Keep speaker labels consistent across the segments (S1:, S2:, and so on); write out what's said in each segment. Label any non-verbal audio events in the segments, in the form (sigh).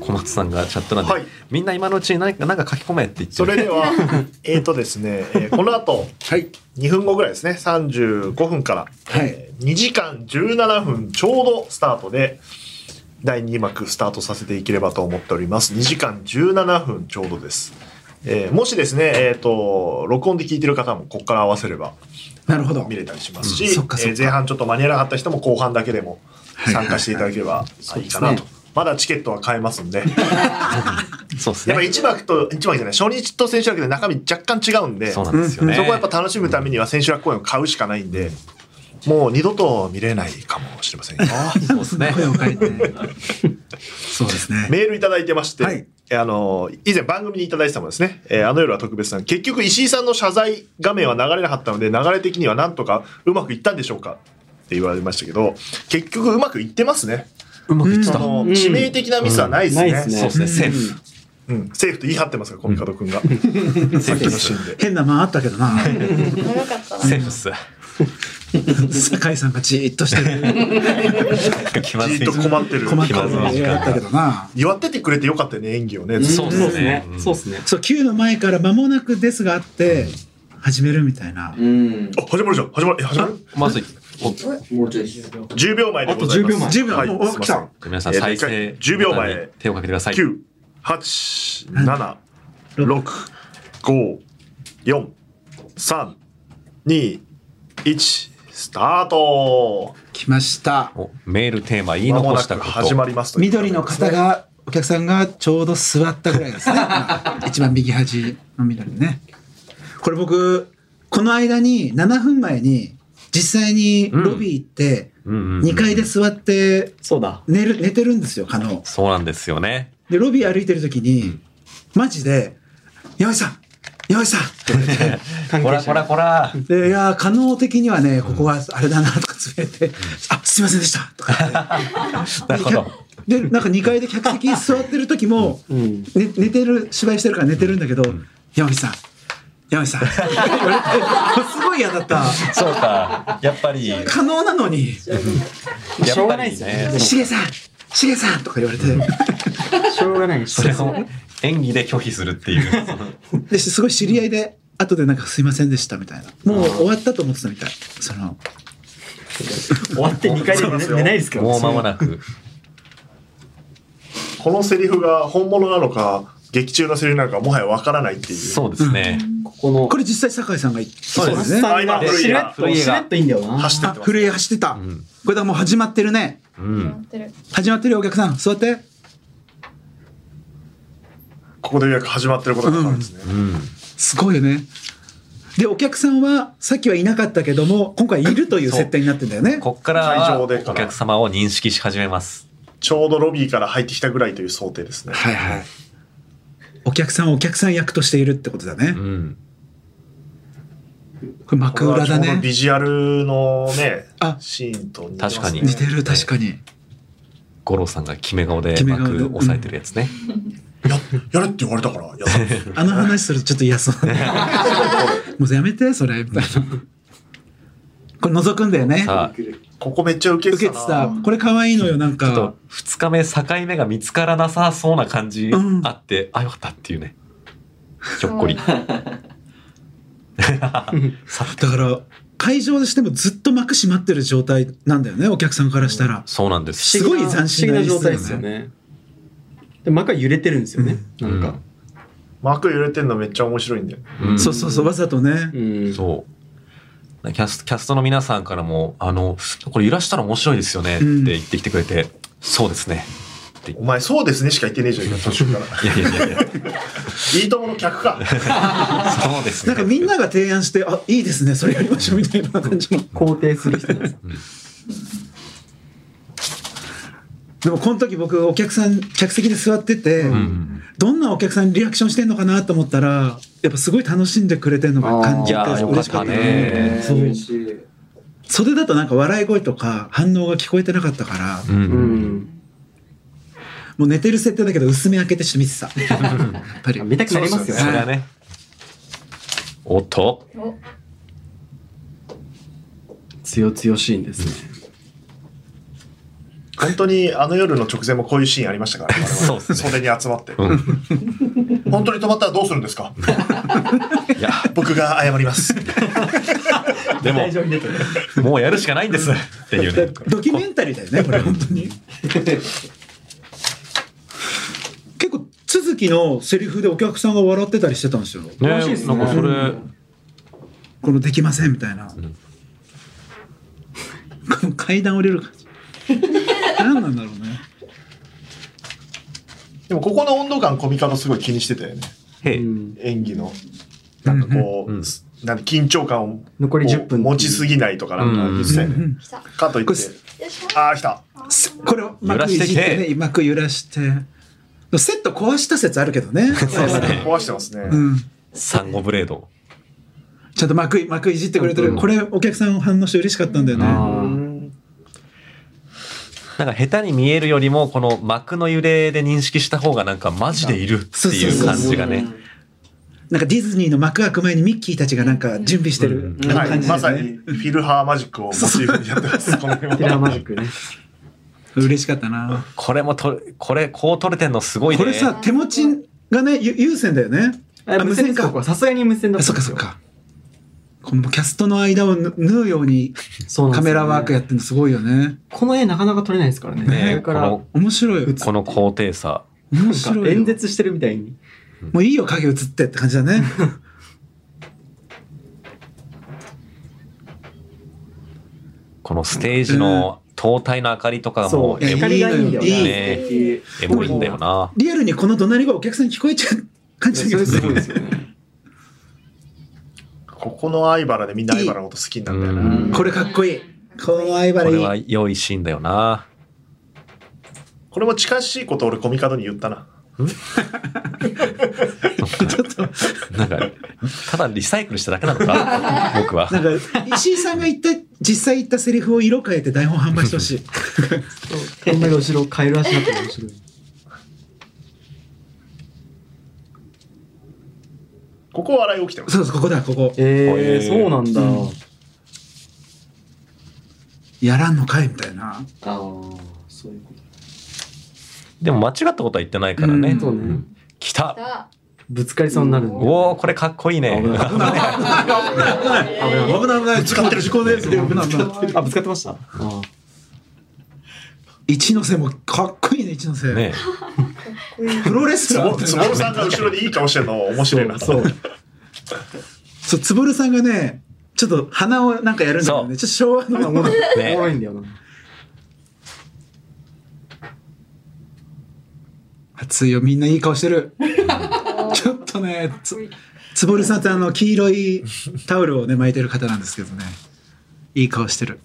S1: 小松さんがチャットなんで、
S2: はい
S1: みんな今のうちに何か何か書き込めって言って
S2: そ
S1: る
S2: れでは、 (laughs) えーとですね、えーこの後、
S3: はい。
S2: 2分後ぐらいですね、35分から、
S3: はい
S2: えー2時間17分ちょうどスタートで、第2幕スタートさせていければと思っております。2時間17分ちょうどです。えーもしですね、えっ、と、録音で聞いてる方も、ここから合わせれば
S3: なるほど
S2: 見。れたりしますし、
S3: うんそっかそっか
S2: えー前半ちょっと間に合わなかった人も、後半だけでも参加していただければいいかなと。
S3: そうで
S2: まだチケットは買えますんで。
S1: そうです
S2: やっぱ
S1: ね
S2: 一幕と、一幕じゃない、初日と千秋楽で中身若干違うんで、
S1: そうなんですよね、
S2: そこはやっぱ楽しむためには千秋楽公演を買うしかないんで、もう二度と見れないかもしれませんよ。
S1: そうですね
S3: 声を変えて。そうですね。
S2: メールいただいてまして、
S3: はい
S2: えあの、以前番組にいただいてたもんですね、えーあの夜は特別さん、結局石井さんの謝罪画面は流れなかったので、流れ的にはなんとかうまくいったんでしょうかって言われましたけど、結局うまくいってますね。
S1: うまくいって
S2: あ
S1: た、
S2: の、
S4: ん
S2: 致命的なミスはないですね。
S4: うんないっすね
S1: そうですねセーフ、
S2: うん、セーフと言い張ってますから、コミカド君が。さっきのシーンで。
S3: 変な間あったけどな。
S5: 長かったな。
S1: セーフっす
S3: 酒井さんがじーっとしてる。
S1: 気ま
S2: じ
S1: ず
S2: ー
S1: い
S2: っと困ってる。
S3: 困っ
S1: 気まずい
S3: た
S1: 時間
S3: あったけどな。
S2: 祝っててくれてよかったよね、演技をね。
S1: そうですね
S4: そうですね。
S3: そう、9の前から間もなくですがあって、始めるみたいな。
S4: うん。
S2: あ、始まるじゃん。始まる。え始まる
S1: まずいお
S4: もうちょい。
S2: ?10 秒前でございま
S3: と
S2: す。
S4: あ
S3: 10秒前
S2: は
S3: おお
S2: い、すいません。
S1: 皆さん
S2: えー
S1: 再生
S2: 10秒
S1: ボ
S2: 前
S1: タンに手をかけてください
S2: 9、8、7、6、5、4、3、2、1、スタート
S3: 来ました。
S1: おメールテーマ言い
S2: まも
S1: 残
S2: な
S1: し
S2: く
S1: たこと
S2: 始まりますという
S3: 緑の方が、お客さんがちょうど座ったぐらいです (laughs) ね。一番右端の緑ね。これ僕、この間に、7分前に、実際にロビー行って、
S1: うんうんうん
S3: 2階で座って
S4: そうだ。
S3: 寝る、寝てるんですよ、加納。
S1: そうなんですよね
S3: で、ロビー歩いてる時に、マジで、山井さん山井さんって言われて
S4: 関
S1: こ
S4: 係
S1: らこ
S4: 者。
S1: らこら
S3: で、いやー、可能的にはね、ここはあれだなとかつめて、あ、すいませんでしたとか
S1: なるほど
S3: 言って。で、なんか2階で客席に座ってる時も、
S4: うん。
S3: ね、寝てる、芝居してるから寝てるんだけど、山井さん山井さんって言われて、すごい嫌だった。
S1: そうかやっぱりや
S3: 可能なのに、
S4: しょう
S1: っぱ
S4: がな
S1: り
S4: いですよね
S1: ね
S3: しげさんしげさんとか言われて、
S4: しょうがないです。
S1: それを演技で拒否するっていうその
S3: ですごい知り合いで後でなんか「すいませんでした」みたいなもう終わったと思ってたみたいその
S4: 終わって2回で寝ないですけど。
S1: もう間もなく
S2: このセリフが本物なのか、劇中のセリフなのか、もはやわからないっていう。
S1: そうですね
S4: ここの。
S3: これ実際酒井さんが言ってた
S4: そうですね。
S2: あ今古い
S4: しれ
S2: な
S4: っと、しれっといいんだよな。
S2: 走ってっ
S3: あ
S2: てます。
S3: 震え走ってた、
S1: ん
S3: これだからもう始まってるね
S1: うん
S5: やってる
S3: 始まってるよお客さん座って
S2: ここでようやく始まってることがわかるんですね。
S1: うん
S3: すごいよねでお客さんはさっきはいなかったけども今回いるという
S1: そう
S3: 設定になってんだよね
S1: こっから
S2: 会
S1: は
S2: 場
S1: お
S2: でから
S1: 客様を認識し始めます
S2: ちょうどロビーから入ってきたぐらいという想定ですね。
S3: はいはいお客さんをお客さん役としているってことだね、
S1: うん
S3: これ幕
S2: こ
S3: 裏
S2: れはちょ
S3: だ
S2: うど
S3: ね
S2: ビジュアルのね
S3: あ、
S2: シーンと似て
S1: 確かに
S2: ます
S3: 似
S2: ね
S3: てる確かに
S1: 五郎さんが決め顔で
S3: 決め顔で
S1: 幕押さえてるやつね
S2: ややれって言われたから
S1: (laughs)
S2: やった
S3: あの話するとちょっと嫌そうだねもうやめてそれみたいなこれ覗くんだよね
S1: さあ
S2: ここめっちゃウケて
S3: 受
S2: た
S3: け
S2: な
S3: てたこれ可愛いのよなん
S1: ちょっ
S3: か
S1: と2日目境目が見つからなさそうな感じ
S3: うん
S1: あって、あよかったっていうねひょっこり
S5: そう
S3: だから会場でしてもずっと幕閉まってる状態なんだよねお客さんからしたら、
S1: そうなんです
S3: すごい斬新な
S4: 不思議状態ですよね。で、幕は揺れてるんですよね。なんか。
S2: 幕揺れてんのめっちゃ面白いんだよ
S1: うん
S3: そうそうそうわざとね、
S4: うん。
S1: そうキャストキャストの皆さんからも「あのこれ揺らしたら面白いですよね」って
S3: うん
S1: 言ってきてくれて「そうですね
S2: お前そうですねしか言ってねえじ
S1: (laughs)
S2: ゃん今途中から」
S1: いやいやい
S3: (laughs)
S1: やいや
S2: いいともの客か
S1: 「そうです
S3: なん
S1: ね
S3: かみんなが提案してあいいですねそれやりましょうみたいな感じの
S4: 肯定する人なんです。
S3: でもこの時僕お客さん客席で座ってて、
S1: ん
S3: どんなお客さんにリアクションしてんのかなと思ったらやっぱすごい楽しんでくれてるのが感じて
S1: あー
S3: 嬉しかった
S1: いやーよかったね
S3: そう
S4: しい。
S3: 袖だとなんか笑い声とか反応が聞こえてなかったから、
S1: うん
S4: う。ん。
S3: もう寝てる設定だけど薄め開けてちょっと見て
S1: (laughs)
S3: た。やっぱり。
S4: 見たくなりますよ。
S1: それは
S4: ね
S1: ね。おっと。
S5: お
S4: 強強しいんですね。
S2: 本当にあの夜の直前もこういうシーンありましたから、我々
S1: そうですね
S2: 袖に集まって、
S1: うん。
S2: 本当に止まったらどうするんですか (laughs)
S1: いや、
S2: 僕が謝ります
S1: でも、
S4: に出てる。
S1: もうやるしかないんです。っていうね。
S3: ドキュメンタリーだよね、これ本当
S1: (laughs)
S3: に。結構、続きのセリフでお客さんが笑ってたりしてたんですよ。
S4: 楽しいで
S1: ね、
S4: す
S1: な
S4: ね
S1: んかそれ、
S3: このできませんみたいな。この階段降りる感じ。 (laughs) 何なんだろうね。
S2: でもここの温度感コミカドすごい気にしてたよね
S1: へ
S4: う
S1: い。
S4: ん。
S2: 演技のなんかこう、
S1: うんうん
S2: なんか緊張感を
S4: 残り10分
S2: 持ちすぎないとかなんか言ってたよね、
S3: うん
S5: 来たよ
S2: かといって
S3: こ
S5: いしょ
S2: ああ来た
S3: これをうまくいじってね、うまく揺らして。セット壊した説あるけどね。
S1: そうですね
S2: 壊してますね、
S3: うん。
S1: サンゴブレード。
S3: ちゃんと幕い幕いじってくれてる。
S1: うん
S3: これお客さん反応して嬉しかったんだよね。
S1: なんか下手に見えるよりも、この膜の揺れで認識した方がなんかマジでいるっていう感じがね。
S3: なんかディズニーの幕開く前にミッキーたちがなんか準備してるあの
S2: はい
S3: 感じ
S2: まさ
S3: で、
S2: に
S3: ね、
S2: フィルハーマジックをモチーフにやってますこの辺
S4: テラーマジッ
S2: は
S4: クね。
S3: 嬉しかったな。
S1: これもと、これ、こう撮れてんのすごいね。
S3: これさ、手持ちがね、ゆ優先だよね。
S4: あ無線
S3: か
S4: か。。さすがに無線だ
S3: あ
S4: った
S3: そ
S4: ん
S3: っ
S4: で
S3: か
S4: す
S3: そっ
S4: よ。
S3: か。このキャストの間をぬ縫うように
S4: そうなん
S3: カ
S4: で
S3: メ
S4: すよね
S3: ラワークやってるのすごいよね。
S4: この絵なかなか撮れないですからね。
S1: ね
S4: だから
S1: こ
S3: 面白いよ。
S1: の、この高低差。
S3: 面
S4: なん
S3: 白
S4: か
S3: いよ
S4: 演。説してるみたいに。
S3: もういいよ、影映ってって感じだね。
S1: このステージの灯体の明かりとかがも
S4: そうう、
S3: いや
S1: エモ
S4: 光がいいんだよ
S3: いいのよ
S1: いい
S4: ね。いい
S1: エモいんだよな。
S3: リアルにこの怒鳴りがお客さんに聞こえちゃう感
S4: そ
S3: じだ
S4: れ
S3: け
S4: す
S3: ど
S4: ごい
S3: ね。
S4: ですよね。
S2: ここの相原でみんな相原のこと好きになったよ
S1: う
S2: な、
S1: ん
S3: これかっこいい。この相
S1: こ
S3: 原い
S1: れ
S3: い。
S1: は良いシーンだよな。
S2: これも近しいこと俺コミカドに言ったな
S1: なんか、ただリサイクルしただけなのか、僕は。
S3: なんか、石井さんが言った、実際言ったセリフを色変えて台本販売してほしい。
S4: こんな後ろカエル足だったら面白い。
S2: ここ笑い起きてます
S3: そうそう、ここだ、ここ。
S4: え
S1: え
S4: え、そうなんだ。
S3: うんやらんのかいみたいな。
S4: ああ、そういうこと。
S1: でも間違ったことは言ってないからね
S3: うん。
S4: そうね。
S1: 来
S5: 来
S1: た
S5: た
S4: ぶつかりそうになるんで。
S1: おおこれかっこいいね。
S4: 危ない
S3: 危ない危ない。使ってる事故のやつで危ない危ない。
S4: あ、ぶつかってました。ああ
S3: 一ノ瀬もかっこいいね、一ノ瀬。
S1: ね
S3: プロレスラーみたい
S2: つぼ
S3: な
S2: るさんが後ろでいい顔してるの面白いな
S4: そう。
S3: そう、つぼるさんがね、ちょっと鼻をなんかやるんだよね。ちょっと昭和の。
S4: お
S1: ね
S4: もろいんだよな。
S3: 熱いよ、みんないい顔してる。ちょっとね、つつぼるさんってあの、黄色いタオルをね、巻いてる方なんですけどね。いい顔してる。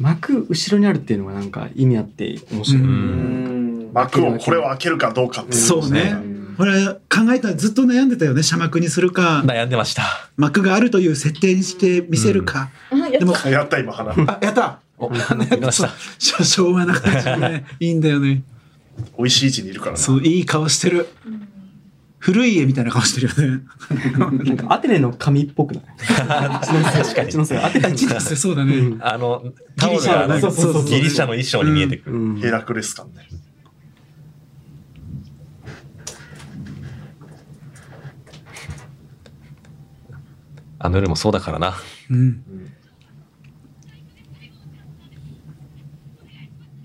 S4: 幕後ろにあるっていうのがなんか意味あって面白いね。
S2: 幕をこれを開けるかどうかってい
S3: そうね。これ考えたらずっと悩んでたよね。社幕にするか、
S1: 悩んでました。
S3: 幕があるという設定にして見せるか。
S5: うん
S3: でも、
S2: やった今花
S3: あ、やった
S1: お (laughs) 悩んでました。
S3: しょ昭和な感じでね。 (laughs) いいんだよね。
S2: 美味しい位置にいるからな
S3: そう、いい顔してる。古い家みたいな顔してる (laughs) よね。
S4: なんかアテネの紙っ (laughs) ぽくない確かに。一ノ瀬アテネの
S3: 一ノ瀬そうだね。
S1: あの、タオルがなんか
S4: ギリシャのそうそうそう
S1: ギリシャの衣装に見えてくる。
S4: うん
S2: ヘラクレス感ね
S1: あの夜もそうだからな。
S3: うん。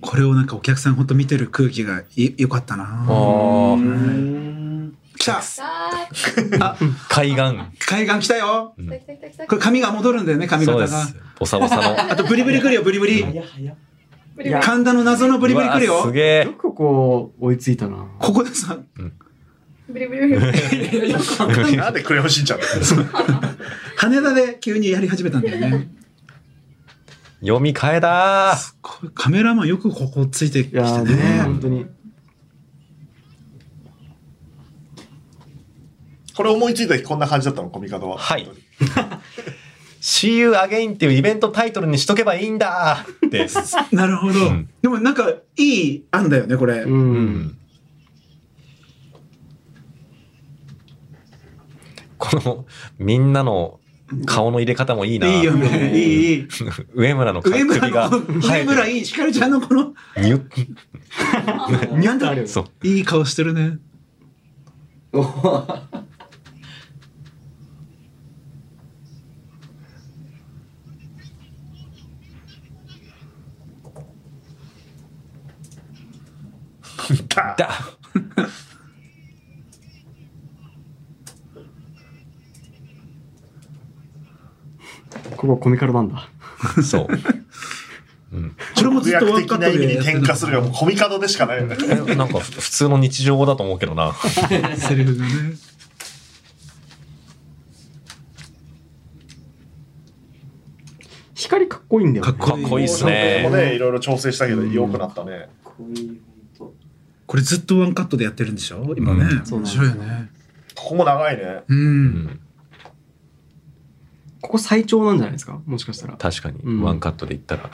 S3: これをなんかお客さんほんと見てる空気がいよかったな。
S1: おー
S3: 来た
S5: さあ
S1: 海岸。
S3: 海岸来たよ
S5: 来た来た来た来た
S3: これ髪が戻るんだよね、髪
S1: そう
S3: 型
S1: で
S3: が
S1: す。。ボサボサの。
S3: あとブリブリ来るよ、ブリブリ。
S4: 早っ早っ
S5: ブリブリ
S3: 神田の謎のブリブリ来る
S1: うわ
S3: よ
S1: す。げえ
S4: よ。くここ追いついたな。
S3: ここでさ、
S5: ブリブリブリブリ
S2: なんでクレヨンしんちゃんだよ
S3: 羽田で急にやり始めたんだよね。
S1: 読み替えだー。
S3: これカメラマンよくここついてき
S4: い
S3: て
S4: やーね
S3: ね。
S4: 本当に。
S2: これ思いついた時こんな感じだったのコミカドは
S1: はい See you again っていうイベントタイトルにしとけばいいんだって。
S3: なるほど、でもなんかいい案だよねこれ、
S4: うん。
S1: この、みんなの顔の入れ方もいいな。
S3: いいよねいいいい
S1: 上村の
S3: 上
S1: 首
S3: 村
S1: が
S3: の
S1: 生
S3: 上
S1: えて
S3: 村
S1: る。
S3: いいひかるちゃんのこの
S1: ニュッ
S4: ニュンとあるよね。
S1: そう。
S3: いい顔してるね
S1: だ
S4: ここコミカルなんだ。
S1: そう。
S3: これもずっと
S2: 悪
S3: ワン
S2: 的
S3: カッ
S2: な
S3: ト
S2: 意
S3: で
S2: 味に
S3: やって
S2: 転化するが
S3: よ
S2: もうコミカドでしかないよね。
S1: えなんかふ普通の日常語だと思うけどな。
S3: セリフがね
S4: 光かっこいいんだよね。
S3: かっ
S1: かっこいいっすね
S2: ここ。ね、いろいろ調整したけど、良くなったね。
S3: これずっとワンカットでやってるんでしょ今ね、
S4: そう
S3: 面
S4: なんです
S3: 白いよね
S2: ここも長いね。
S3: うん、
S1: うん
S4: ここ最長なんじゃないですかもしかしたら。
S1: 確かに、
S4: うん
S1: ワンカットで言ったら。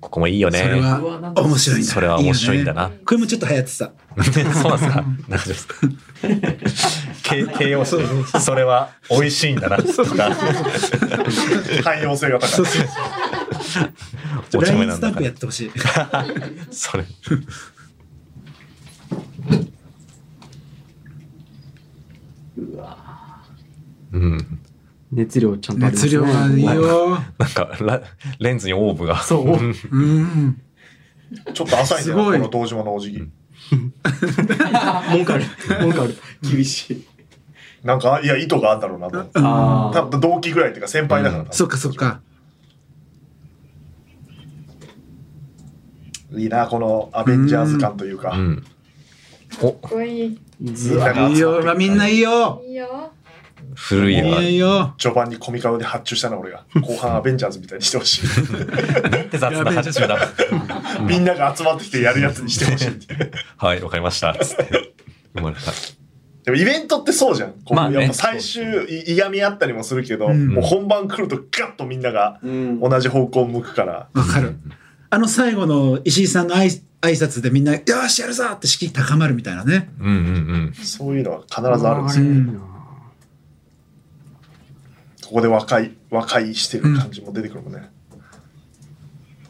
S1: ここもいいよね。
S3: それは面白いんだ
S1: それは面白いんだ
S3: よね
S1: な。
S3: これもちょっと流行ってた
S1: (laughs) そうなんですか。なんかちょっと形容詞。それは美味しいんだな。とか、
S2: 汎用性が高い。
S3: そうそう
S1: お
S3: ラ
S1: 茶
S3: イ
S1: 目
S3: ン
S1: な
S3: ス
S1: ん
S3: タ
S1: だ
S3: ン
S1: か
S3: プや
S1: ら
S3: っ。てほしい。
S1: それ。うん、
S4: 熱量ちゃんとありま
S3: (laughs)
S4: す
S3: 熱
S4: ね。
S3: 量がいいよ。
S1: なんかラレンズにオーブが
S4: そうオーブ
S1: ん
S3: うん。
S2: ちょっと浅いんだよ
S3: すごい
S2: この堂島のお辞儀。
S4: 文句ある。文句ある。厳しい。
S2: なんか、いや、意図があったろうなと思って。
S4: あ
S2: 多
S4: あ。
S2: 分同期ぐらいっていうか先輩だから、
S3: そっかそっか。
S2: いいなこのアベンジャーズ感というか、
S1: うん、お
S5: っこいい。
S2: みんなが
S3: いい
S2: 集ま
S3: よ、
S2: って
S3: みんないいよ。
S5: いいよ。
S1: 古い
S3: い
S1: わ
S3: いよ。
S2: 序盤にコミカルで発注したな
S3: (laughs)
S2: 俺が後半アベンジャーズみたいにしてほしい
S1: なんて雑な発注だ
S2: みんなが集まってきてやるやつにしてほしいっていう
S1: はいわかりましたつって生まれた
S2: でもイベントってそうじゃんこう、
S1: まあね
S2: やっぱ最終いいがみあったりもするけど、
S3: うん
S2: もう本番来るとガッとみんなが
S4: ん
S2: 同じ方向を向くから、
S3: わかる。あの最後の石井さんの挨挨拶でみんな、よーし、やるぞって士気高まるみたいなね。
S1: うんうんうん
S2: そういうのは必ずあるんですよ、
S4: うん
S2: ここで和解和解してる感じも出てくるもんね、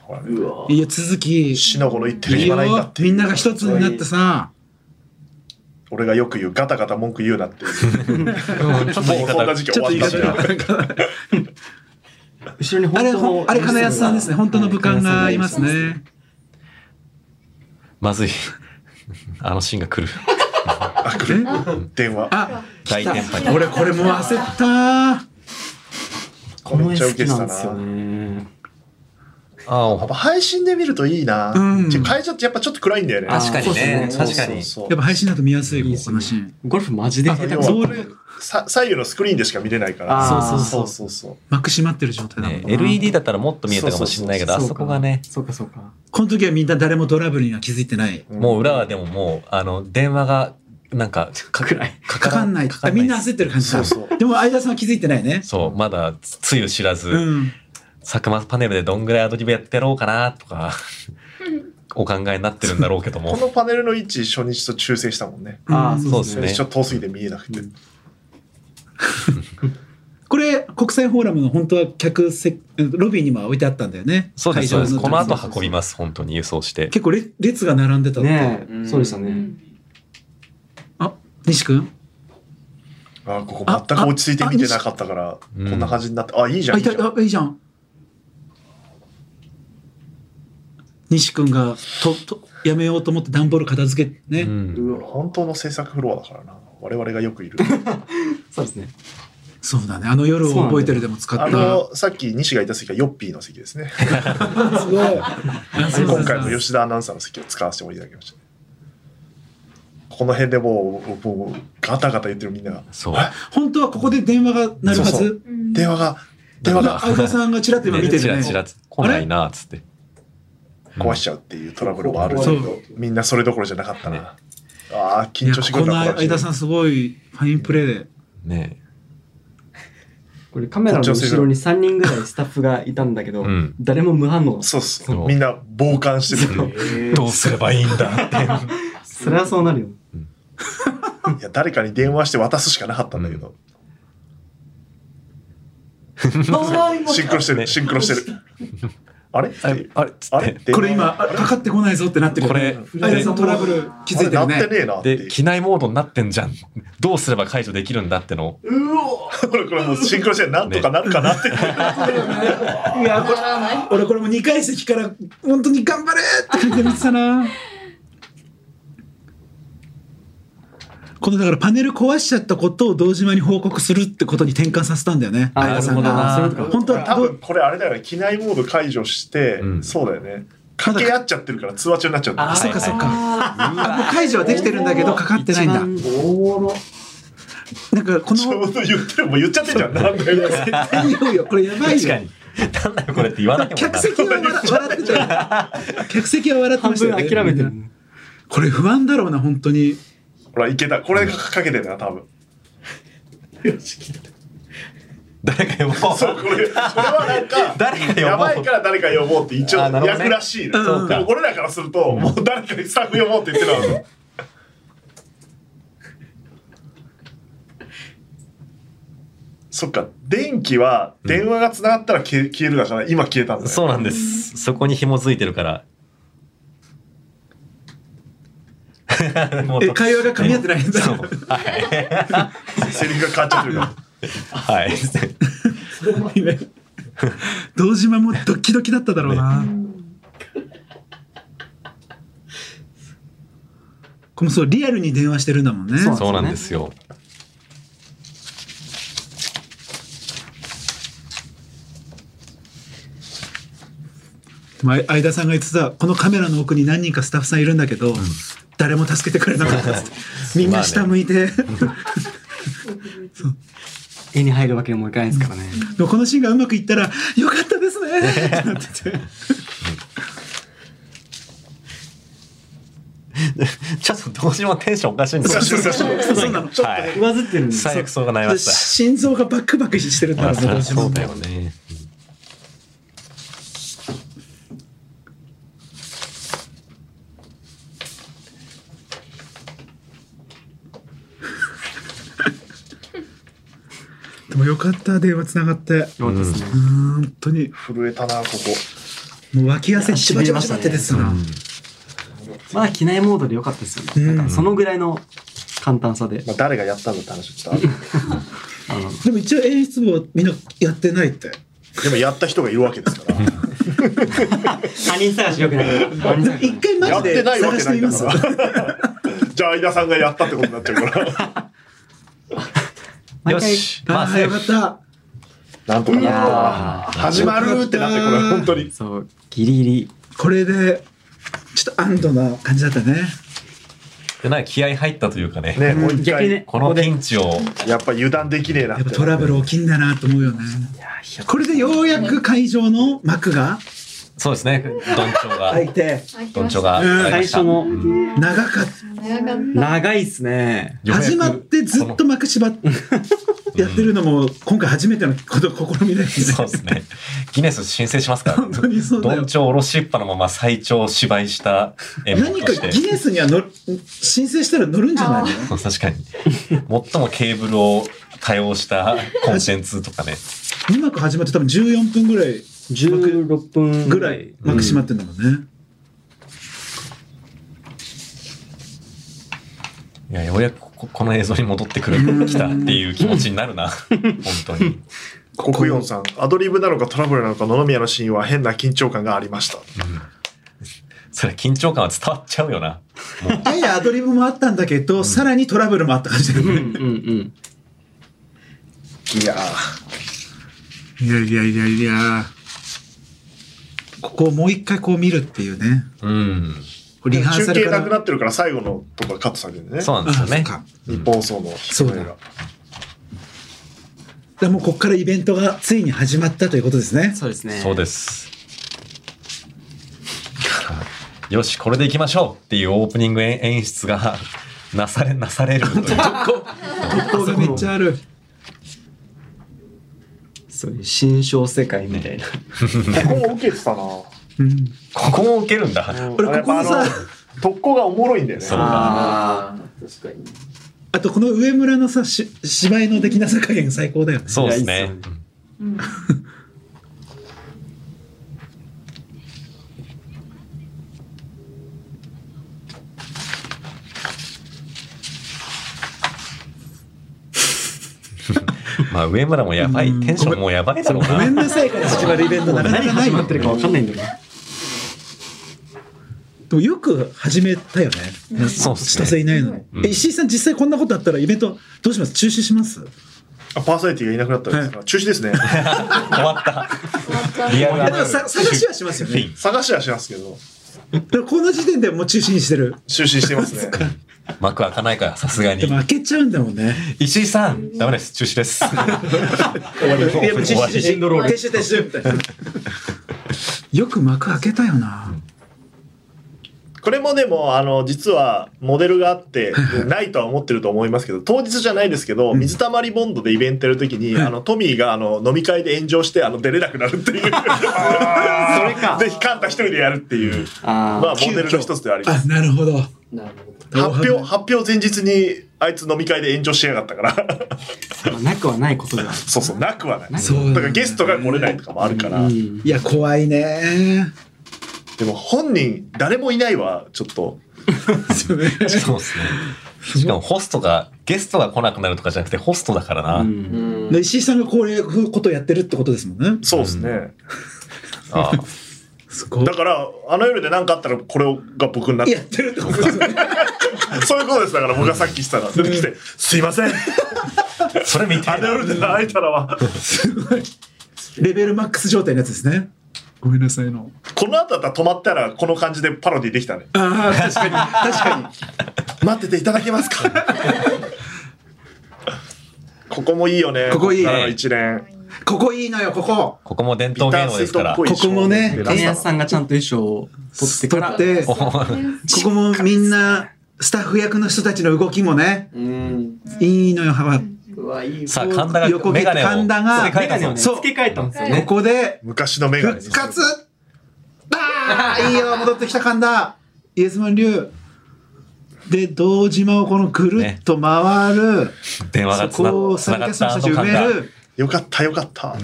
S2: ほらね
S3: いいよ、続き。い
S2: 死の子の言ってる
S3: い
S2: 暇ないんだ
S3: よ
S2: っ。て
S3: みんなが一つになってさ。
S2: 俺がよく言うガタガタ文句言うなっていう
S1: ちょっと言い
S2: もうそん
S1: 方
S2: な
S1: が
S2: 時期
S3: ち
S2: 終
S3: ょっ
S2: わ
S3: と
S2: っ
S3: 言い方
S2: たし
S3: が
S2: な。
S4: 後ろに
S3: あ
S4: 本
S3: れ、
S4: 当
S3: ほん
S4: の
S3: あれ、金安さんですね。本当の武漢がいます。
S4: はい
S3: ね。
S1: まずいあのシーンが来る
S2: 電話。
S3: あ、
S1: 大転廃
S3: 俺、これもう焦った。
S2: これめっちゃウケて
S4: 金安
S2: た
S4: さんがいますねこの絵好きなんですよ
S2: な。
S4: ね。
S1: あ
S2: やっ
S1: お
S2: ぱ配信で見るといいな。
S3: うん
S2: ちょ会場ってやっぱちょっと暗いんだよね。
S4: 確かにね
S2: そうそう
S4: 確か
S2: そう
S3: やっぱ配信だと見やすい、
S4: いい
S3: こ
S4: です
S3: こ
S4: ね
S3: のシーン。
S4: ゴルフマジで下手
S2: 要
S4: く
S2: は
S4: そ。
S2: これさ左右のスクリーンでしか見れないから。
S4: あー
S2: そうそうそう
S3: 幕閉まってる状態だもん
S1: ね
S3: な、
S1: LED だったらもっと見えたかもしれないけどあ
S4: うか
S1: そこがね
S4: そうかそうか。
S3: この時はみんな誰もトラブルには気づいてない。
S2: そう。
S1: もう裏はでももうあの電話がなんかか
S4: 暗い。
S1: か
S3: かかんない。
S1: かか
S3: みんな焦ってる感じだ。
S2: そうそ
S3: でも、相田さんは気づいてないね。
S1: そうまだつゆ知らず、
S3: うん。
S1: 作間パネルでどんぐらいアドリブやってやろうかなとか (laughs) お考えになってるんだろうけど
S2: こ
S1: も
S2: のパネルの位置初日と修正したもんね。
S4: ああ、
S1: そう
S4: そう
S1: で
S4: ですす
S1: ね
S4: ね。
S2: ちょっと遠すぎて見えなくて。
S3: これ、国際フォーラムの本当は客席、ロビーにも置いてあったんだよね。
S1: そうですそう
S3: 会
S1: で
S3: 場
S1: すこの後
S3: 時
S1: 運びます本当に輸送して
S3: 結構れ列が並んでたって
S4: ねえ、そうでしたね。
S3: あ、西君
S2: あーここ全く落ち着いて見てなかったから、こ
S1: うん
S2: んな感じになって。あ、いいじゃ
S3: あ、
S2: ん。
S3: い
S2: いいじ
S3: た、
S2: ゃん
S3: あ、いいじゃん。西君が、と、と、やめようと思って段ボール片付け、ね。
S1: うん
S2: 本当の制作フロアだからな。我々がよくいる。
S4: そうですね。
S3: そうだね。あの夜を覚えてるでも使
S2: あ
S3: った。
S2: の、さっき西がいた席はヨッピーの席ですね。
S3: すごい。
S2: 今回も吉田アナウンサーの席を使わせてもいただきました。この辺でもう、もうガタガタ言ってるみんなが、
S1: そう
S2: え
S3: 本当はここで電話が鳴るは
S2: そうそ
S3: ず。
S5: うん
S2: 電話が、電話
S3: まだ
S2: が
S3: 相田さんがちらっ
S2: (laughs)
S3: と今見て
S1: チ
S3: る
S1: ラ
S3: ね。
S1: チラ来ないなっつって
S2: 壊しちゃうっていうトラブルもあるけ
S3: そ
S2: ど
S3: う、
S2: みんなそれどころじゃなかった
S1: ね
S2: な。ああ、緊張してく
S3: いやこ
S2: れ
S3: の
S2: た
S3: 相田さんすごいファインプレーで。
S1: ねえ
S4: これカメラの後ろに3人ぐらいスタッフがいたんだけど、
S1: うん
S4: 誰も無反応
S2: そうっす
S1: そう
S2: みんな傍観してる
S1: どうすればいいんだって。
S4: それはそうなるよ
S2: いや誰かに電話して渡すしかなかったんだけど、 (laughs) シンクロしてるシンクロしてるあれっていう
S1: あれっつ
S2: あ
S1: っ
S2: れ
S1: て。
S2: って
S3: これ今あかかってこないぞってなってるよね
S1: これ
S3: アイラさんトラブル気づいて
S2: な
S3: る
S2: って
S3: ね
S2: ねえなってい (laughs)
S1: で、
S2: う
S1: 機内モードになってんじゃん。どうすれば解除できるんだってのを。
S2: これこれもうシンクロしてなんとかなるかなって、
S3: いやこれ俺これも2階席から本当に頑張れって感じで見てたなこのだからパネル壊しちゃったことを堂島に報告するってことに転換させたんだよね
S4: あ
S3: アイラさん
S4: なるほど
S3: が
S4: あそういうことか
S3: 本当は
S2: 多
S3: ど
S2: 分これあれだよね機内モード解除して、
S1: うん
S2: そうだよね
S3: ただ
S2: 掛け合っちゃってるから通話中になっちゃうんだよ
S3: あ
S1: ー
S3: そっかそっか、あ
S4: あ
S3: もう解除はできてるんだけどかかってないんだなんかこ
S2: ちょ
S3: の
S2: うど言ってるもう言っちゃってんじゃんなんだよ
S3: 言うよこれやばい
S1: 確
S3: よ
S1: かに。なんだよこれって言わないもんな。
S3: 客席は笑笑ってたよ客席は笑って
S4: 半
S3: ました
S4: 分
S3: よ、ね、
S4: 諦めてるね
S3: これ不安だろうな本当に
S2: ほらいけたこれかけてるな多分
S1: 誰か呼ぼう。
S2: そうこれこれはなんか
S1: 誰か呼ぼう
S2: やばいから誰か呼ぼうって一応
S1: あーなるほどね
S2: 役らしいの
S3: そう
S1: か
S2: でも俺らからするともう誰かにスタッフ呼ぼうって言ってるわそっか電気は電話がつながったら消え消えるだから今消えたんだね
S1: そうなんです。そこに紐づいてるから。もう
S3: え会話が噛み合ってないんだ
S1: そうはい。
S2: セリフが変わっちゃってるから
S1: はい。
S3: 堂島もドキドキだっただろうな、 (laughs) これもそうリアルに電話してるんだもんね
S4: そう
S1: そうなんですよ。
S3: でもあい相田さんが言ってたこのカメラの奥に何人かスタッフさんいるんだけど、誰も助けてくれなかったっつってみんな下向いて、
S4: 絵に入るわけにもいかないですからね
S3: でもこのシーンがうまくいったら「よかったですね」 (laughs) ってなってて
S1: ちょっとどうしようもテンションおかしいんですよ。
S2: そうそうそう
S3: そうなの
S1: はい。
S4: 上ずってるんです
S1: 最悪そうがなりまし
S3: 心臓がバックバックしてるん
S1: た。
S3: だろ
S1: ま
S3: う
S1: あ
S3: な
S1: そ
S3: 堂島も
S1: うそうだよね。
S3: でもよかった電話つながって
S4: そうですね、
S3: 本当に
S2: 震えたなこ
S3: もう脇汗しばしばしばって出てたな、
S4: まだ機内モードで良かったですよね、
S3: うん
S4: なんかそのぐらいの簡単さで、
S2: こ、まあ、誰がやったんだって話をしたで
S4: あの
S3: でも一応演出部はみんなやってないって
S2: もやった人がいるわけですから
S4: 他人探しよくない他人探し
S3: 一回
S2: や
S3: マジ
S2: って
S3: で
S2: ないわ
S3: 探
S2: け
S3: し
S2: な
S3: てみ
S2: いか
S3: ます
S2: ら (laughs) じゃあ相田さんがやったってことになっちゃうから
S4: 毎
S1: よ
S4: 回
S1: し。ま
S3: あ
S1: あ
S3: あ
S1: セ
S3: よ
S1: ー
S3: か
S1: フ
S3: った
S2: なんとかな
S4: あ
S2: 始まるってなってこれ本当に
S4: ーそうギリギリ
S3: これでちょっと安堵な感じだったね
S1: でなんか気合入ったというかね。
S2: ねもう一
S4: 逆
S2: 回
S4: にね
S1: このピンチを
S2: やっぱ油断できねえな
S3: や
S2: っ
S3: っぱ
S2: て
S3: トラブル起きんだなと思うよねこれでようやく会場の幕が
S1: そうです (laughs) ね。ドンチョ
S3: 開い
S1: が
S3: て
S1: ドンチョが
S3: うん
S1: 開きま
S4: 最
S1: した
S4: 初の
S3: 長かっ
S5: 長かった。
S4: 長いっすね
S3: た始まってずっと幕縛ってやってるのも今回初めてのこと試みだよね
S1: そうですね。ギネス申請します (laughs) から、
S3: 本当にそうだよ
S1: どんちょうおろしっぱのまま最長芝居した演目
S3: 何
S1: と
S3: か
S1: して。
S3: ギネスには乗る申請したら乗るんじゃないの
S1: そう確かに。最もケーブルを多用したコンテンツとかね。
S3: 2幕始まって多分14分ぐらい
S4: 16分
S3: ぐらい幕閉まってんだもんね、
S1: いや、ようやくここの映像に戻ってくる、来たっていう気持ちになるな。本当に。
S2: 国四さんアドリブなのかトラブルなのか野々宮のシーンは変な緊張感がありました
S1: それ緊張感は伝わっちゃうよな。
S3: ややアドリブもあったんだけど、さらにトラブルもあった感じだよ
S4: うんう
S3: ね。
S4: んうん
S2: いやー
S3: いやいやいやいや。ここをもう一回こう見るっていうね。
S1: うん。
S3: リハー
S2: 中
S3: サル
S2: 継
S3: か
S2: な
S3: ら。
S2: くなってるから最後のとかカットされてるね
S1: そうなんですよ
S3: あそっ
S1: ね。
S3: か
S2: 日本放送の
S3: そうだでもうここからイベントがついに始まったということですね。
S4: そうですね
S1: そうです。よし、これでいきましょうっていうオープニング演演出がなさ
S3: (laughs)
S1: れ、なされるという。
S3: ここがめっちゃある。
S4: そういう新小世界みたいな。
S2: ここも受けてたな。
S3: うん
S1: ここも受けるんだ。
S2: う
S3: (laughs)
S2: ん
S3: 俺ここのさ
S2: やっぱあの特攻がおもろいんだよね。
S1: そう
S4: ああ、確かに。
S3: あとこの上村のさし芝居の出来なさ加減最高だよね
S1: そうです
S4: いやいい
S1: ね
S4: っす。
S5: うん
S1: まあ上村もやばい。テンションもうやばいだろう
S3: ごめん
S1: な。
S3: なさいから始まるイベントなかな
S4: 何
S3: か
S4: が
S3: ない
S4: 始
S3: よ
S4: まってるかわかんないんだよな。
S3: でもよく始めたよね
S1: そうっすね
S3: 千歳いないのに、
S1: うん
S3: え石井さん実際こんなことあったらイベントどうします中止します
S2: あパーソナリティがいなくなったんですが、中止で
S3: (laughs)
S2: すね。
S1: 終わった。
S5: 終わっちゃう
S1: リアル
S3: い
S1: な
S3: やでもさ探しはしますよね
S2: 探しはしますけど、
S3: だからこの時点でもう中止にしてる
S2: 中止してますね。
S1: 幕開かないから、さすが
S3: で
S1: に
S3: も。開けちゃうんだもんね
S1: 石井さん、ダメです。中止です。
S3: いやもう
S1: 終
S3: 実
S1: わ
S3: 施
S1: り
S3: 実施撤収撤収みたいな (laughs) よく幕開けたよな
S2: これもでも、あの、実はモデルがあって、
S4: (laughs)
S2: ないとは思ってると思いますけど、当日じゃないですけど、水たまりボンドでイベントやるときに、あの、トミーがあの飲み会で炎上して、あの、出れなくなるっていう。 (laughs)
S4: それか
S2: ぜひカンタ一人でやるっていう、
S4: あ
S2: まあ、モデルの一つではありま
S3: あ
S2: す。
S3: なるほど
S4: なるほ
S2: 発表、発表前日に、あいつ飲み会で炎上しやがった
S4: (laughs)
S2: から。
S4: ど。まあなくはないことだ。
S2: そうそう、なくはない。
S3: そうだね
S2: だからゲストが来れないとかもあるから。
S4: うん。
S3: いや怖いね
S2: でも本人誰もいないわちょっと
S3: そうね
S1: そうですね。しかもホストが、ゲストが来なくなるとかじゃなくて、ホストだからな。
S4: うん
S3: で石井さんがこういうことをやってるってことですもんね
S2: そうですね、
S1: ああ
S3: すごい
S2: だからあの夜で何かあったらこれが僕になっ
S3: や
S2: て
S3: ってるってことですよね
S2: そういうことですだから僕がさっきしたら出てきて「すいません
S1: それ見て
S2: あの夜で会えたらは
S3: (laughs) レベルマックス状態のやつですねごめんなさいの
S2: この後だったら止まったらこの感じでパロディできたね
S3: ああ確かに確か
S2: 待ってていただけますかここもいいよね
S3: ここいいね
S2: からの一連
S3: にここいいのよここ
S1: ここも伝統芸能ですから。
S3: ここもね
S4: 円安さんがちゃんと衣装を取ってから。
S3: 取ってここもみんなスタッフ役の人たちの動きもね
S4: うん。
S3: いいのよハワ
S4: うわ、いい。
S1: さあ、神田が、
S3: 横切
S1: メ
S3: って
S1: ガネを。
S3: 神田が
S1: 付け替え
S4: メ
S1: たそう
S4: ガネをね、
S1: です
S4: 付け替えたんですよね。
S3: ここで
S2: 昔のメガネ
S3: 復活バーンいいよ戻ってきた神田イエスマン流で堂島をこのぐるっと回る、
S1: 電話がつ
S3: そこを
S1: なつ
S3: 参
S1: なが
S3: 加
S1: っ
S3: 者
S1: た
S3: の
S1: あ
S3: 人たち
S1: の神
S3: 埋め
S1: 田。
S3: る
S2: よかったよかった、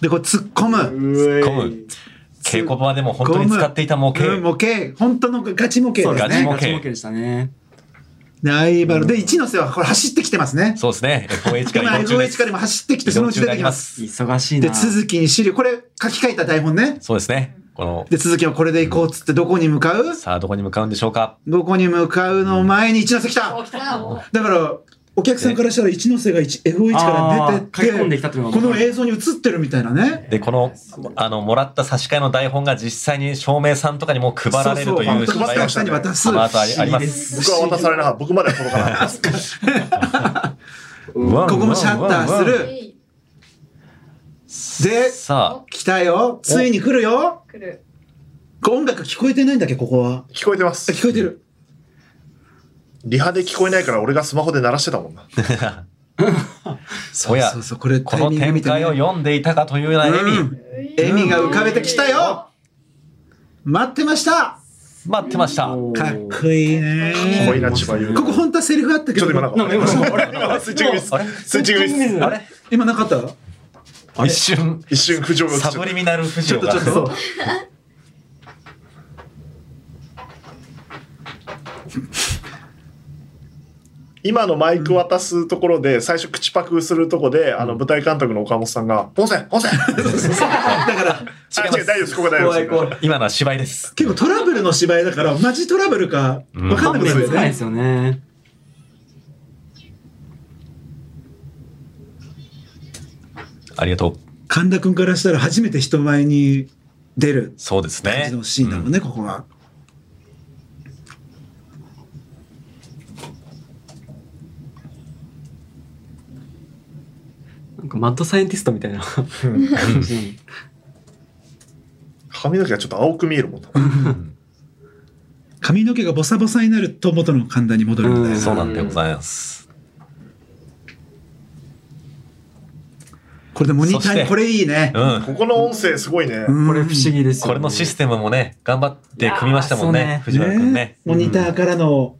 S3: でこう突っ込む
S4: う
S1: ゴム。稽古場でも本当に使っていた模型。
S3: うん模型本当のガチ模型
S4: そう
S3: です
S4: ガ
S1: ガ
S4: チ
S1: チ
S3: ね
S1: 模
S4: モ
S1: 型
S4: ケでしたね。
S3: でアイバルで一ノ瀬はこれ走ってきてますね
S1: そうですね。FOH か
S3: 今
S1: ら移動中で
S3: LOH から
S1: す。
S3: も走ってきてそのうち出てきます
S4: 忙しい
S3: で
S4: な。
S3: 続きに資料これ書き換えた台本ね
S1: そうですね。この、
S3: で続きはこれで行こうっつってどこに向かう
S1: さあ、どこに向かうんでしょうか。
S3: どこに向かうの前に一ノ瀬来た
S5: お来たお
S3: だからお客さんからしたら一ノ瀬が一 F1 から出てって
S4: あー書き込んできたっていうのが
S3: この映像に映ってるみたいなね
S1: で、この、あの、もらった差し替えの台本が実際に照明さんとかにも配られるという
S3: そうそう
S1: 失
S3: 本当に
S1: 敗
S3: お
S1: が
S3: 客さんに渡す
S1: あの後ありありま。
S4: いいですす
S2: 僕は渡されなかった僕までは届かなかった
S1: こ
S3: ここもシャッターする
S5: えい
S3: で
S1: さ
S3: 来たよついに来るよ
S5: 来る
S3: こう音楽聞こえてないんだっけここは
S2: 聞こえてます
S3: 聞こえてる
S2: リハで聞こえないから俺がスマホで鳴らしてたもんな
S1: あ、おや
S3: そう、そうこれ
S1: こ
S3: タイ
S1: の
S3: ミング
S1: 展
S3: 見て
S1: 開を
S3: ね
S1: 読んでいたかというような意
S3: う
S1: 味、
S3: ん笑みが浮かべてきたよ待ってました
S1: 待ってました。
S4: おー
S3: かっこいい
S2: 濃い
S3: ね
S2: な千葉優
S3: ここ本当はセリフあったけ
S2: ちょ
S3: ど
S2: っと今なん
S4: なんか
S2: か
S4: 今なんか
S2: スイッチングミス
S1: あれ
S2: スイッチングミス
S1: あれ
S3: 今なかった
S1: 一瞬、
S2: 一瞬浮上が映っちゃ
S1: サ
S2: った
S1: ブリミナル不
S3: ちょ
S1: 条
S3: っとちょっと
S1: が。
S2: 今のマイク渡すところで最初口パクするとこであの舞台監督の岡本さんが「本線本線!」
S3: だから
S2: あ違う大丈夫ですここ大丈夫です
S1: 今のは芝居です。
S3: 結構トラブルの芝居だからマジトラブルか分かんなくなるよ
S4: つかないで
S3: ね
S4: すよね。
S1: ありがとう。
S3: 神田君からしたら初めて人前に出る
S1: そうです
S3: 感
S1: ね
S3: じ。のシーンだもんね、ここは。
S4: なんかマッドサイエンティストみたいな感じ
S2: 髪の毛がちょっと青く見えるもんな
S3: 髪の毛がボサボサになると元の神田に戻るみたいな、
S4: うん
S1: そうなんでございます。
S3: これでモニタ
S1: そし
S3: ー
S1: て
S3: にこれいいね
S1: う。ん。
S2: ここの音声すごいね。
S3: うん
S4: これ不思議ですよね
S1: これのシステムもね、頑張って組みましたもん
S4: いや
S1: ね
S4: ー、
S1: 藤原くんね。
S3: モニターからの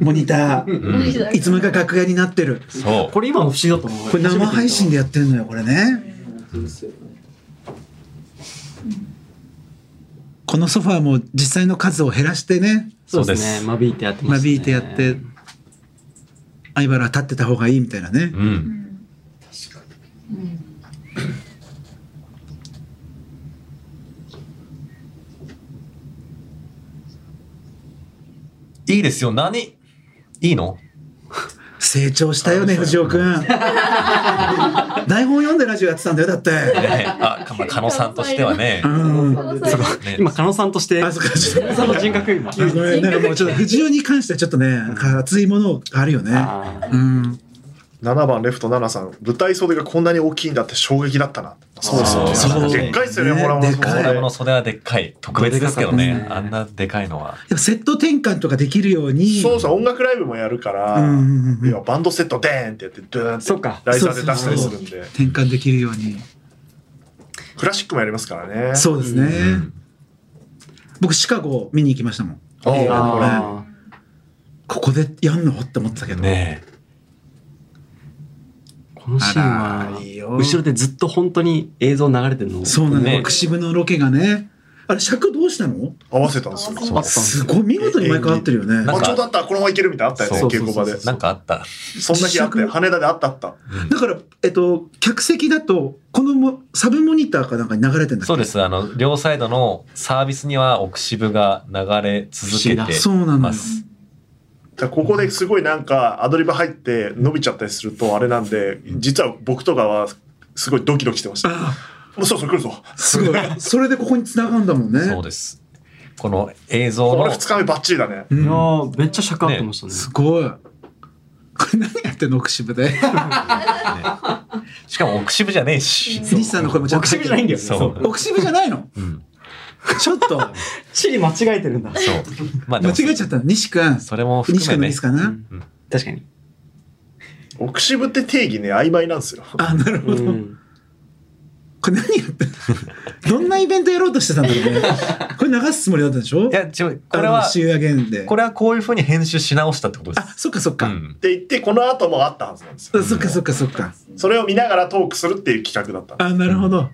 S3: モニター
S1: うん。
S3: いつもか楽屋になってる
S1: そう。
S4: これ今も不思議だと思う
S3: これ生配信でやってんのよこれねこのソファーも実際の数を減らしてね
S4: そうで
S1: そうで
S4: ね
S1: す
S4: 間引いてやってま
S3: 間
S4: す
S3: 引いてやって相原は立ってた方がいいみたいなね
S1: うん。いいですよ。何いいの
S3: 成長したよね藤尾くん台本読んでラジオやってたんだよだって
S1: ねあ、かまあ狩野さんとしてはね
S3: う。ん
S1: ね
S4: 今狩野さんとして
S3: あそっかちょっ
S4: 狩野さんの人格今
S3: とごめんなんかもうちょっと藤尾に関してはちょっとね熱いものがあるよね
S4: あー
S3: うん
S2: 7番レフト7さん、舞台袖がこんなに大きいんだって衝撃だったな。そうですよね。
S3: そう
S2: でっかいですよね、
S3: ね
S2: ホラーもの
S3: でかい
S1: ド
S2: 袖
S1: ラマの袖はでっかい。特別ですけど
S3: でか
S1: ね。
S3: か
S1: あ
S3: ったですね
S1: んなでかいのは。
S3: でもセット転換とかできるように
S2: そうそう、音楽ライブもやるから、
S3: うんうんうん
S2: 要はバンドセットでーンってやって、ドゥーンって
S4: そうか
S2: ライザーで出したりするんで、
S3: 転換できるように
S2: クラシックもやりますからね。
S3: そうですね、
S1: うん
S3: 僕シカゴ見に行きましたもん
S2: あー
S4: あ
S2: ほら
S4: ー
S3: ここでやんのって思ってたけど、
S1: ねえ
S4: このシーン
S3: あら
S4: はい
S3: いよ
S4: 後ろでずっと本当に映像流れてるの
S3: そうなの、
S1: ね
S3: 串部のロケがねあれ尺どうしたの
S2: 合わせたんですよ。
S5: 合
S1: そう
S4: あったんです
S3: すごい見事に毎回合ってるよね
S1: なん
S2: あ、
S1: か
S2: ちょうどあった、このままいけるみたいなのあったよね、
S4: そう
S2: 稽古場で。
S1: なんかあった。
S2: そんな日あったよ。
S3: 自
S2: 羽田であったあった。
S3: だからえっと客席だとこのもサブモニターかなんかに流れてんだっけ
S1: そうです。あの、両サイドのサービスには奥渋が流れ続け
S4: 不思議だ
S1: て
S3: そうなの
S1: ま
S3: よ
S1: す。
S2: だからここですごいなんかアドリブ入って伸びちゃったりするとあれなんで実は僕とかはすごいドキドキしてましたも
S3: あ
S2: うそろそろ来るぞ
S3: あすごいそれでここに繋がるんだもんね
S1: そうです。この映像
S2: こ
S1: の
S2: れ2日目バッチリだね
S3: うん
S4: いやーめっちゃ尺合ってましたね
S3: すごいこれ何やってんの串部で
S1: しかも奥渋じゃねえし。
S3: 西さんの声もちゃんと
S4: 奥渋じゃないんだよね
S1: そう
S4: そう
S3: 奥渋じゃないの
S1: うん。
S3: ち
S1: (laughs)
S3: ょっと
S4: 地理間違えてるんだ
S1: そう。まあで
S3: 間
S1: も、
S3: 違えちゃったの西君
S1: それも
S3: 西君
S1: 含
S3: の
S1: め
S3: ミ
S1: ね
S3: ス。かな、
S4: うん確かに
S2: 奥渋って定義ね曖昧なんですよ
S3: あなるほ
S4: う
S3: ど、
S4: ん
S3: これ何やってんのどんなイベントやろうとしてたんだろうね
S1: (laughs)
S3: これ流すつもりだったんでしょ
S1: いや、違う。これは、
S3: 週上げんで
S1: これはこういうふうに編集し直したってことで
S3: あ
S1: す。
S3: そっかそっ
S1: う
S3: か、
S1: ん。
S2: って言ってこの後もあったはずなんですよ
S3: あそっかそっかそっか
S2: それを見ながらトークするっていう企画だった
S3: あなるほど、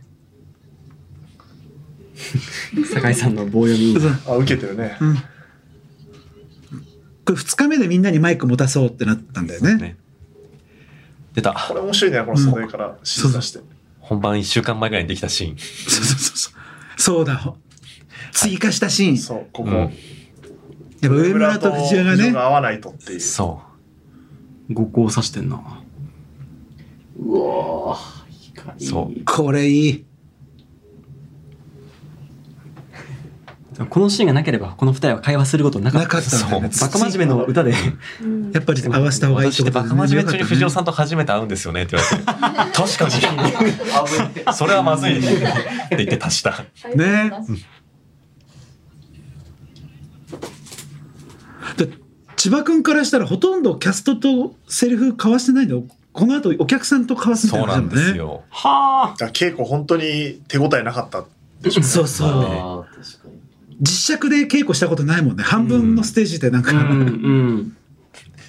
S4: 酒井さんの棒読み
S3: そう
S2: あ受けてるね
S3: うんこれ2日目でみんなにマイク持たそうってなったんだよね
S1: ね出た。
S2: これ面白いねこの袖から審査して
S1: 本番1週間前ぐらいにできたシーン。
S3: そうそうそうそうそうだほ追加したシーン、
S2: そうここ、
S1: うん
S3: やっぱ上村と藤原が
S2: 藤
S3: ね
S2: が合わないとっていう
S1: そ
S4: 五光さしてんな
S1: う。そう。
S3: これいい
S4: このシーンがなければこの二人は会話することなかっ
S3: な
S4: た
S3: かったんだよね
S1: そ
S4: バカ真面目の歌で
S3: やっぱり合わせた方がいいって
S1: 私
S3: こと
S1: ってバ
S3: で
S1: カ真面目中に藤尾
S3: ん
S1: さんと初めて会うんですよねって言わ
S3: (laughs)
S1: れて。確かに。それはまずい。って言って足した。
S3: ねで千葉君からしたらほとんどキャストとセリフ交わしてないんだよこの後お客さんと交わすみたい
S1: そう
S3: な
S1: な
S3: 感
S1: ん
S3: じ
S1: で
S3: だも
S1: す
S3: んね
S1: よ。
S4: はあ
S2: だから稽古本当に手応えなかった
S3: そうそう、
S1: ま
S3: 実尺で稽古したことないもんね半分のステージでなんか、
S4: うんうん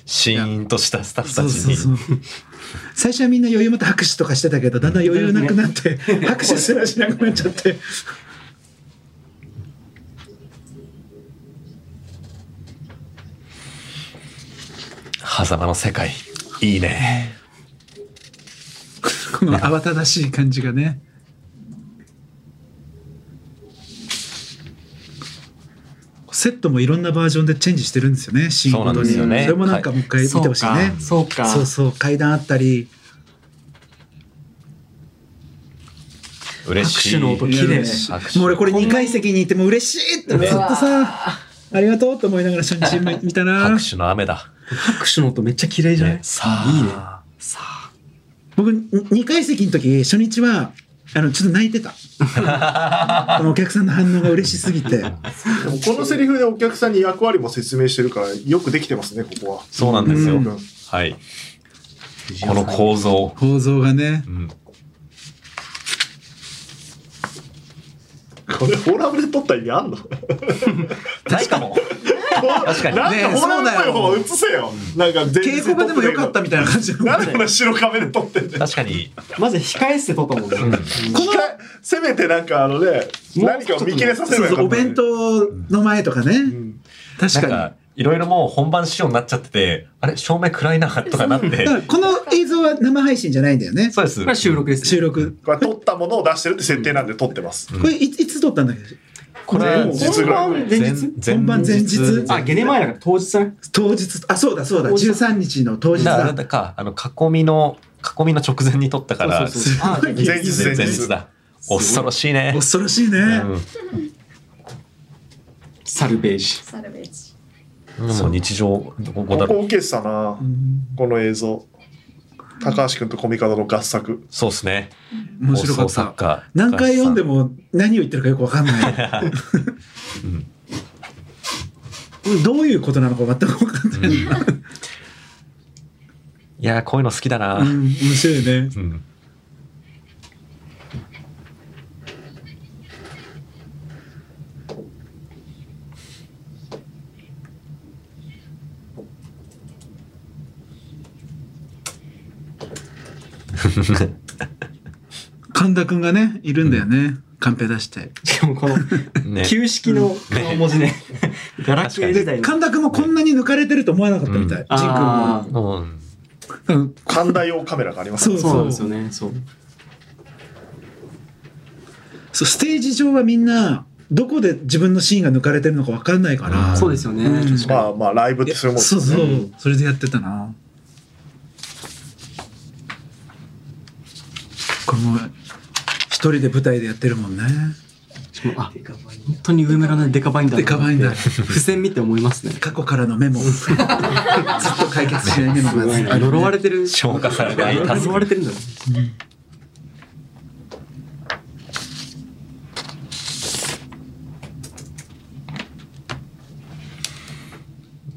S1: シーンとしたスタッフた
S3: そ
S1: ち
S3: うそうそう
S1: に。
S3: 最初はみんな余裕持って拍手とかしてたけどだんだん余裕なくなっ
S1: (laughs)
S3: て、拍手すらしなくなっちゃって
S1: 狭間の世界。いいね。
S3: この慌ただしい感じがねセットもいろんなバージョンでチェンジしてるんですよねシーンごとに
S1: そうなんですよね
S3: それもなんかもう一回見て
S4: そう
S3: ほしいね、
S4: かそうか
S3: そうそう階段あったり
S1: 嬉しい。
S4: 拍手の音綺麗
S1: 拍手
S3: もう俺これ2階席にいてもう嬉しいってずっとさありがとうと思いながら初日見たら
S1: 拍手の雨だ。
S4: 拍手の音めっちゃ綺麗じゃない、
S1: ねさあ
S4: いいねさあ
S3: 僕2階席の時初日はあのちょっと泣いて
S1: (laughs)
S3: たこのお客さんの反応が嬉しすぎて
S2: でもこのセリフでお客さんに役割も説明してるからよくできてますねここは
S1: そうなんですよ。
S3: うん
S1: はい。この構造。
S3: 構造がね
S1: うん
S2: これフォーラムで撮った意味あんの
S1: ないかも。確かに。
S2: なんかフォーラムっぽい方映せよ。なんか全
S3: 稽古場でもよかったみたいな感じ
S1: (laughs)
S3: の
S2: なんでこんな白壁で撮ってんだよ。
S1: 確かに。
S4: まず控え室で撮ったもんね。
S2: 控えせめてなんかあのね、
S4: もう
S2: 何かを見切れさせ
S3: そう
S2: ない
S3: そうお弁当の前とかね、確
S1: なん
S3: かに
S1: か、いろいろもう本番仕様になっちゃってて、あれ照明暗いな、とかなって
S3: だ。からこの映像は生配信じゃないんだよね
S1: そうです
S4: これ。は収録です、
S3: 収。録
S2: これ撮ったものを出してるって設定なんで撮ってます。
S3: これいいつ撮ったんだっけ
S1: これ
S3: 前日
S2: 実
S4: 本
S2: ぐらい
S4: 番
S2: 前
S4: 前日
S3: 本番前日
S4: あ、ゲネ前だから当日だね。
S3: 当日あそうだそうだ13日の当日
S1: だからな
S3: だ
S1: んだか、あの、囲みの、囲みの直前に撮ったから、
S4: そうそうそうあ
S3: すごい
S2: 前日
S1: 前日だ。恐ろしいね。
S3: 恐ろしいね、
S4: サルベージ。
S5: サルベージ。
S1: もう日常、どこだ
S2: ここ
S1: ろう。
S2: 受けてたな、この映像。高橋君とコミカドの合作。
S1: そうですね。
S3: 面白か
S1: 放送
S3: っ
S1: 作
S3: た
S1: 家
S3: 何回読んでも何を言ってるかよくわかんない、どういうことなのか全くわかんない、
S1: いやー、こういうの好きだな。
S3: うん、面白いね
S1: うん
S3: 神田くんがねいるんだよねカンペ出して
S4: しかもこの、
S1: ね
S4: 旧式の顔文字ね。ガラケー時代
S3: で
S4: の。
S3: 神田くんもこんなに抜かれてると思わなかったみたい、ジンくんも
S4: あー
S1: うん
S3: うん
S2: 神田用カメラがあります
S3: そ
S2: ね
S3: う
S4: そうなん
S3: そう
S4: ですよね。そう。
S3: そうステージ上はみんなどこで自分のシーンが抜かれてるのかわかんないから、
S4: そうですよね。
S3: うん
S4: 確か
S2: まあまあライブってそういうもんです
S3: そう
S2: よね。
S3: そう、それでやってたなこれも一人で舞台でやってるもんね
S4: にしかもあ、本当に上村のデカバインダーだ
S3: デ
S4: な。
S3: カバインダー
S4: 付箋見て思いますね。
S3: 過去からのメモ (laughs) ずっと解決しないメモがずっとある
S4: 呪われてる。
S1: 消化されないタス
S4: 呪わ
S1: ク。
S4: れてるんだね。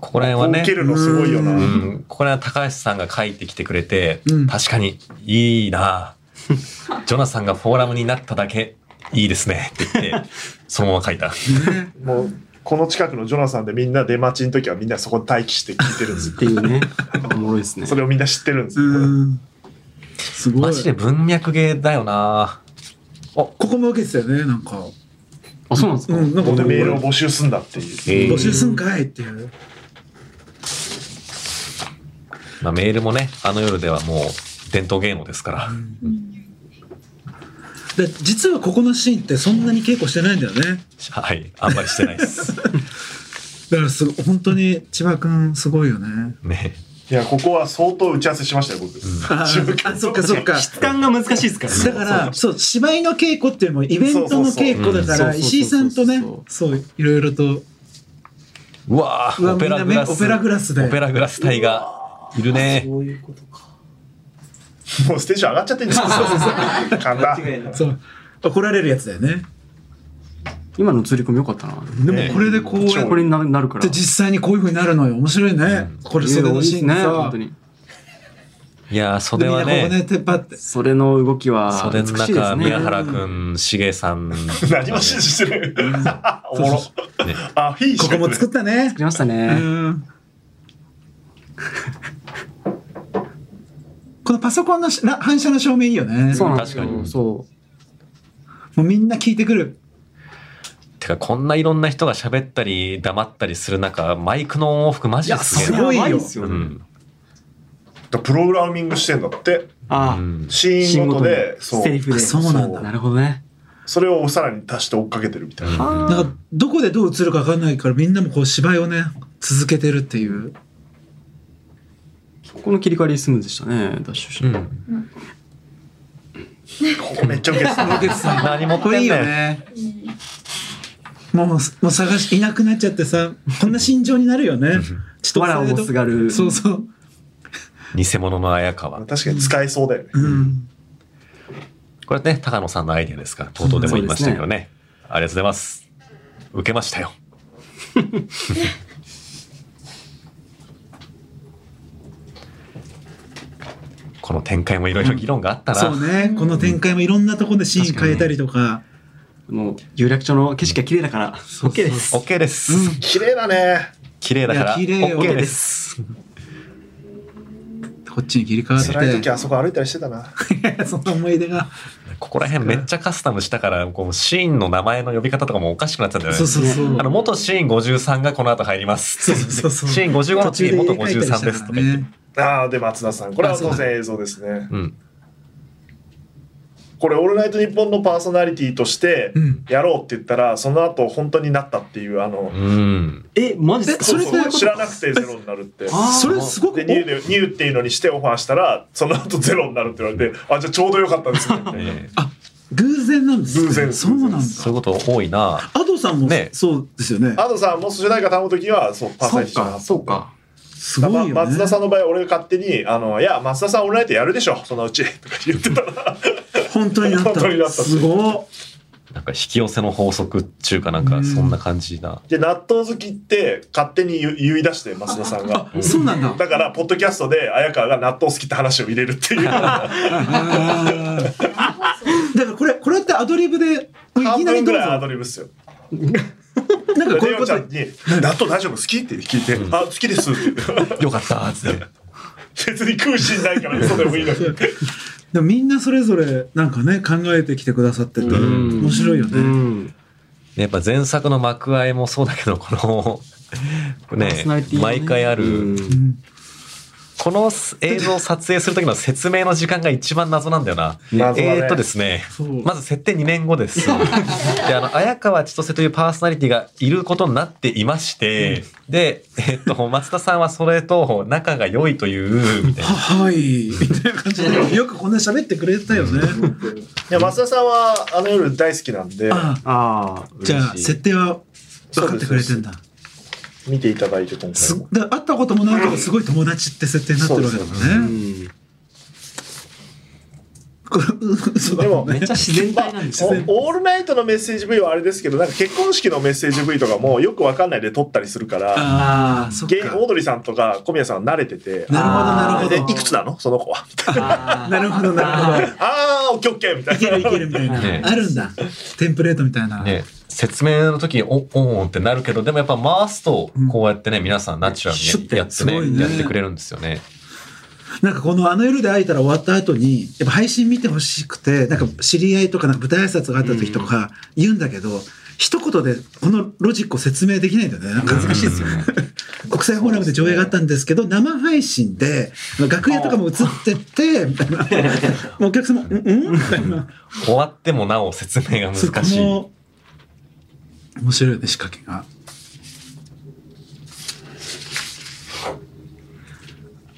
S1: ここら辺は
S2: こう
S1: ね
S2: 受、けるのすごいよな。
S1: うん、ここら辺は高橋さんが書いてきてくれて、
S3: うん
S1: 確かにい
S3: (laughs)
S1: いなあジョナさんがフォーラムになっただけいいですねって言
S3: (laughs)
S1: って、そのまま書いた。
S3: ね
S2: もうこの近くのジョナサンでみんな出待ちの時はみんなそこで待機して聞いてるんですよ
S4: っていうね。おもろいですね。
S2: それをみんな知ってるんですよ
S3: うんすごい
S1: マジで文脈芸だよな
S3: ここも受けてたよねなんか、
S4: あ、そうなんです
S3: う
S4: か。
S3: ん、なんか
S2: ここでメールを募集すんだっていう。
S3: 募集すんかいっていう
S1: まあ、メールもね、あの夜ではもう伝統芸能ですから。
S3: で実はここのシーンってそんなに稽古してないんだよね
S1: はい、あんまりしてないです。
S3: (laughs) だからすご本当に千葉くんすごいよね
S1: ね。
S2: いやここは相当打ち合わせしましたよ僕。
S3: あ
S2: 千葉君
S3: あそっかそっか
S4: 質感が難しいですからね。
S3: だからそう芝居の稽古っていうのもイベントの稽古だか
S4: そうそうそう
S3: ら
S4: うん
S3: 石井さんとね
S4: そう
S3: そういろいろと
S1: うわ
S3: うわ
S1: ぁ、オペラグラス。
S3: みんなねオペラグラスで
S1: オペラグラス隊がいるね。
S4: ういうことか。
S2: もうステージ上がっちゃってんじゃん。神田。
S3: そう怒られるやつだよね
S4: 今の釣り込み良かったな。
S3: でもこれでこうやっ
S4: これになるなるから。
S3: て実際にこういうふうになるのよ面白いねこれ袖のシーン
S4: ね。
S3: で
S4: 本
S3: さ
S4: 当に。
S1: いやー、袖
S3: み
S1: は
S3: んなこう
S1: ね、
S3: ね手パって
S4: それの動きは
S1: 袖
S4: 美
S1: の
S4: しいで
S1: 中、
S4: すね。
S1: 宮原くん、しげさん。
S2: 何も指示してる。 (laughs) おもろ。
S1: ね
S2: あフィー
S3: ここも作ったね
S4: 作りました
S3: う
S4: ね。
S3: んこのパソコンのしな反射の照明いいよね
S4: そうなんですよ
S1: 確かに
S4: そう。
S3: もうみんな聞いてくる
S1: てか、こんないろんな人が喋ったり、黙ったりする中、マイクの音オンオフマジですげえ
S3: す
S1: な。
S3: ごいよ
S4: やばですよ
S1: う
S4: ね。
S1: ん。
S2: た。プログラミングしてんだって。
S4: あ
S1: う
S4: あ。
S1: ん
S2: シーンごとで、
S4: シー
S2: そ
S4: ンごとにセリ
S2: う。
S4: フで。
S3: あそうなんだ
S4: なるほどね。
S2: それをさらに足して追っかけてるみたいな。
S4: あ
S3: なんかどこでどう映るか分かんないからみんなもこう芝居をね続けてるっていう
S4: ーここの切り替わりスムーズでしたね。ダッシュして。
S1: うん
S2: ここめっちゃ受けてた。
S1: 何持って
S3: こ
S1: ん
S3: れいいよ
S1: ねん。
S3: ねもうもう探しいなくなっちゃってさこんな心情になるよねちょっと
S4: わらをもすがる。
S3: そうそう
S1: 偽物の綾川。
S2: 確かに使えそうだよね。
S3: うん
S1: これね、高野さんのアイデアですから、とうとうでも言いましたけどね。ありがとうございます。受けましたよ。 (laughs) この展開もいろいろ議論があったな。
S3: そうねこの展開もいろんなところでシーン変えたりとか
S4: もう有楽町の景色が綺麗だから、OK です。
S1: OK です。
S2: 綺麗だね。
S1: 綺麗だから。
S3: いや綺麗よ
S1: OK です。
S3: こっちに切り替わって
S2: 辛い時あそこ歩いたりしてたな。
S3: (laughs) そんな思い出が
S1: ここら辺めっちゃカスタムしたから、こうシーンの名前の呼び方とかもおかしくなっちゃったんじゃない
S3: そうそうそう
S1: あの、元シーン53がこの後入りま
S3: そ
S1: す。
S3: うそうそう
S1: シーン55の次、元53ですとか言って。
S2: ああ、で、松田さん。これは当然映像ですね。
S1: うん。
S2: これ、オールナイトニッポンのパーソナリティとして
S3: うん、
S2: やろうって言ったら、その後、本当になったっていう、あの
S1: う、ん。
S4: え、マジで
S3: えそれ
S2: そう
S3: で
S2: そう知らなくてゼロになるって。
S4: あ
S3: それすごく
S2: で、ニューで、ニューっていうのにしてオファーしたら、その後ゼロになるって言われて、あ、じゃあちょうどよかったですね。
S1: ええ
S3: 偶然なんですね
S2: 偶然
S3: そうなんだ
S1: そういうこと多いな。
S3: アドさんも
S1: ね
S3: そうですよね
S2: アドさんも主題歌頼むときは、そう、パーソナリティになった
S4: そうか。
S3: すごいよね
S2: ま松田さんの場合、俺が勝手に、あの、いや、松田さんオンライトやるでしょ、そのうち、とか言って
S3: (laughs)
S2: たら、
S3: 本当になった
S2: 本当になった
S3: すご
S1: なんか引き寄せの法則っていうかなんかそんな感じな。
S2: で、納豆好きって勝手に言う言い出して、松田さんが。
S3: い (laughs) そうなんだ
S2: だから、ポッドキャストで、綾川が納豆好きって話を入
S3: (laughs)
S2: れるっていう。
S3: あーだからこれこれってアドリブでこれい
S2: 半
S3: きなり
S2: 分
S3: ど
S2: ぐ
S3: うぞ
S2: らいアドリブっすよ。
S3: なんかこうい
S2: レ
S3: う
S2: オ
S3: こ
S2: ちゃ
S3: と
S2: んに、納豆大丈夫好きって聞いて、あ、好きです (laughs) って言って。
S1: よかったっつって。
S2: 別に空心ないから嘘でもい
S3: (laughs)
S2: いのに。
S3: でもみんなそれぞれなんかね考えてきてくださってて
S4: ん
S3: 面白いよね
S4: ん。
S1: やっぱ前作の幕あえもそうだけど、この、
S4: パー
S1: ね
S4: ソナリティ、のね
S1: 毎回あ
S4: う
S1: る、
S4: ん
S3: うん
S1: この映像を撮影する時の説明の時間が一番謎なんだよな。
S2: 謎だね
S1: えーっとですね
S3: そう、
S1: まず設定2年
S3: (laughs)
S1: 後です。で、あの、綾川千歳というパーソナリティがいることになっていまして、で、えっと、松田さんはそれと仲が良いという、みたいな。
S3: ははいみたいな感じ
S2: (laughs)
S3: でよくこんな喋ってくれてたよね
S2: いや、松田さんは、あの夜大好きなんで、
S3: あ
S4: ああ、
S3: あじゃあ
S4: 嬉しい
S3: 設定は分かってくれてんだ
S2: 見ていただいて、今
S3: す
S2: 回も。
S3: だから会ったこともないけどすごい友達って設定になってるわけだもんね
S4: うん
S3: これ嘘だ
S2: でも
S3: ね
S4: めっちゃ自然体なんですよ。
S2: おオールナイトのメッセージ V はあれですけどなんか結婚式のメッセージ V とかもよくわかんないで撮ったりするから
S3: ああそっ
S2: ゲイオ
S3: か
S2: ードリーさんとか小宮さんは慣れて
S3: なる
S2: て
S3: ほどな
S2: で
S3: るほ
S2: いくつなのその子
S3: (laughs)
S2: は
S3: どなるほどなるほど
S2: あーオッケーオッケーみたい
S3: いけ
S2: な
S3: るいけるみたい
S1: ね
S3: なあるんだテンプレートみたいな
S1: ね、説明の時におおーんってなるけど、でもやっぱ回すと、こうやってね、皆さんナチュラ
S3: シ
S1: ル
S3: ュッ
S1: に
S3: て
S1: やって
S3: すごい
S1: ね、
S3: ね
S1: やってくれるんですよね。
S3: なんかこの「あの夜で会えたら」終わった後にやっぱ配信見てほしくてなんか知り合いとかなんか舞台挨拶があった時とか言うんだけど、一言でこのロジックを説明できないんだよねなんか
S4: 難しいですよね。
S3: (laughs) 国際フォーラムで上映があったんですけど生配信であの楽屋とかも映っててみたいなもうお客様「うんうん?」みたいな
S1: 終わってもなお説明が
S3: そ
S1: 難
S3: こ
S1: しい。
S3: も面白いよね仕掛けが。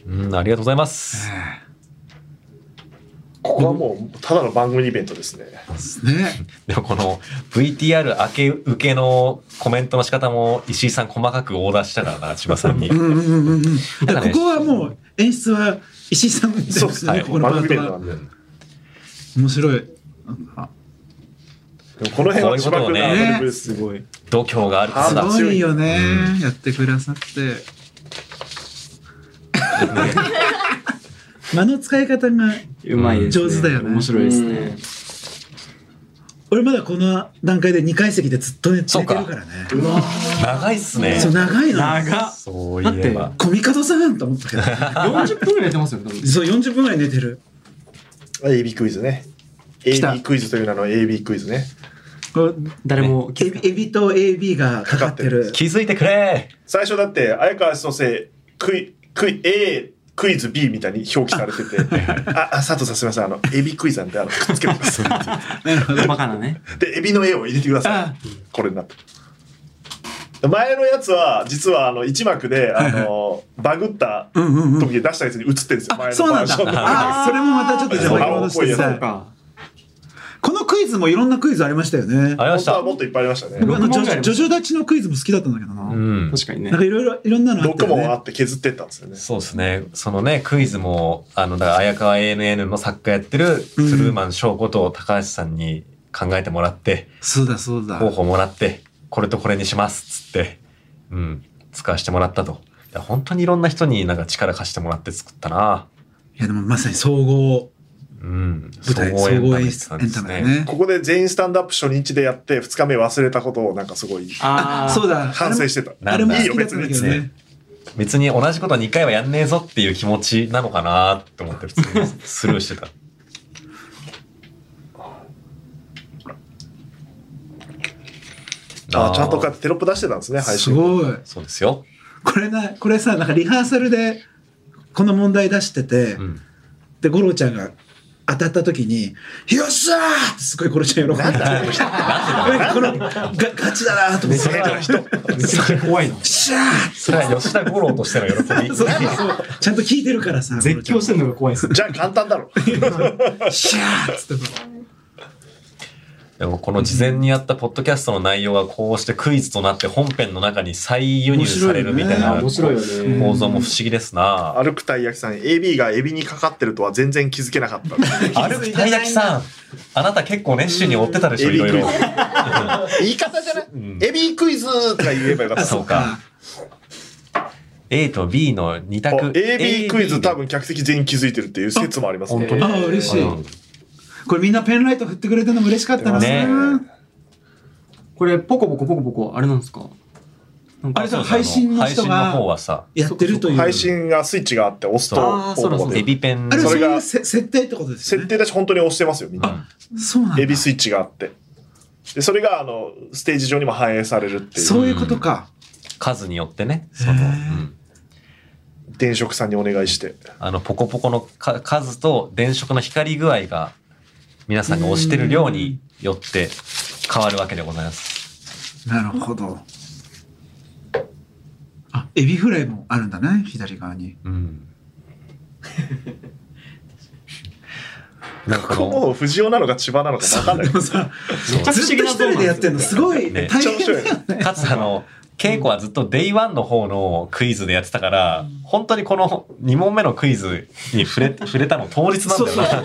S1: うん、ありがとうございます。
S2: ここはもうただの番組イベントですね
S3: ね、
S1: でもこの VTR 明け受けのコメントの仕方も石井さん細かくオーダーしたからな、千葉さんに。
S3: うんうんうんうんうん、だか
S1: だからら
S3: ここはもう演出は石井さんみたいな
S2: そうですね
S3: ここのパ
S2: 番組イ
S3: ー
S2: ベン
S3: ト
S2: トな
S3: は
S2: んでで
S3: 面白い。
S2: もこの辺は千葉君のアドリブですごい
S1: 度胸があるか
S3: す
S1: らだ。
S3: ごいよね、やってくださって。 (laughs) 間の使い方が
S4: うまいです、ね。
S3: 上手だよね
S4: 面白いですね。
S3: 俺まだこの段階で2階席でずっと寝寝て
S1: そう
S3: る
S1: か
S3: からね
S1: 長いっすね
S3: そ。う長いの
S4: 長っ。
S1: そういえ
S4: だっ
S1: ば。
S3: コミカドさんと思ったけど
S4: 40分ぐらいやってますよ、多分。
S3: そう40分ぐらい寝てる
S2: AB クイズね
S3: た
S2: AB クイズという名の AB クイズね
S3: こう
S4: 誰も気
S3: エビ
S4: づかない
S3: エビと AB がかかってる
S1: 気づいてくれ
S2: 最初だって綾川先生クイクイ A クイズ B みたいに表記されててああ佐藤さんすみませんあのエビクイズなんであのくっつけてください
S3: なるほど
S4: バカなね。
S2: でエビの絵を入れてくださいこれになった前のやつは実はあの一幕であのバグった
S3: んうんうん
S2: 時に出したやつに映ってるんですよ
S3: あ
S2: 前
S3: そう
S2: の
S3: なん
S2: バ
S3: だ
S2: ージョンの
S3: あーそれもまたちょっとじゃあ
S2: そう
S3: 巻き戻して
S2: 青っぽいや
S3: さ
S2: つ
S4: か。
S3: このクイズもいろんなクイズありましたよね
S1: ありま
S2: 本
S1: し
S2: 当
S1: た
S2: は。もっといっぱいありました
S3: 僕
S2: ね
S3: あのジ
S4: 六問ぐらい
S3: ョ
S4: ありま
S3: ジ
S4: す
S3: ョジョ立ちのクイズも好きだったんだけどな、
S1: うん。
S4: 確かにね
S3: なん。かいろいろいろんなのあった
S2: 6
S3: よ
S2: 問あ
S3: ね
S2: って削ってったんですよね
S1: そうですね。そのね、クイズも、あの、だから、綾川 ANN の作家やってる、スルーマン翔子と高橋さんに考えてもらって、
S3: そうだそうだ
S1: 候補もらって、これとこれにします、つって、うん、使わせてもらったと。いや本当にいろんな人になんか力貸してもらって作ったな。
S3: いやでもまさに総合
S1: うん。
S3: 舞台総合演出エンタメだね。
S2: ここで全員スタンドアップ初日でやって2日目忘れたことをなんかすごい
S4: あ
S3: あ、
S4: あ、
S3: そうだ。
S4: だ。
S2: 反省してた。
S3: あれもあ
S2: いい
S3: れも
S2: よ
S3: 好きだっ
S2: 別
S3: たんだ
S2: に
S3: けどね。
S1: 別に同じこと2回はやんねえぞっていう気持ちなのかなって思って普通にスルーしてた。
S2: あちゃんとこうやってテロップ出してたんですね配
S3: す
S2: 信。
S3: ごい。
S1: そうですよ。
S3: これな、これさ、なんかリハーサルで、この問題出してて、
S1: うん。
S3: で、五郎ちゃんが当たった時に、よっしゃーってすごい五郎ちゃん喜んでた。 (laughs) この、がガチだなーと思って。
S4: めちゃくちゃ怖いな。
S3: シャー
S1: それは吉田五郎としての喜び。
S3: (laughs) そうそうそう。ちゃんと聞いてるからさ。
S4: 絶叫してるのが怖いです。
S2: じゃあ簡単だろ。
S3: シャーっつってさ
S1: でもこの事前にやったポッドキャストの内容がこうしてクイズとなって本編の中に再輸入されるみたいな
S4: 面白いよね。
S1: 構造も不思議ですな。
S2: 歩くたい焼きさん AB がエビにかかってるとは全然気づけなかった。
S1: 歩くたい焼きさん、あなた結構熱心に追ってたでしょ、いろいろ。
S2: 言い方じゃない、エビクイズとか言えばよかった。
S1: そうか。A と B の二
S2: あ
S1: (laughs) 択。
S2: AB クイズ多
S1: 分。
S2: 分客席全員気づいてるっていう説もありますね。
S3: ああ、嬉しい。これみんなペンライト振ってくれてるのも嬉しかったな。
S1: ね
S4: これ、ポコポコポコポコ、あれなんですか
S3: あれさ、配信の
S1: 配
S3: 人
S1: 信の方
S3: が
S1: はさ、
S3: やってるという。
S2: 配信がスイッチがあって押すと
S4: あー
S2: ポンポン
S4: そうだ
S1: エ
S2: で
S1: ビペン
S3: あ。れは
S2: そ
S3: そう
S2: れ
S3: いう
S2: が
S3: せ設定ってことですよ
S2: 設
S3: ね。
S2: 定だし本当に押してますよみんな。
S3: そうなんだ
S2: エビスイッチがあって。でそれがあのステージ上にも反映されるっていう
S3: そういうことか。
S1: 数によってね、その、うん
S2: 電飾さんにお願いして
S1: あの、ポコポコのか数と電飾の光り具合が、皆さんが押してる量によって変わるわけでございます。
S3: なるほど。あ、エビフライもあるんだね、左側に。
S2: (laughs)
S1: うん。なんか
S2: こ
S1: こ
S2: こ
S1: の、
S2: もう藤尾なのか千葉なのか分か
S3: (laughs)
S2: んない
S3: でもさ、
S4: めちゃく
S3: ずっ
S4: ち
S3: と
S4: ゃ
S3: 一人でやってんの、すごい
S1: ね
S3: 大
S2: 超面
S3: 変
S2: 白
S3: だ
S2: い
S3: よね。
S1: (laughs) かつあの、稽古はずっと Day1 の方のクイズでやってたから、本当にこの2問目のクイズに触れ (laughs) 触れたの当日なんだよな。
S3: そう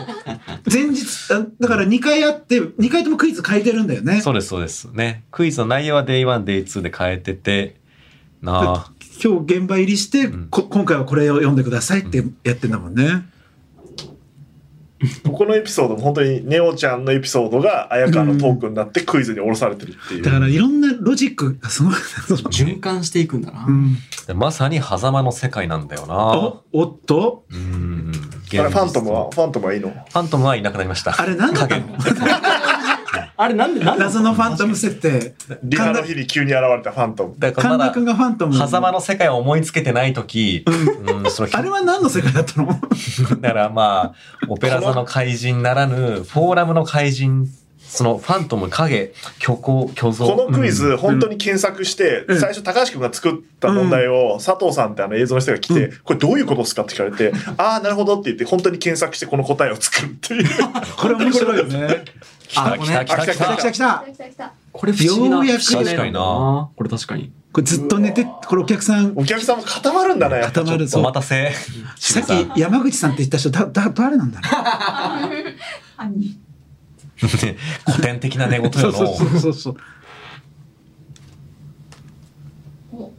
S3: 前日、あだから2回あって、2回ともクイズ書いてるんだよね。
S1: そうです、そうです。ね。クイズの内容は Day1、Day2 で変えてて、な
S3: (laughs)
S1: あ。
S3: 今日現場入りして、
S1: ん
S3: こ今回はこれを読んでくださいってやってんだもんね。
S2: ここのエピソードも本当にネオちゃんのエピソードが綾川のトークになってクイズに降ろされてるっていう、
S3: だからいろんなロジックがすごい。その
S4: 循環していくんだな
S3: う。ん、
S1: でまさに狭間の世界なんだよな
S3: お。おっと
S1: うん。現
S2: あれファントムは
S1: 実
S2: ファントムはいいの
S1: ファントムはいなくなりました。
S3: あれ何だったの
S4: あれなんで、なんで
S3: 謎のファントム設定。
S2: リハの日に急に現れたファントム
S1: だから
S3: 神
S1: ま
S3: 田君
S1: だ、
S3: がファントム。
S1: 狭間の世界を思いつけてない時、うん、その、
S3: あれは何の世界だったの
S1: だからまあ、オペラ座の怪人ならぬ、フォーラムの怪人、そのファントム影、虚構、虚像。
S2: このクイズ、
S1: うん
S2: 本当に検索して、
S3: うん
S2: 最初高橋君が作った問題を、佐藤さんってあの映像の人が来て、これどういうことですかって聞かれ
S3: (laughs)
S2: て、ああ、なるほどって言って、本当に検索してこの答えを作るっていう。
S3: (laughs) これ面白いよね。
S1: 来た
S4: あ
S1: 来た来た
S3: 来
S1: 来
S3: た来
S1: た。
S3: た来た。
S5: 来た来た。
S4: これ不思議な。
S3: ようやく
S4: 確かに
S1: 確か
S4: な。これ確かに。
S3: これずっと寝て、これお客さん、
S2: お客さんも固まるんだね、やっぱ
S3: 固まる
S1: お
S3: ぞ。
S1: 待たせ。
S3: さっき山口さんって言った人、だ、だ、誰なんだろう
S5: 兄。
S1: 古典的な寝言
S3: そ
S1: よ
S3: うそう
S1: の。
S3: そうそうそう。
S5: お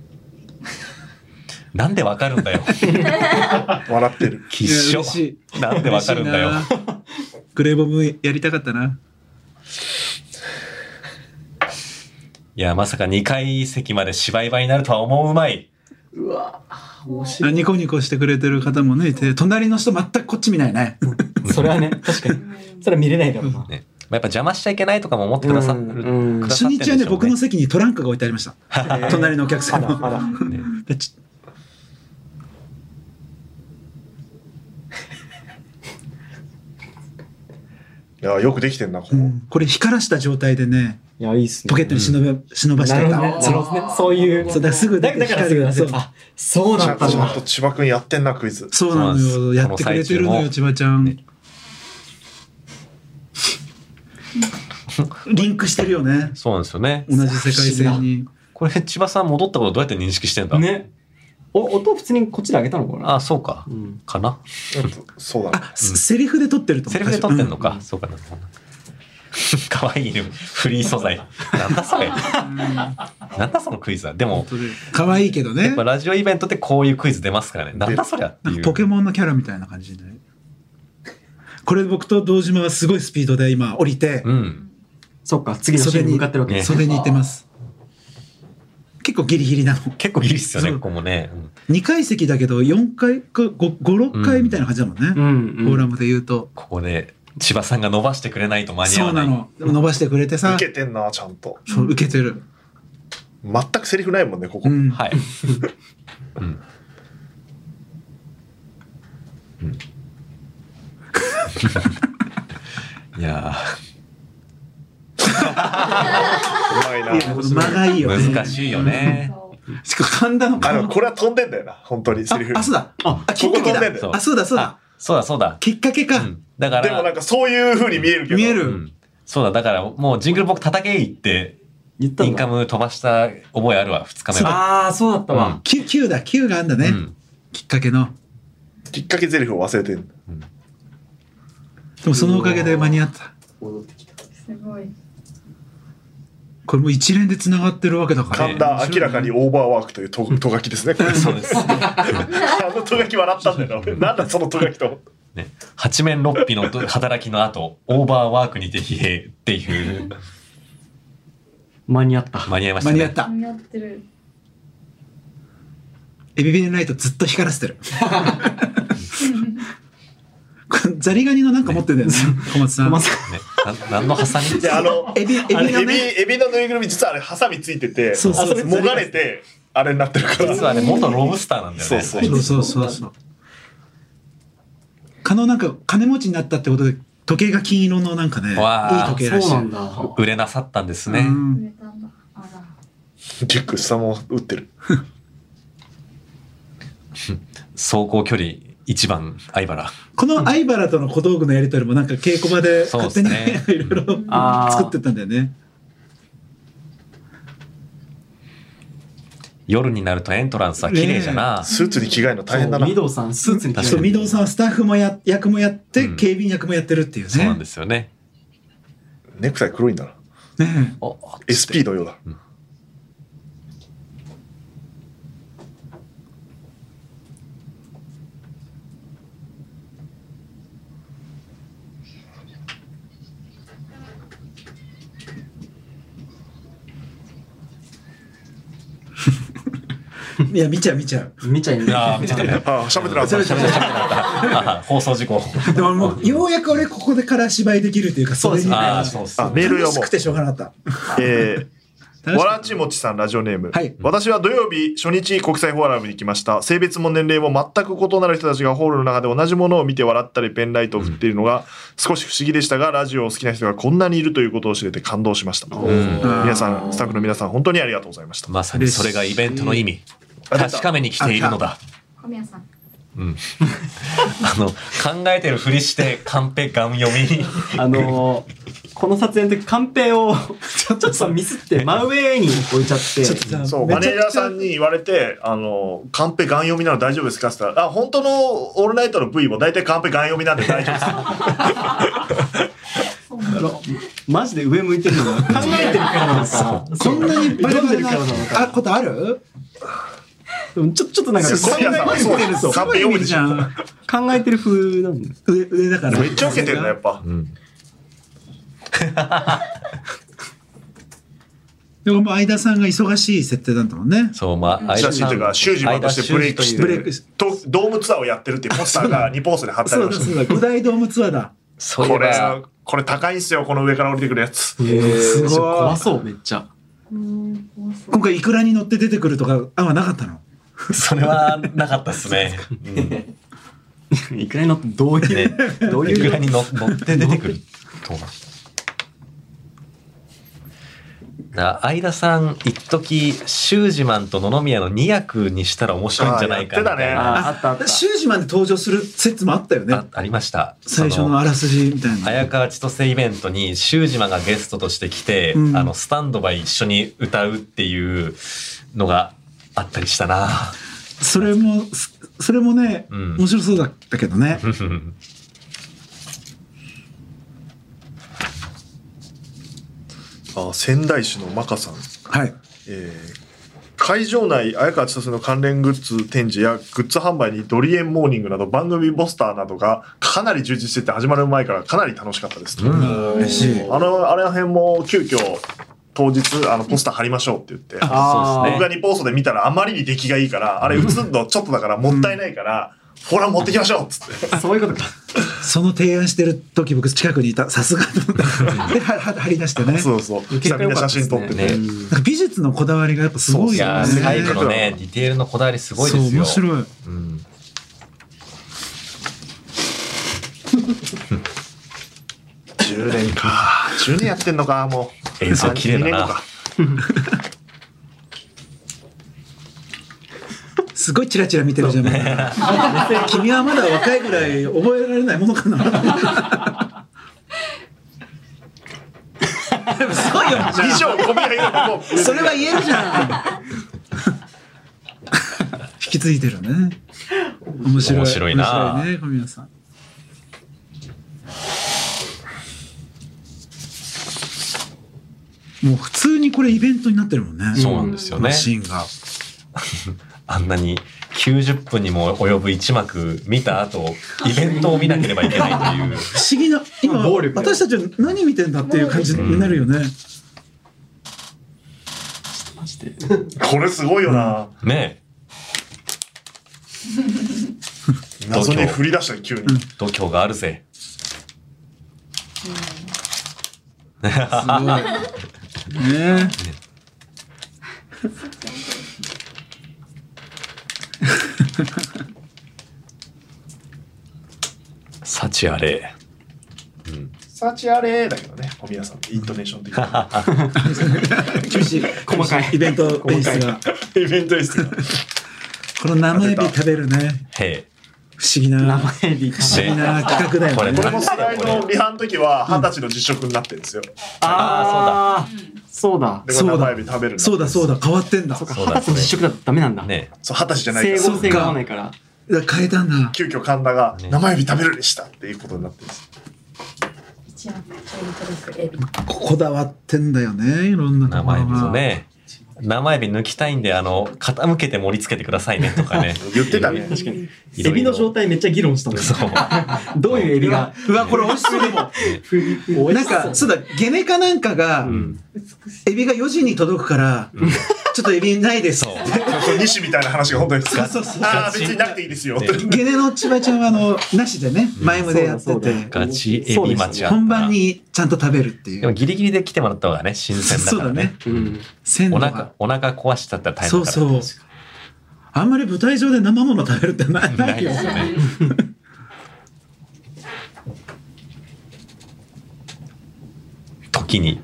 S1: なんでわかるん
S3: (laughs)
S1: だよ。
S2: 笑ってる。
S1: きっしょ
S3: 嬉しい。
S1: なんでわかるんだよ
S3: 嬉しいな。グレーボムやりたかったな。
S1: いや、まさか2階席まで芝居場になるとは思うまい。
S4: 面白
S3: あニコニコしてくれてる方もね、いて、隣の人全くこっち見ないね。
S4: い。それはね、確かに。それは見れないだろうな。
S1: ね。まあやっぱ邪魔しちゃいけないとかも思ってくださってる。
S4: うん
S1: くだ
S3: 初
S1: さってる
S3: 日
S1: んでしょ
S3: は
S1: うね
S3: ね、僕の席にトランクが置いてありました。
S1: (laughs)
S3: 隣のお客さ
S4: あ
S3: ん
S4: ら、あ
S3: の。
S4: ら。
S3: (laughs) でち
S2: いや、よくできてんな、ここ。
S3: うんこれ光らした状態でね、
S4: いや、いいっすね。
S3: ポケットに忍ば忍ばし
S4: な
S3: て
S4: るほ
S3: た。
S4: どね。なるほどね。そういう。
S3: そうだからすぐ出
S4: だ
S3: て
S4: だからす
S3: 光
S4: ぐ
S3: が
S4: 出
S3: そ
S4: せ
S3: う
S4: る。あ、そう
S2: ち
S4: だ
S2: ゃん
S4: った
S2: ち
S4: ん
S2: ゃん
S4: だ
S2: と。千葉君やってんな、クイズ。
S3: そうなの
S1: そ
S3: よ。
S1: うなんです
S3: やってくれてるの
S1: この最中も
S3: よ、千葉ちゃん。リンクしてるよね。
S1: そうなんですよね
S3: 同。じ世界線に。
S1: これ、千葉さん戻ったことどうやって認識してんだ
S4: ね。お、音普通にこっちで上げたのかな
S1: あ、そうか。
S4: うん
S1: かな。
S2: そうだね。
S3: あ、せセリフで撮ってると思
S1: セ
S3: う。
S1: リフで撮ってんの
S3: う
S1: か。そうかな。可愛い犬。フリー素材。なんだそれ。なんだそのクイズは。でも、
S3: ん。可愛いけど
S1: やっ
S3: ね
S1: ぱ。ラジオイベントでこういうクイズ出ますからね。なんだそりゃって
S3: なん
S1: い
S3: か
S1: う。
S3: ポケモンのキャラみたいな感じで。これ僕と堂島はすごいスピードで今降りて、
S1: うん。
S4: そっか、次のシーンに向かってるわけですね。
S3: 袖に行ってます。結構ギリギリなの。
S1: 結構ギリっすよね、
S3: そう
S1: ここもね。うん
S3: 2階席だけど4階か5、6階みたいな感じだもんね。
S4: うんうん。
S3: フォーラムで言うと。
S1: ここで、千葉さんが伸ばしてくれないと間に合
S3: そう
S1: わ
S3: な
S1: ない。
S3: の。でも伸ばしてくれてさ、
S2: 受けてんなちゃんと
S3: そう受けてる。
S2: 全くセリフないもんねここ、
S3: うん。
S1: はい。うん。うん。いや
S2: うまいない
S3: やこの間がいいよね。
S1: ー、難しいよね。
S3: しかも神田の
S2: あ
S3: 顔
S2: のこれは飛んでんだよな本当にセリフ
S3: あ、そうだ。
S4: あ、
S3: あ、きっかけ
S2: ここ飛んでん
S3: だ
S2: だ。
S1: よ
S3: あ、そうだ、そうだ
S1: あ。、そうだそうだ。
S3: きっかけか
S1: う。んだから、
S2: でもなんかそういうふうに見えるけど
S3: 見える
S1: うん。そうだ、だからもうジングル僕叩けいって、
S4: 言った
S1: イ
S4: の
S1: ンカ
S4: か。
S1: ム飛ばした覚えあるわ、二日目は。
S4: ああ、そうだったわ。
S3: Q、Q だ、Q があんだね。
S1: うん
S3: きっかけの。
S2: きっかけセリフを忘れてん
S3: でもそのおかげで間に合った。
S4: 戻ってきた。
S5: すごい。
S3: これもう一連で繋がってるわけだから。
S2: 神田明らかにオーバーワークというととがきですねこれ
S1: そうです。
S2: あのとがき笑ったんだよな俺なんだそのとがきと思った
S1: ね、八面六臂のど働きの後、オーバーワークにて疲弊っていう、
S4: 間に合った。
S1: 間に合いました
S3: 間
S1: ね。
S3: に合った。
S5: 似合ってる。
S3: エビビンライトずっと光らせてる。これザリガニのなんか持ってるんだよね。小松さん。
S4: 小松さん
S1: ね、な何のハサミ
S2: であの
S3: エビ、エビ
S2: あれ
S3: の
S2: エビ
S3: ね。
S2: エビのぬいぐるみ実はあれハサミついてて
S3: そうそうそう
S2: もがれてあれになってるから
S1: 実はね、元ロブスターなんだよね。
S2: そうそう
S3: そうそうそうそう。可能なんか金持ちになったってことで、時計が金色のなんかね、いい
S1: わあ
S3: 時計らしい。
S4: そうなんだ。
S1: 売れなさったんですね。
S3: うん
S5: 埋めたんだ。あら。
S2: リュック下も打ってる
S1: 走行距離一番、相原。
S3: この相原との小道具のやり取りもなんか稽古場で
S1: そう
S3: 勝
S1: です
S3: 手にね
S1: ね
S3: (laughs) いろいろ
S4: あー
S3: 作ってったんだよね。
S1: 夜になるとエントランスは綺麗じゃな。
S2: スーツに着替えるの大変だな
S4: ミドさん、スーツに着替えて
S3: そう、御堂さんはスタッフもや役もやって、
S1: うん
S3: 警備員役もやってるっていうね。
S1: そうなんですよね。
S2: ネクタイ黒いんだな
S3: ね
S1: お
S2: SP のようだ
S3: えいや、見ちゃう見ちゃう。
S4: 見ちゃい
S1: ああ、
S4: な
S1: 見
S4: い
S1: て。たね。
S2: ああ喋ってなかった
S3: 喋ってなかった
S1: あ放送事故。
S3: でももう、ようやく俺ここでから芝居できるっていうか、それにね、
S1: ああ、そうそう
S2: あ。メール読
S3: 楽し
S2: もう
S3: くてしょうがなかった。
S2: えー
S3: 楽し
S2: わ
S3: く
S2: らちもちさんラジオネーム、
S3: はい
S2: 私は土曜日初日国際フォーラムに来ました性別も年齢も全く異なる人たちがホールの中で同じものを見て笑ったりペンライトを振っているのが少し不思議でしたがラジオを好きな人がこんなにいるということを知れて感動しました、
S1: うん
S2: 皆さんスタッフの皆さん本当にありがとうございました、
S1: まさにそれがイベントの意味。確かめに来ているのだ。
S5: 小宮さん。
S1: あの、考えてるふりして、カンペガン読み。
S4: あのー、この撮影の時、カンペをちょっとさ、ミスって真上に置いちゃって、
S3: ちょっとさ
S2: (laughs) そう
S3: め
S2: マ
S3: ち
S2: ネ
S3: ゃ
S2: ー
S3: く
S2: ジ
S3: ちゃ
S2: ャーさんに言われて「あのカンペガン読みなの大丈夫ですか?」って言ったら「あ本当のオールナイトの V も大体カンペガン読みなんで大丈夫です」
S4: あのマジで上向いてるのが考えてるからなのか、
S3: こんなにバレ
S4: 読ん
S3: バレ
S4: でる
S3: な
S4: からなの
S3: あ
S4: か、
S3: ことある
S4: (laughs) でもちょちょっとなんか
S2: すごいやつ
S4: 考え
S2: そうそうカンペ読むでしょ
S3: ん。
S4: 考えてる風なんだよ。
S3: 上、上だから。
S2: (laughs) めっちゃ受けてるなやっぱ
S3: でも、相田さんが忙しい設定だったもんね。
S1: そう、まあ、
S2: 写真というか修士マンとしてブレイクして
S3: ブレイクし
S2: とドームツアーをやってるっていうポスターが2ポーズで貼ってあり
S3: そう
S2: ま
S3: だ、
S2: し
S3: そうだ。五大ドームツアーだ。
S1: そ
S2: た
S1: ういえ
S2: これ
S1: ば、
S2: これ高いんすよこの上から降りてくるやつ
S3: すごい
S4: 怖そう、めっちゃ。
S5: うん。怖そう
S3: 今回いくらに乗って出てくるとか案はなかったの
S1: それはなかったですね。
S4: いくらに乗ってどういう、どう
S1: い
S4: い
S1: くら
S4: う。
S1: に乗乗って出てくると思う。な相田さん、一時シュージマンと野々宮の二役にしたら面白いんじゃないかみたい
S2: あーや
S1: な
S2: っ
S4: ああったあった。
S3: シュージマンで登場する説もあったよね
S1: あありました。
S3: 最初
S1: そ
S3: のあらすじみたいな
S1: 綾川千歳イベントに修二マンがゲストとして来て、
S3: うん
S1: あのスタンドバイ一緒に歌うっていうのがあったりしたな。
S3: それもすそれもね、
S1: うん
S3: 面白そうだったけどね
S2: あ仙台市のマカさん、
S3: はい
S2: えー会場内、綾川千歳の関連グッズ展示やグッズ販売にドリエンモーニングなど番組ポスターなどがかなり充実してて始まる前からかなり楽しかったですと。
S3: 嬉しい。
S2: あの、あれら辺も急遽当日あのポスター貼りましょうって言って。
S4: あ
S2: 僕が日ポストで見たらあまりに出来がいいから、あれ映るのちょっとだからもったいないから、ほら持ってきましょうっつって。
S4: そういうことか。
S3: その提案してる時僕近くにいた。さすがと思 (laughs) った。で、はは貼り出してね。
S2: そうそう。
S4: 受けが
S2: みんな
S4: 良かった
S2: 写
S4: ですね
S2: 真撮って
S1: ね
S2: て。
S3: なんか美術のこだわりがやっぱすごい
S1: い
S3: よ
S1: やー
S3: ね。
S1: 細部のねディテールのこだわりすごいですよ
S3: そう、面白い。
S1: うん
S2: 10年か。10年やってんのか、もう。
S1: 映像綺麗だな
S2: 2年後か
S3: すごいチラチラ見てるじゃん。みんな (laughs) 君はまだ若いぐらい覚えられないものかな。
S1: (laughs)
S3: でもすごいよ。
S2: 以上、小宮山の。
S3: それは言えるじゃん。引き継いでるね。面白い。
S1: 面白いな
S3: 面白いね、小宮さん。もう普通にこれイベントになってるもんね。
S1: そうなんですよね
S3: このシーンが。
S1: あんなに90分にも及ぶ1幕見た後イベントを見なければいけない
S3: (laughs)
S1: という
S3: 不思議な、今、
S4: 暴力だよ
S3: 私たちは何見てんだっていう感じになるよね。
S4: マジで。
S2: これすごいよな。
S1: ね
S2: 謎に振り出したよ急に。
S1: え度胸があるぜ
S3: すごい。ね
S1: 幸あれ
S2: サチアレーだけどね、小宮さんのイントネーション的な。
S3: え厳しい。
S4: 細かい
S3: イベント演出
S4: 細
S3: が。
S2: イベントですから
S3: この生エビ食べるね。
S1: へ
S3: 不思議な。
S4: 名前に。
S3: 不思議な企画だ
S1: こ
S3: よ
S1: れ
S3: ね
S2: これ。もスライドのリハの時は、二十歳の実食になってるんですよ。
S4: ああ、そうだ。
S2: で、こ
S3: そう
S2: れ
S3: だ
S2: 生エビ食べるん
S3: そうだそうだ、変わってんだ。
S4: そうか、
S1: そう
S4: 二
S1: だ
S4: 十歳の実食だとダメなんだ。
S1: えね
S2: そう、二十歳じゃない
S4: 整
S2: から。
S4: 合性が合わないから。
S3: だから変えたんだ。
S2: 急遽神田が
S1: ね
S2: 生エビ食べるでしたっていうことになってるんです。
S5: 一応、トリプルエビ。
S3: ここだわってんだよね、いろんな
S1: え
S3: ところ
S1: 生
S3: が
S1: エビと。ね生エビ抜きたいんであの傾けて盛り付けてくださいねとかね
S2: 言ってたね。
S4: 確かに。
S1: いろいろ
S4: エビの状態めっちゃ議論したんです
S1: そう
S4: よ。どういうエビが。
S3: うわ、これ美味しそうでも。なんか、そうだ、ゲネかなんかが、
S4: うん。
S3: エビが4時に届くから、ちょっとエビないです。
S1: そう
S2: そう西みたいな話が本当に。
S3: そうそうそう
S2: ああ、別になくていいですよ。
S3: ゲネの千葉ちゃんは、あの、なしでね、マイムでやって
S4: そうだそう
S3: て
S4: だ、
S1: ガチエビ待ちやったな
S3: 本番にちゃんと食べるってい
S1: でも
S3: う。
S1: ギリギリで来てもらった方がね新鮮だ
S3: そう
S1: か
S3: だ
S1: らね
S3: ね。
S4: うん。
S3: 鮮
S1: お
S3: 度
S1: 腹
S3: が。
S1: お腹壊しちゃったら大変
S3: そう
S1: だから
S3: そう。あんまり舞台上で生もの食べるってないな
S1: ないい
S3: よ
S1: で。すよね時に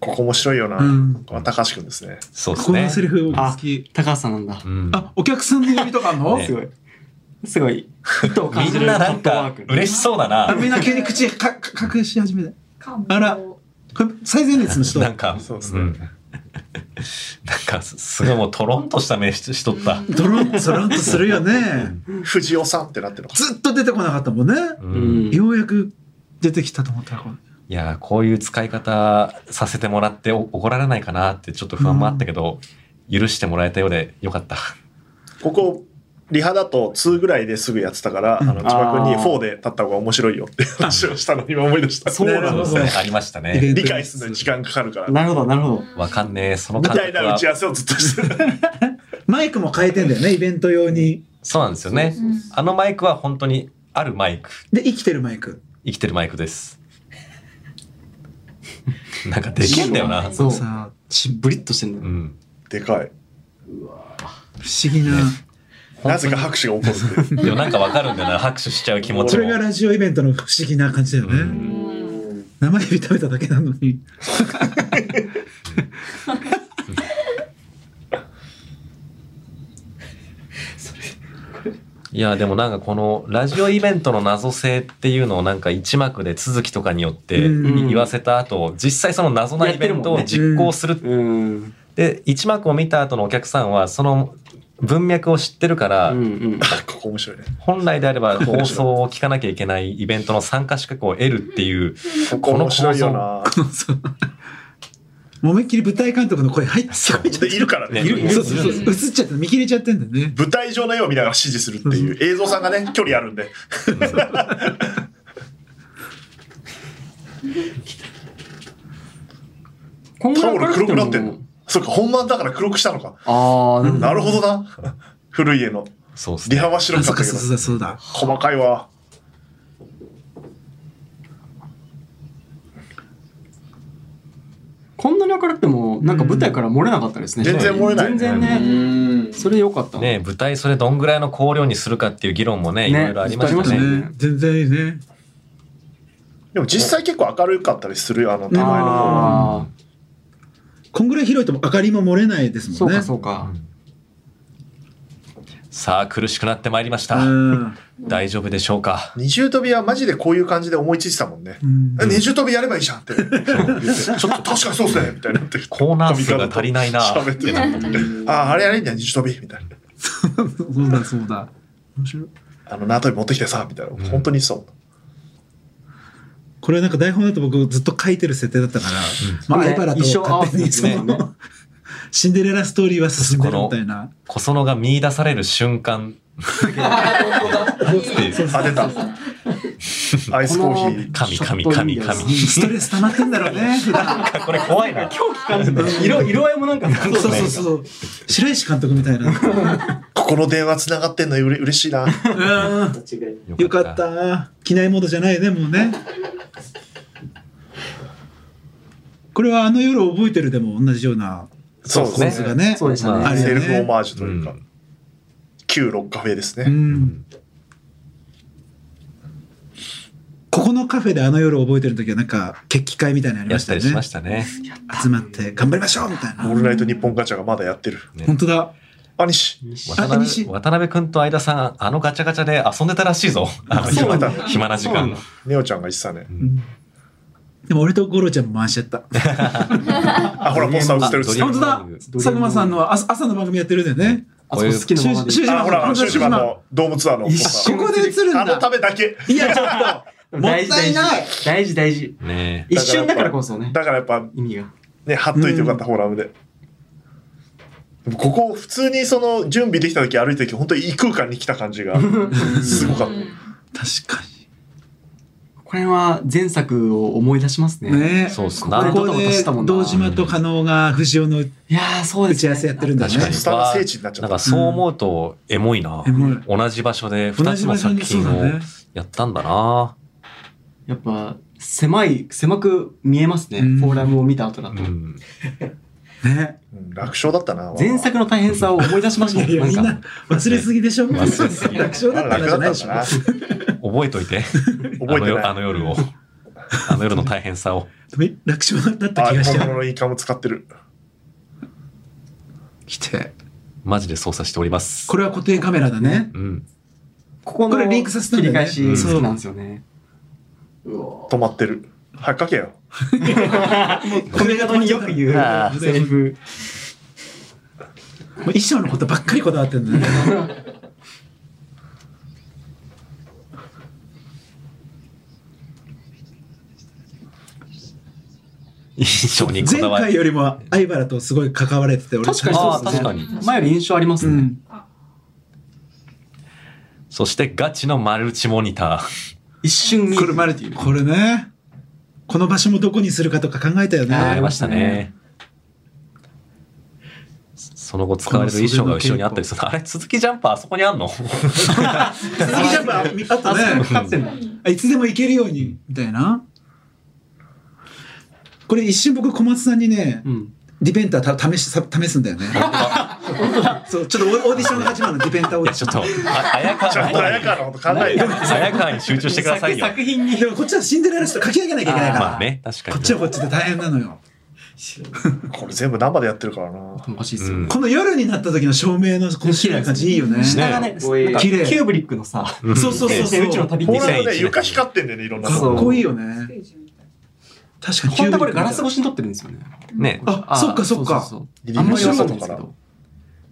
S2: ここ面白いよな。
S3: うん
S2: これは高橋くんですね。
S1: そうで
S3: こ
S1: す
S3: こ
S1: ね
S3: のセリフ僕好
S4: あ
S3: き。、
S4: 高橋さんなんだ。
S1: うん
S3: あ、お客さんの呼びとかあんの
S1: ね
S4: すごい。すごい。意図を感
S1: み
S4: じ
S1: ん
S4: る
S1: ななん
S4: ットワ
S1: か
S4: ーク。
S1: 嬉しそうだ
S3: あ
S1: な
S3: みんな急に口か (laughs) か隠し始めた。
S5: 漢方
S3: あらこれ最前列の人。
S1: なんか
S2: そうですね
S1: んなんかすすごいもうトロンとした目ししとった
S3: ドロンとドロンとするよね。
S2: 藤尾さんってなってるのか。
S3: ずっと出てこなかったもんね。
S1: う
S4: うんん。
S3: ようやく出てきたと思ったらこう
S1: いやーこういう使い方させてもらってお怒られないかなってちょっと不安もあったけど、許してもらえたようでよかった
S2: ここ、リハだと2ぐらいですぐやってたから、あの、千葉君に4で立った方が面白いよって話をしたの今思い出した。
S4: そうな
S3: る
S4: ん
S3: ほ
S4: だ。
S3: ど
S1: そうですねありました
S3: イベン
S1: ね
S2: 理解するのに時間かかるから。み
S4: なるほど、なるほど。
S1: わかんねえその感
S2: たい
S1: 覚
S2: な打
S1: は
S2: ち合わせをずっとしてる。
S3: マイクも変えてんだよね、イベント用に。
S1: そうなんですよね
S5: うん
S1: あのマイクは本当にあるマイク
S3: で、生きてるマイク。
S1: 生きてるマイクです。 (laughs) なんかできんだよな。
S4: そう。
S3: さあ、
S4: しぶりっとしてん
S1: う
S4: だよ。
S1: ん。
S2: でかい。
S3: 不思議な。
S2: なぜか拍手が起こすっていう。
S1: でもなんかわかるんだよな。拍手しちゃう気持ち
S3: そ
S1: も
S3: れ。がラジオイベントの不思議な感じだよ
S1: う
S3: ね。
S1: ん
S3: 生エビ食べただけなのに。
S1: いや、でもなんかこのラジオイベントの謎性っていうのをなんか一幕で続きとかによって
S3: うん
S1: 言わせた後、実際その謎なイベントを
S4: やって
S3: るもんね
S1: 実行する。
S4: うん。
S1: で、一幕を見た後のお客さんはその文脈を知ってるか
S4: う
S1: ら、
S4: んうん。
S2: ここ面白いね。
S1: 本来であれば放送を聞かなきゃいけないイベントの参加資格を得るっていう、
S2: ここ面白いよな。
S3: このそう思いっきり舞台監督の声入ってこいちゃ
S2: でいるからね。
S1: いる
S3: そうそうそう。映っちゃって見切れちゃってんだよね。
S2: 舞台上の絵を見ながら指示するっていう映像さんがね距離あるんで
S4: こんぐ
S2: タ
S4: らい
S2: オル
S4: 明る
S2: 黒
S4: く
S2: く
S4: て
S2: なってん
S4: も
S2: の。そっか本番だから黒くしたのか
S4: ああ、
S2: なるほどな古い絵の
S1: そうです
S2: リ
S1: ね。
S2: ハは白
S3: あ、
S2: か
S3: そう
S2: っ
S3: か、
S2: たけ
S3: そ
S2: ど
S3: うそうだ、そうだ。
S2: 細かいわ
S4: こんなに明るくても、なんか舞台から漏れなかったですね。
S2: 全然漏れない
S4: 全然ね。
S6: ん
S4: それ良かった。
S1: ね、舞台それどんぐらいの光量にするかっていう議論もね、いろいろありました
S4: ずっとありま
S1: ね。
S4: ね
S3: ね、全然いいね。
S2: でも実際結構明るかったりするよあの手前の方は
S4: ああ、
S3: こんぐらい広いと明かりも漏れないです
S4: そ
S3: も
S4: うん
S3: ね。
S4: かそうか。
S1: さあ、苦しくなってまいりました。
S3: うん
S1: 大丈夫でしょうか。
S2: 二重跳びはマジでこういう感じで思いついてたもんね、
S3: ん
S2: え二重跳びやればいいじゃんって言 (laughs) ってちょっと確かにそうっすねみたいになって
S1: コーナー数が足りないな。
S2: 喋ってたあああれやれんじゃん二重跳びみたいな
S3: そうだ、そうだ。
S2: あの縄跳び持ってきてさみたいな、本当にそう
S3: これなんか台本だと僕ずっと書いてる設定だったから、まあ、
S4: ね
S3: 相原と
S4: 一生合わ
S3: 勝
S4: せ
S3: 手に
S4: て
S3: そ
S4: ね
S3: の、シンデレラストーリーは進んでるみたいな。
S1: 小園が見出される瞬間。
S2: あ出たアイスコーヒー
S1: 神、神、
S4: ショットいい
S1: 神、
S4: んだよな
S1: 神。
S3: ストレス溜まってんだろうね、普段。
S1: これ怖いな。
S4: 狂気感じて、 (laughs) 色、色合いもなんか、そう
S3: そうそうそう。白石監督みたいな。
S1: (laughs)
S2: ここの電話つながってんのうれ嬉しいな。
S3: うん。
S6: 間違い
S3: よかっ。た。機内モードじゃないね、もうね。これはあの夜を覚えてるでも同じような
S2: そう
S1: ですね
S3: 構図がね。
S4: そうでしたね。
S1: ま
S3: あれ
S2: セルフオマージュという
S1: う
S2: か、旧ロッカフェです
S3: う
S2: ね。
S3: ん。ここのカフェであの夜を覚えてる時はなんか決起会みたいなのありま
S1: やっ
S3: した
S1: た
S3: よ
S1: り
S3: ね
S1: しましたね。
S3: 集まって頑張りましょうみたい
S2: オー
S3: な
S2: ルナイト日本ガチャがまだやってる。
S3: 本当だ
S2: アニシ。
S1: 渡
S3: あ西
S1: 辺渡辺君と相田さん、あのガチャガチャで遊んでたらしいぞ。あの
S4: そうなんだ
S1: 暇暇な時
S4: そうな
S1: 間
S4: んだ。
S2: ネオちゃんが言ってたね。
S3: でも俺とゴロちゃんも回しちゃった
S2: あ、ほら、ポスター映ってるっつって
S1: ド
S3: 本
S1: リーム
S3: 当だ佐久間さんの朝朝の番組やってるんだよね
S4: あそこ好きなままで。
S3: 終始
S2: あ、ほら、シュージマのドームツアーのポスタ
S3: ここで映るん
S2: ー。あの
S3: だ
S2: ためだけ。
S3: いやちょっともったいない
S4: 大事大事。
S1: ね
S4: 一瞬だからこそね。
S2: だからやっぱ、
S4: 意味が。
S2: ね、貼っといてよかった、フォーラムで。でもここ、普通にその、準備できた時歩いた時、本当に異空間に来た感じが、すごかった。
S3: 確か
S4: これは前作を思い出しますね。
S3: にね
S1: そうっす
S3: こ
S1: な
S3: こで堂島と加納が藤尾の
S4: いやー、そうで
S3: 打
S4: す、
S3: ち
S4: ね。
S3: 合わせやってるんだよ
S1: 確か
S3: ね
S1: に
S2: スターの聖地になっちゃ
S1: なん
S2: っ
S1: か
S2: た。
S1: そう思うと、エモいな
S3: エモい。
S1: 同じ場所で
S3: 同
S1: 2つ
S3: じ場
S1: の
S3: 所
S1: 作
S3: にそう
S1: 品
S3: だ
S1: を
S3: ね
S1: やったんだな。
S4: やっぱ、狭い、狭く見えますね。
S3: うん
S4: フォーラムを見た後だと。
S1: うん
S3: ね
S2: うん楽勝だったな。
S4: 前作の大変さを思い出しました
S3: い
S4: ね。
S3: や
S4: なん
S3: みんな
S4: か。
S3: 忘れすぎでしょ楽
S1: 忘
S3: 勝
S1: れすぎ
S3: だったんじゃないでしょ
S2: 楽だったな
S1: 覚えと
S3: (laughs)
S1: いて。
S2: 覚えてない
S1: あの夜あの夜を。あの夜の大変さを。
S3: 楽勝だった
S2: あ
S3: 気がしち
S2: 本
S3: ゃ
S2: 物
S3: う
S2: のインカム使ってる。
S3: 来て
S1: マジで操作しております。
S3: これは固定カメラだね
S1: うん。
S4: ここ
S3: こ
S4: の
S3: れリンクさせたんだ
S4: 切り
S3: よね
S4: 返し
S3: そう
S4: 好きなんですよね。
S2: 止まってる。はっかけよ。
S4: コメントによく言
S1: あ
S4: うセリフ。
S3: もう衣装のことばっかりこだわってんだね
S1: 印象にこ
S3: 前
S1: だわ
S3: 回
S1: り。
S3: よりも相原とすごい関われてて俺
S4: 確かにそうですね。
S1: あー確か
S4: 前より印象あります
S3: う
S4: ね。
S3: ん
S1: そしてガチのマルチモニター。
S4: 一瞬見
S3: これマルティこれねこの場所もどこにするかとか考えたよね
S1: ありましたね。その後使われる衣装が後ろにあったりする。あれ、続きジャンパーあそこに
S3: (laughs)
S1: あんの
S3: 鈴木ジャンプあった
S4: あそこ
S3: ね
S4: にかかってんだ。
S3: あいつでも行けるようにみたいなこれ一瞬僕小松さんにね、
S4: うん。
S3: ディベンターた試しさ試すんだよねそうちょっとオーオーディションが始まるのディベンターオーデ
S1: い
S3: ィ
S1: や、ち
S3: シ
S1: ょ
S3: ョ
S1: っと、ああやか
S2: ちゃんと早川のこと考えて。
S1: あやかに集中してくださいよ。
S4: 作品に
S3: ンでもこっちはシンデレラ人書き上げなきゃいけないから、
S1: まあね、確かに。
S3: こっちはこっちで大変なのよ
S2: これ全部生でやってるからな。
S4: おかしいっすよね。
S3: この夜になった時の照明のこの白い感じいいよね
S4: 下がね、
S1: ね
S4: なんかキ
S3: 綺麗
S4: ューブリックのさ、
S3: そうそうそうそう
S4: 宇宙の旅
S2: ホ
S4: み
S2: ー
S4: た
S2: ラ
S4: い
S2: ム
S4: な。
S2: ね、床光ってんだよね、いろんな。
S4: そ
S3: か
S4: う
S3: っこいいよね確かに
S4: 本当はこれガラス
S3: 越
S4: 越しに撮ってるんですよね。
S1: ね。
S3: あそっかそっか
S4: うう
S2: リ
S4: あん
S2: ビング
S4: まり
S2: シ
S4: 分
S2: ョ
S4: かん
S2: ッ
S4: な
S2: トか
S4: いで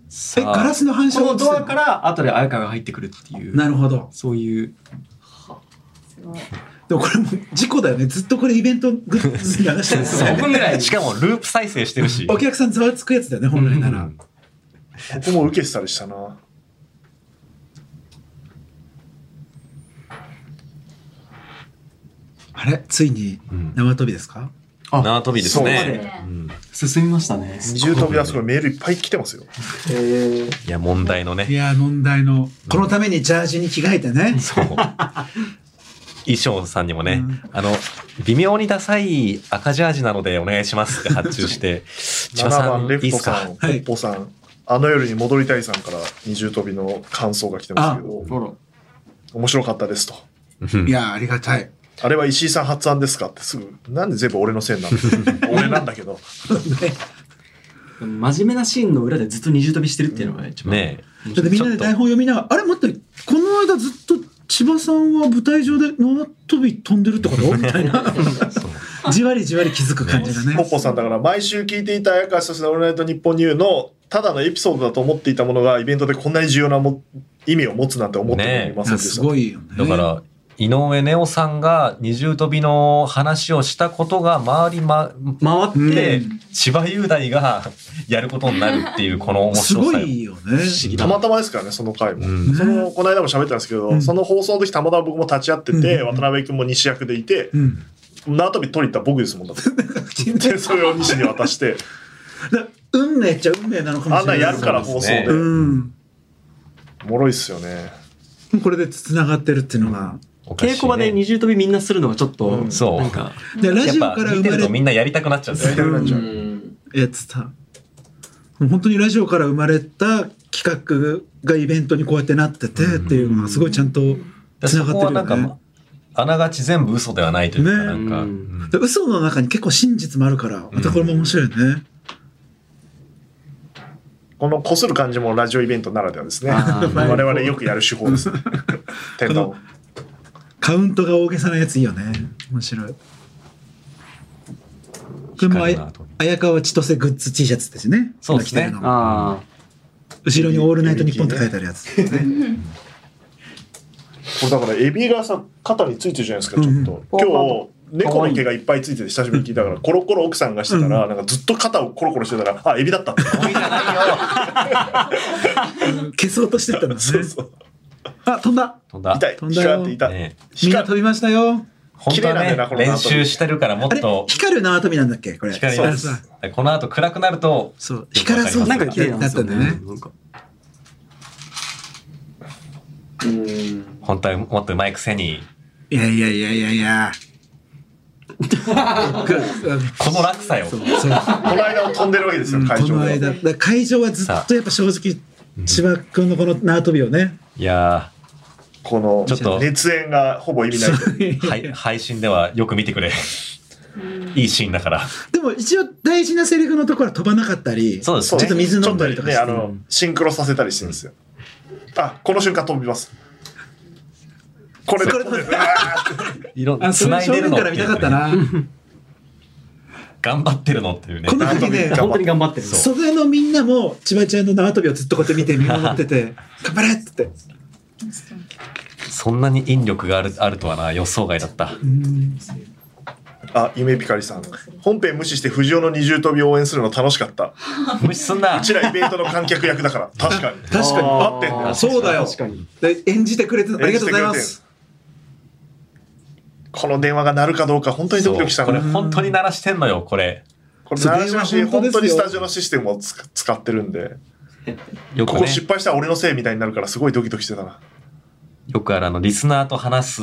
S4: すけ
S2: ら。
S3: え
S4: ど。
S3: ガラスの反
S4: こ
S3: 射が
S4: の
S3: 落ちて
S4: ド
S3: る
S4: アから後で綾香が入ってくるっていう。
S3: なるほど
S4: そういう。
S5: すごい。
S3: でもこれもう事故だよね。ずっとこれイベントグッズに話してるんですよ
S4: 5分ぐらい
S1: しかもループ再生してるし
S3: お客さんざわつくやつだよね、本来なら。
S2: ここも受けしたりしたな。
S3: あれついに縄跳びですか、
S4: あ
S1: 縄跳びですね
S5: ね
S4: 進みましたね
S2: 二重飛び出すこれメールいっぱい来てますよ。
S4: え
S1: いや問題の
S3: い
S1: ね
S3: やー、問題の。このためにジャージに着替えてね。
S1: そう衣装さんにもね、
S3: うん
S1: あの微妙にダサい赤ジャージなのでお願いしますって発注して
S3: (laughs)
S1: 千
S2: 7
S1: 葉さん
S2: 番
S1: い
S2: レ
S1: い
S2: フ
S1: で
S2: ト
S1: す
S2: さ
S1: か
S2: ん、ポッポさん、あの夜に戻りたいさんから二重飛びの感想が来てますけど、
S4: ほら
S2: 面白かったですと。
S3: いやー、ありがたい。
S2: あれは石井さん発案ですかってすぐ、なんで全部俺のせいになる
S1: (laughs)
S2: の俺なんだけど。
S4: でも真面目なシーンの裏でずっと二重跳びしてるっていうのが一番
S1: ねえ
S4: 面
S3: だっ
S4: 白
S3: て
S4: い
S3: みんなで台本読みながら、あれ待って、この間ずっと千葉さんは舞台上で縄跳び飛んでるって (laughs) ことみたいな。じわりじわり気づく感じが
S2: ポッ
S3: ね。
S2: ポさんだから毎週聞いていた綾川さんのオールナイトニッポンニューのただのエピソードだと思っていたものがイベントでこんなに重要なも意味を持つなんて思ってもいま
S3: い
S2: せ
S3: や
S2: んでし
S3: す
S2: た。
S3: ごいよね。
S1: だから井上ネオさんが二重跳びの話をしたことが回りま
S4: 回って、
S3: うん
S1: 千葉雄大がやることになるっていうこの面
S3: す
S1: 白
S3: ご
S1: さ
S3: いよね。
S1: 議
S2: たまたまですからね、その回も。
S1: うん
S2: その、この間も喋ったんですけど、
S3: うん
S2: その放送の時たまたま僕も立ち会ってて、
S3: うん
S2: 渡辺君も西役でいて、
S3: うん。
S2: 縄跳び取りに行った僕ですもん
S3: (laughs)
S2: だって。で、それを西に渡して、
S3: だ運命っちゃ運命なのかも
S2: あ
S3: し
S2: ん
S3: れな
S2: ないんやるから
S1: そう
S2: 放
S1: で
S2: 送
S1: すね
S2: で。
S3: う
S2: も
S3: ん。
S2: ろいっすよね。
S3: これでつながってるっていうのが。
S1: おかしい
S4: 稽
S1: ね
S4: 古場で二重跳びみんなするのはちょっと、
S2: うん
S1: そう
S4: なんか、
S3: でラ
S1: やっ
S3: ジオ
S1: ぱ
S3: から
S1: 見
S3: 生
S1: て
S3: ま
S1: る
S3: れ
S1: とみんなやりたくなっちゃうんだ
S2: やりた
S1: よ
S2: く
S1: ね
S2: なっちゃう。
S3: やってた。もう本当にラジオから生まれた企画がイベントにこうやってなっててっていうのがすごいちゃんと
S1: で
S3: つな
S1: そ
S3: が
S1: こは
S3: っ
S1: なん
S3: て
S1: か
S3: るよ
S1: ま
S3: ね。
S1: ああながち全部嘘ではないというか、
S3: ね
S1: なんか、
S4: うん
S1: うん
S3: で嘘の中に結構真実もあるから、またこれも面白いよね。
S2: この擦る感じもラジオイベントならではですね。
S4: あ
S2: 我
S4: ー
S2: 々よくやる手
S3: (laughs)
S2: 法ですね。天
S3: こ
S2: 丼
S3: の。カウントが大げさなやついいよね。面白い。これもあ
S1: 光の
S3: や
S1: 後に
S3: 綾川千歳グッズ T シャツですね。
S1: そうですね
S3: 今着てるの
S4: あ
S3: 後ろにオールナイトニッポンって書いてあるやつ。ね
S2: これだからエビがさ肩についてるじゃないですかちょっと、
S4: うん
S2: 今日猫の毛がいっぱいついてて久しぶりに聞いたからコロコロ奥さんがしてたら、なんかずっと肩をコロコロしてたらあエビだったって
S3: 消そうとしてったん
S1: (laughs)
S3: だね。
S2: そうそう
S3: あ、飛んだ
S1: 飛んだ
S2: 痛い
S3: 飛んだ
S2: 光
S3: よ
S2: っていた、
S1: ね
S3: みん
S2: 光
S3: な飛びましたよ。
S1: 本当は
S2: 綺麗なんだよ
S1: ね
S2: なこの縄跳び
S1: 練習してるからもっ
S3: あれ
S1: と
S3: 光る縄跳びなんだっけこれ。
S1: 光ります
S3: そう
S1: この後暗くなると
S3: そう。
S1: よくわ
S3: 光ら
S1: かります
S3: そう
S4: あ、なん
S3: だ
S4: か綺麗なん
S3: なっ
S4: です
S3: た
S4: よ
S3: んだ
S4: ね。
S3: よね。
S4: なんか。うん。
S1: 本当はもっと上手いくせに
S3: いやいやいやいやい (laughs) や。
S1: この落差よ
S3: そうそう
S2: この間も飛んでるわけですよ、
S3: うん
S2: 会
S3: こ
S2: 場
S3: の
S2: で
S3: 間だから会場はずっとやっぱ正直千葉君のこの縄跳びをね
S1: いや
S2: こ
S1: ち
S2: の
S1: ょっと
S2: 熱演がほぼ意味ないという
S1: ーはい配信ではよく見てくれいいシーンだから
S3: でも一応大事なセリフのところは飛ばなかったり
S1: そうです
S2: そう
S1: ね
S3: ちょっと水飲んだりとかして
S2: ちょっねあのシンクロさせたりしてるんですよ、あこの瞬間飛びますこれで飛んでるうわーって
S1: いろん
S3: あそれ
S1: 繋い
S3: 正
S1: でる
S3: 面
S1: の
S3: から見たかったな
S1: 頑張ってるのっていうね
S3: この時ね
S4: 本当に頑張ってる。う。
S3: 袖のみんなも千葉ちゃんの縄跳びをずっとこうやって見て見守ってて「頑張れ!」っつって
S1: そんなに引力があるあるとはな予想外だった
S2: あ夢ピカリさん本編無視して藤尾の二重跳びを応援するの楽しかった
S1: 無視すんな
S2: うちらイベントの観客役だから確かに
S3: 確かに
S2: 合ってんだ
S4: あー
S3: そうだよ
S4: 確かに。
S3: で演じてくれてありがとうございます
S2: この電話が鳴るかどうか本当にドキドキした
S1: これ
S2: な
S1: 本当に鳴らしてんのよこれ
S2: これ鳴らしまし
S3: それは本当ですよ
S2: 本当にスタジオのシステムをつ使ってるんで
S1: よく
S2: こ
S1: ね
S2: こ失敗したら俺のせいみたいになるからすごいドキドキしてたな
S1: よくあるあのリスナーと話す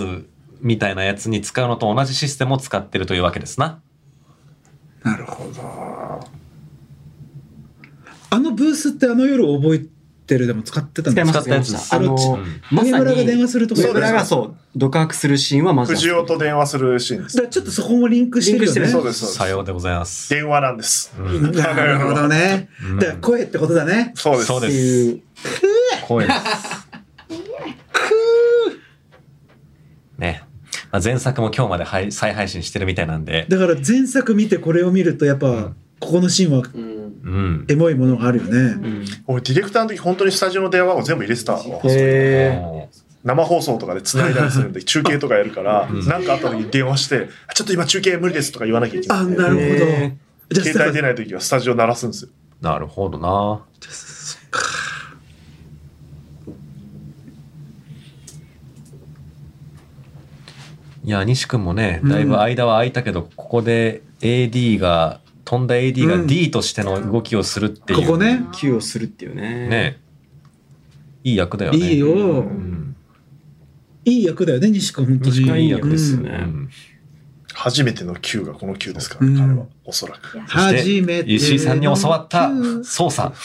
S1: みたいなやつに使うのと同じシステムを使ってるというわけですな
S3: なるほどあのブースってあの夜覚えてるでも使ってたん
S4: 使
S3: で
S4: い
S3: す
S4: ま
S3: か
S4: した、使い
S1: 使
S4: ま
S1: っ
S4: したた。あの
S3: そ
S1: っちうん、
S4: ま
S3: 上
S4: さ
S3: 村が電話
S4: に、
S3: するとこ
S4: 上村
S3: だ
S4: がそう、独白するシーンはマジ
S2: 藤尾と電話するシーンです
S3: からちょっとそこもリンクしてるよ
S4: リンク
S3: ね
S4: して
S2: そうですそう
S1: さ
S2: で
S1: ようでございます
S2: す電話なんです
S3: なるほどね
S1: ん
S3: だから声ってことだね
S2: そうです
S1: そう
S4: って
S1: です
S4: いう。
S1: 声ですね、まあ、前作も今日まで配再配信してるみたいなんで
S3: だから前作見てこれを見るとやっぱここのシーンは
S4: うん。
S1: うん
S3: エモいものがあるよね
S4: うん
S2: 俺ディレクターの時本当にスタジオの電話を全部入れてたわ
S4: へえ。
S1: もう
S2: 生放送とかで繋いだりするんで、中継とかやるから、なんかあった時に電話して、あちょっと今中継無理ですとか言わなきゃいけない
S3: あ
S2: んで。
S3: なるほど、
S4: え
S3: じゃあス
S2: 携
S3: タ
S2: 帯
S3: ッ
S2: 出
S3: フ
S2: ない時はスタジオ鳴らすんですよ。
S1: なるほどな。いや西君もねだいぶ間は空いたけど、ここで AD が飛んだ AD
S3: う
S1: が
S3: ん
S1: D としての動きをするっていう、
S3: ここね
S4: 給与するっていうね。
S1: ねいい役だよね。
S3: いいよ、
S1: うん、
S3: いい役だよね西君本当に
S4: 確かにいい役ですよ
S1: う
S4: ね。
S1: ん
S2: 初めての Q がこの Q ですから、ね
S3: うん
S2: 彼は。おそらく。
S1: そして
S3: 初めての
S1: 石井さんに教わった
S3: うん
S1: 操作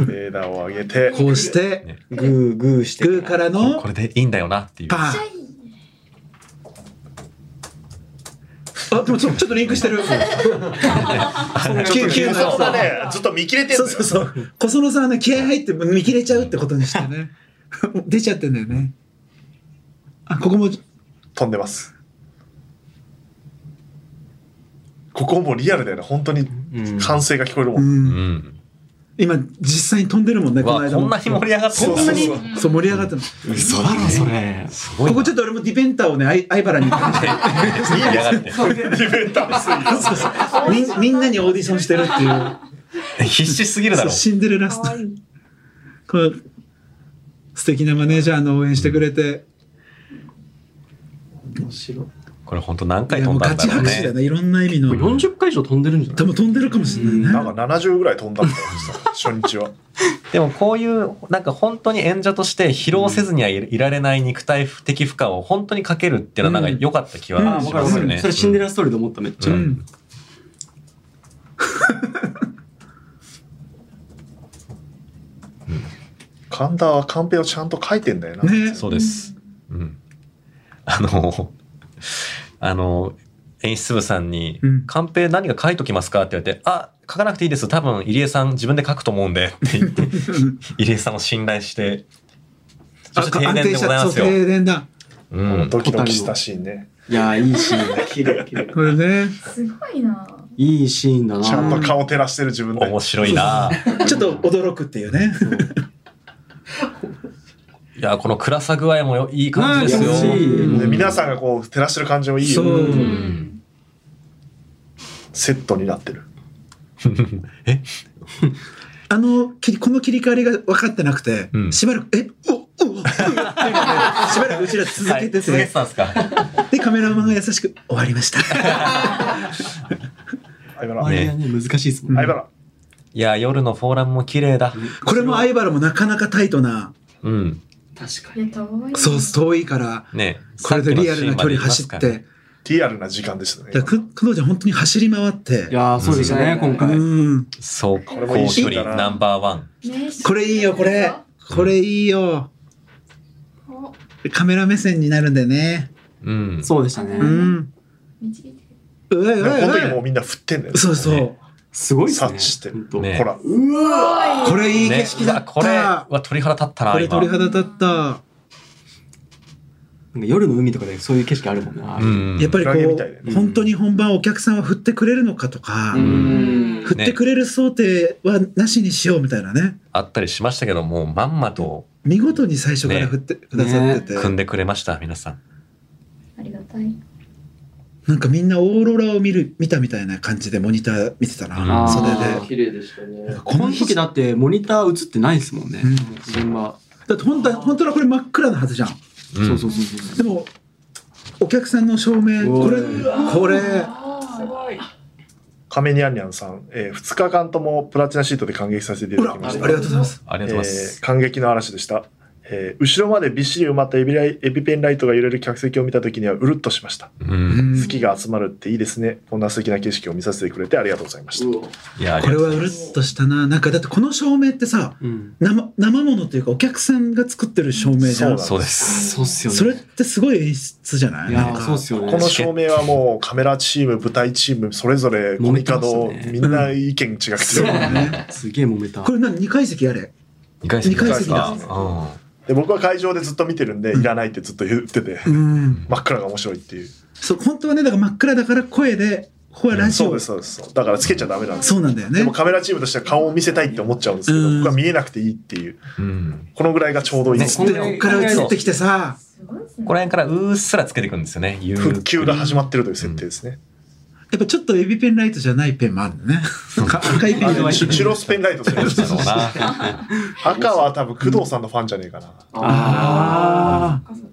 S2: レーダーを上げて、
S3: こうして、
S1: ね
S4: グーグーして。
S3: グーからの
S1: これでいいんだよなっていう。
S3: パーあでもちょちょっとリンクしてる
S2: ちょっと
S3: 99
S2: そこが
S3: の
S2: ね、ずっと見切れてるん
S3: (laughs)
S2: だ
S3: そ
S2: よ
S3: うそうそう小園さんはね気合入って見切れちゃうってことにして (laughs) ね出ちゃってんだよねあここも
S2: 飛んでます。ここもリアルだよね。本当に
S4: うん
S2: 歓声が聞こえるも。
S3: うん
S1: うんん。
S3: 今実際に飛んでるもんねこの
S1: わ
S3: 間
S1: こん
S3: も
S1: なに盛り上がって
S2: そうそうそう
S3: そう盛り上がったの
S4: 嘘だろそれ。
S1: すごい
S3: こ
S1: な。
S3: こちょっと俺もディペンターをねあい相
S1: (laughs)
S3: 原に行って
S1: 盛り上がって。
S2: ディフェンダーす
S3: そうそうみんみんなにオーディションしてるっていう
S1: (laughs) 必死すぎるだ
S3: そう
S1: ろ。
S3: シンデレラスト
S5: 可愛い
S3: こう素敵なマネージャーの応援してくれて、
S4: 面白い。
S1: これ本当
S3: い
S1: 何回
S3: や
S1: 飛
S3: も
S1: ん
S3: う
S1: だ
S3: ガ
S1: んだ
S3: チ
S1: ろう
S3: 拍手だよ
S1: ね。
S3: ねいろんな意味の
S4: 四十回以上飛んでるんじゃな
S3: 多
S4: い
S3: 分？飛んでるかもしれないね、
S2: ごい。なんか70ぐらい飛んだみたいなさ、初日は。
S1: でもこういうなんか本当に演者として疲労せずにはいいられない肉体的負荷を本当にかけるっていうのはなんか良かった気
S4: あ
S1: は
S4: あ
S1: し
S4: わか
S1: ま
S4: るわ
S1: す
S4: か
S1: よ
S4: る。
S1: ね
S4: そ。れシンデレラストーリーで思っためっちゃ。
S1: うん
S3: うん
S2: 神田はカンペをちゃんと書いてんだよな。
S3: ね
S1: そうです。うん。あの、あの、演出部さんに
S3: うん、
S1: カンペ何か書いときますかって言われて、あ、書かなくていいです。多分、入江さん自分で書くと思うんで、って言って、入江さんを信頼して、そして定年でございますよ。
S3: 停電だ
S1: うん。
S2: ドキドキしたシーンね。
S4: いやーいいシーンだ。綺麗綺麗。
S3: これね
S5: すごいな。
S4: いいシーンだな。
S2: ちゃんと顔照らしてる自分で。
S1: 面白いな
S3: ちょっと驚くっていうね
S1: いや、この暗さ具合もよいい感じですよ
S4: うん。気持ちいい
S1: うん
S2: で皆さんがこう照らしてる感じもいいよ。
S3: そう
S5: うん。
S2: セットになってる。
S3: あのきりこの切り替わりが分かってなくて、
S1: うん
S3: しばらくえおおおおっていうのでしばらくうちら続
S1: は
S3: け
S1: い
S3: てて、
S1: 続けてたんですか。
S3: でカメラマンが優しく終わりました
S2: 相
S4: あ
S2: 原。
S4: れはね難しいですもんね。
S2: 相原。
S1: いや、夜のフォーラムも綺麗だ。
S3: これも相原もなかなかタイトな
S1: うん。
S4: 確か
S5: いや、遠いな。
S3: そう遠いから
S1: ね
S3: これでリアルな距離走って、だか
S2: リアルな時間でしたね
S3: ら。く工藤ちゃん本当に走り回って
S4: いやーそうですね今
S3: う
S4: 回。
S3: ん
S1: 走行
S2: れもいいシ
S1: 距
S2: ーンだな
S1: 離ナンバーワン。
S5: ね。
S3: これいいよこれこれいいよ
S5: お
S3: カメラ目線になるんでね
S1: うん。
S4: そうでしたね
S3: う。ん
S5: 導いて
S3: うわうわう
S2: でもこの時もう
S3: わ
S2: みんな振ってんだよね。
S3: そうそう
S1: ね
S4: すごいですね。
S2: 察知して
S4: ほんと
S1: ね
S2: ほら、
S4: うわ
S3: これいい景
S1: ね
S3: 色だった
S1: これは鳥肌立ったな。
S3: これ
S1: 今
S3: 鳥肌立った
S4: ーなんか夜の海とかでそういう景色あるもんな。
S1: うん。
S3: やっぱりこ
S2: クラゲみたいだよ
S3: う
S4: ね
S3: 本当に本番お客さんは振ってくれるのかとか
S4: うん
S3: 振ってくれる想定はなしにしようみたいなね
S1: あったりしましたけども、まんまと
S3: 見事に最初から振ってくださってて
S1: 組んでくれました、皆さん。
S5: ありがたい。
S3: なんかみんなオーロラを見る見たみたいな感じでモニター見てた
S1: う
S3: な
S1: あん
S3: それ
S4: ー
S3: で
S6: 綺麗でしたね。
S4: この時だってモニター映ってないですもんね
S3: うん。
S4: 現場。
S3: だって本当は本当はこれ真っ暗なはずじゃん
S1: うん
S4: そうそうそうそう。
S3: でもお客さんの照明
S4: お
S3: こ
S4: い
S3: れこれ
S2: 亀にゃんにゃんさん、え2日間ともプラチナシートで感激させていた
S3: ほ
S2: だ
S3: らあ
S2: き
S3: り
S2: ま
S3: が
S2: し
S3: とうご
S2: た。
S3: ざいます
S1: ありがとうございます
S2: え。ー感激の嵐でした、えー後ろまでびっしり埋まったエビライエビペンライトが揺れる客席を見た時にはうるっとしました
S1: うん。
S2: 好きが集まるっていいですねこんな素敵な景色を見させてくれてありがとうございました、
S6: うわ
S1: いや、あり
S3: これ
S1: がとう
S3: はうるっとしたななんかだってこの照明ってさ
S4: うん。
S3: 生生ものというかお客さんが作ってる照明じゃん
S2: は
S1: そうです。
S4: そうっすよね。
S3: それってすごい演出じゃない
S4: い
S3: な
S4: や
S3: ん
S4: ー
S3: か
S4: そうっすよね。
S2: この照明はもうカメラチーム舞台チームそれぞれコミカド、
S4: 揉めてました
S2: み
S4: ね
S2: んな意見違くて、
S3: ね
S4: (laughs) すげえ揉めた。
S3: これ何2階席あれ
S1: 二回戦
S3: 二回戦だ
S1: うん。
S2: で僕は会場でずっと見てるんでいらないってずっと言ってて、
S3: うん
S2: 真っ暗が面白いっていう
S3: そう本当はねだから真っ暗だから声でここはラジ
S2: そう
S3: オ
S2: で。すそうですそうだからつけちゃダメなんです
S3: そうなんだよ
S2: で
S3: ね
S2: も。カメラチームとしては顔を見せたいって思っちゃうんですけど
S3: うん
S2: 僕は見えなくていいっていう
S1: うん
S2: このぐらいがちょうどいいです
S4: ね
S3: で、こっから移ってきてさ、
S5: すごいですね。
S1: この辺からうっすらつけていくんですよね。ゆっくり
S2: 復旧が始まってるという設定ですね
S3: やっぱちょっとエビペンライトじゃないペンもあるんだね。か赤いペン
S2: あ
S3: じゃな
S2: でも
S3: いペン。
S2: チュロスペンライトするんです
S1: だ
S2: よ
S1: ろうな。
S2: 赤は多分工藤さんのファンじゃねえかな
S4: あ
S5: そっかそっか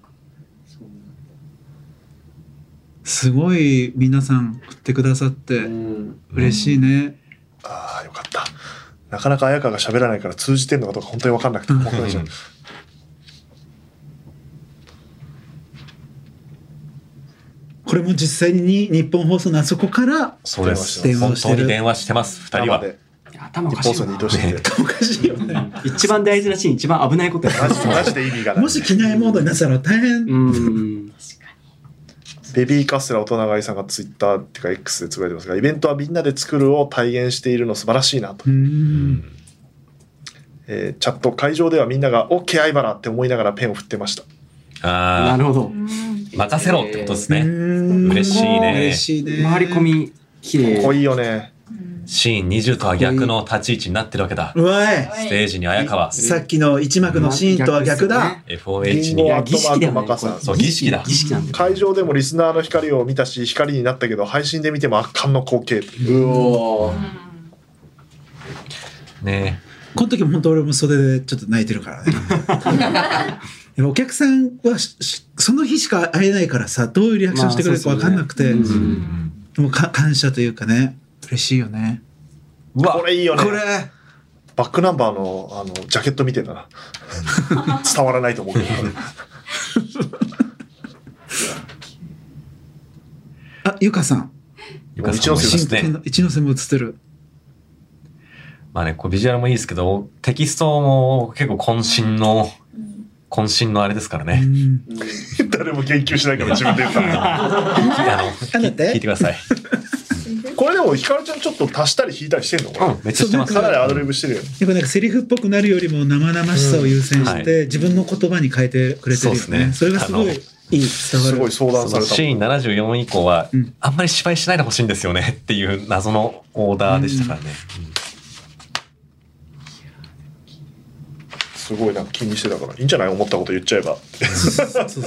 S3: すごい皆さん送ってくださって
S4: ーうん
S3: 嬉しいね。
S2: あーよかったなかなか綾香が喋らないから通じてんのかどうか本当に分かんなくて怖くなっちゃう
S3: これも実際に日本放送のあそこから
S1: そうです。
S3: 電話を
S1: 本
S3: して
S1: 当に
S3: る。
S1: 電話してます、二人
S2: 生
S1: は。
S2: で
S4: 頭お
S2: 日
S4: か
S2: 本
S4: し
S2: 放送
S4: い
S2: に
S4: な
S2: 移動してて
S3: おかしいよね。
S4: 一番大事なシーン一番危ないことや
S2: マジマジで意味がない
S3: もし機内モードになってたら大変。
S4: うん
S2: ベビーカステラ大人買いさんがツイッターっていうか X でつぶやいてますがイベントはみんなで作るを体現しているの素晴らしいなと
S3: うー。
S1: うんん
S2: えーチャット会場ではみんなが「OK 相原」って思いながらペンを振ってました
S4: な
S1: あ
S4: るほど
S5: うん
S1: あ、任せろってことです
S3: う
S1: ね。
S3: ーん
S1: 嬉しいね
S3: 嬉しいね。
S4: 回り込。み綺麗
S2: 濃いよね
S5: うん
S1: シーン20とは逆の立ち位置になってるわけだ。
S3: うわい。
S1: ステージに綾川、
S3: さっきの一幕のシーンとは逆だ。
S2: リ
S1: FOH
S2: ンゴ
S1: に
S2: ア
S4: や
S2: ットマークマカ
S4: 儀式だよ
S2: さ
S4: ね
S2: ん
S1: そう儀式だ
S4: 儀式なんだよ
S2: 会場でもリスナーの光を見たし光になったけど配信で見ても圧巻の光景
S4: うおー
S1: ね。
S3: この時も本当俺も袖でちょっと泣いてるから (laughs) ね。でもお客さんはししその日しか会えないからさ、どういうリアクションしてくれるか
S4: まあ
S3: 分かんなくて、
S4: そうです
S3: で
S4: よね
S3: もうか感謝というかね、嬉しいよね。
S1: うわ
S2: これいいよね
S3: これ、
S2: バックナンバーのあのジャケット見てたな (laughs) 伝わらないと思うけど (laughs)
S3: あ、ゆかさん。
S1: ゆかさんもいいで
S3: 真
S1: す
S3: 剣
S1: ね。
S3: の一ノ瀬も映ってる。
S1: まあね、こうビジュアルもいいですけど、テキストも結構渾身の、
S5: うん
S1: 渾身のあれですから
S3: う
S1: ね。
S3: ん
S2: 誰も言及しないから自分で言ったな
S1: あの、
S3: あ、だっ
S1: 聞い
S3: て
S1: てく
S3: (laughs)
S1: ださい。
S2: これでもひかるちゃんちょっと足したり引いたりしてんのこ
S1: う
S2: れ、
S1: ん、めっちゃしてます。
S2: かなりアドリブしてるよ
S3: やっぱなんかセリフっぽくなるよりも生々しさを優先
S1: うん
S3: し
S1: は
S3: て自分の言葉に変えてくれてるよね。
S1: そ
S3: そう
S1: ですね
S3: れがすごいいい
S1: あの
S3: 伝わ
S2: す
S3: る。
S2: ごい相談
S1: そ
S2: さ
S1: の
S2: れた
S1: シーン74以降は、
S3: うん
S1: あんまり芝居しないでほしいんですよねっていう謎のオーダーでしたからね。
S2: すごいなんか気にしてたからいいんじゃない思ったこと言っちゃえば
S3: そうそうそう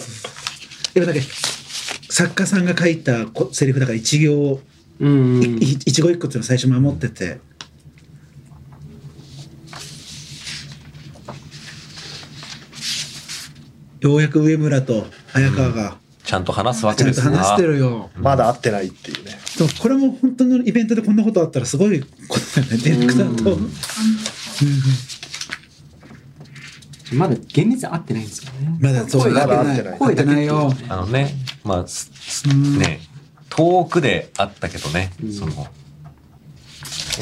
S3: でもなんか作家さんが書いたこセリフだから一行、
S4: うん
S3: いい一語一個っていうのを最初守っててようやく上村と早川が
S1: ちゃんと話すわ
S3: ちゃ
S1: け
S3: ん
S1: で
S3: と
S1: すが
S3: 話してるよ、
S2: まだ会ってないっていうね
S3: でもこれも本当のイベントでこんなことあったらすごいことだよねディレクターと、
S4: まだ厳密に合ってないんですよね
S3: まだそう
S4: 声
S3: な
S4: だ
S3: っ
S4: け
S3: て
S2: 合
S3: な
S2: っ
S3: い
S2: てない
S3: 合ってないよ
S1: あのね、まあ、すす
S3: うん
S1: ね、遠くであったけどね、その、
S2: こ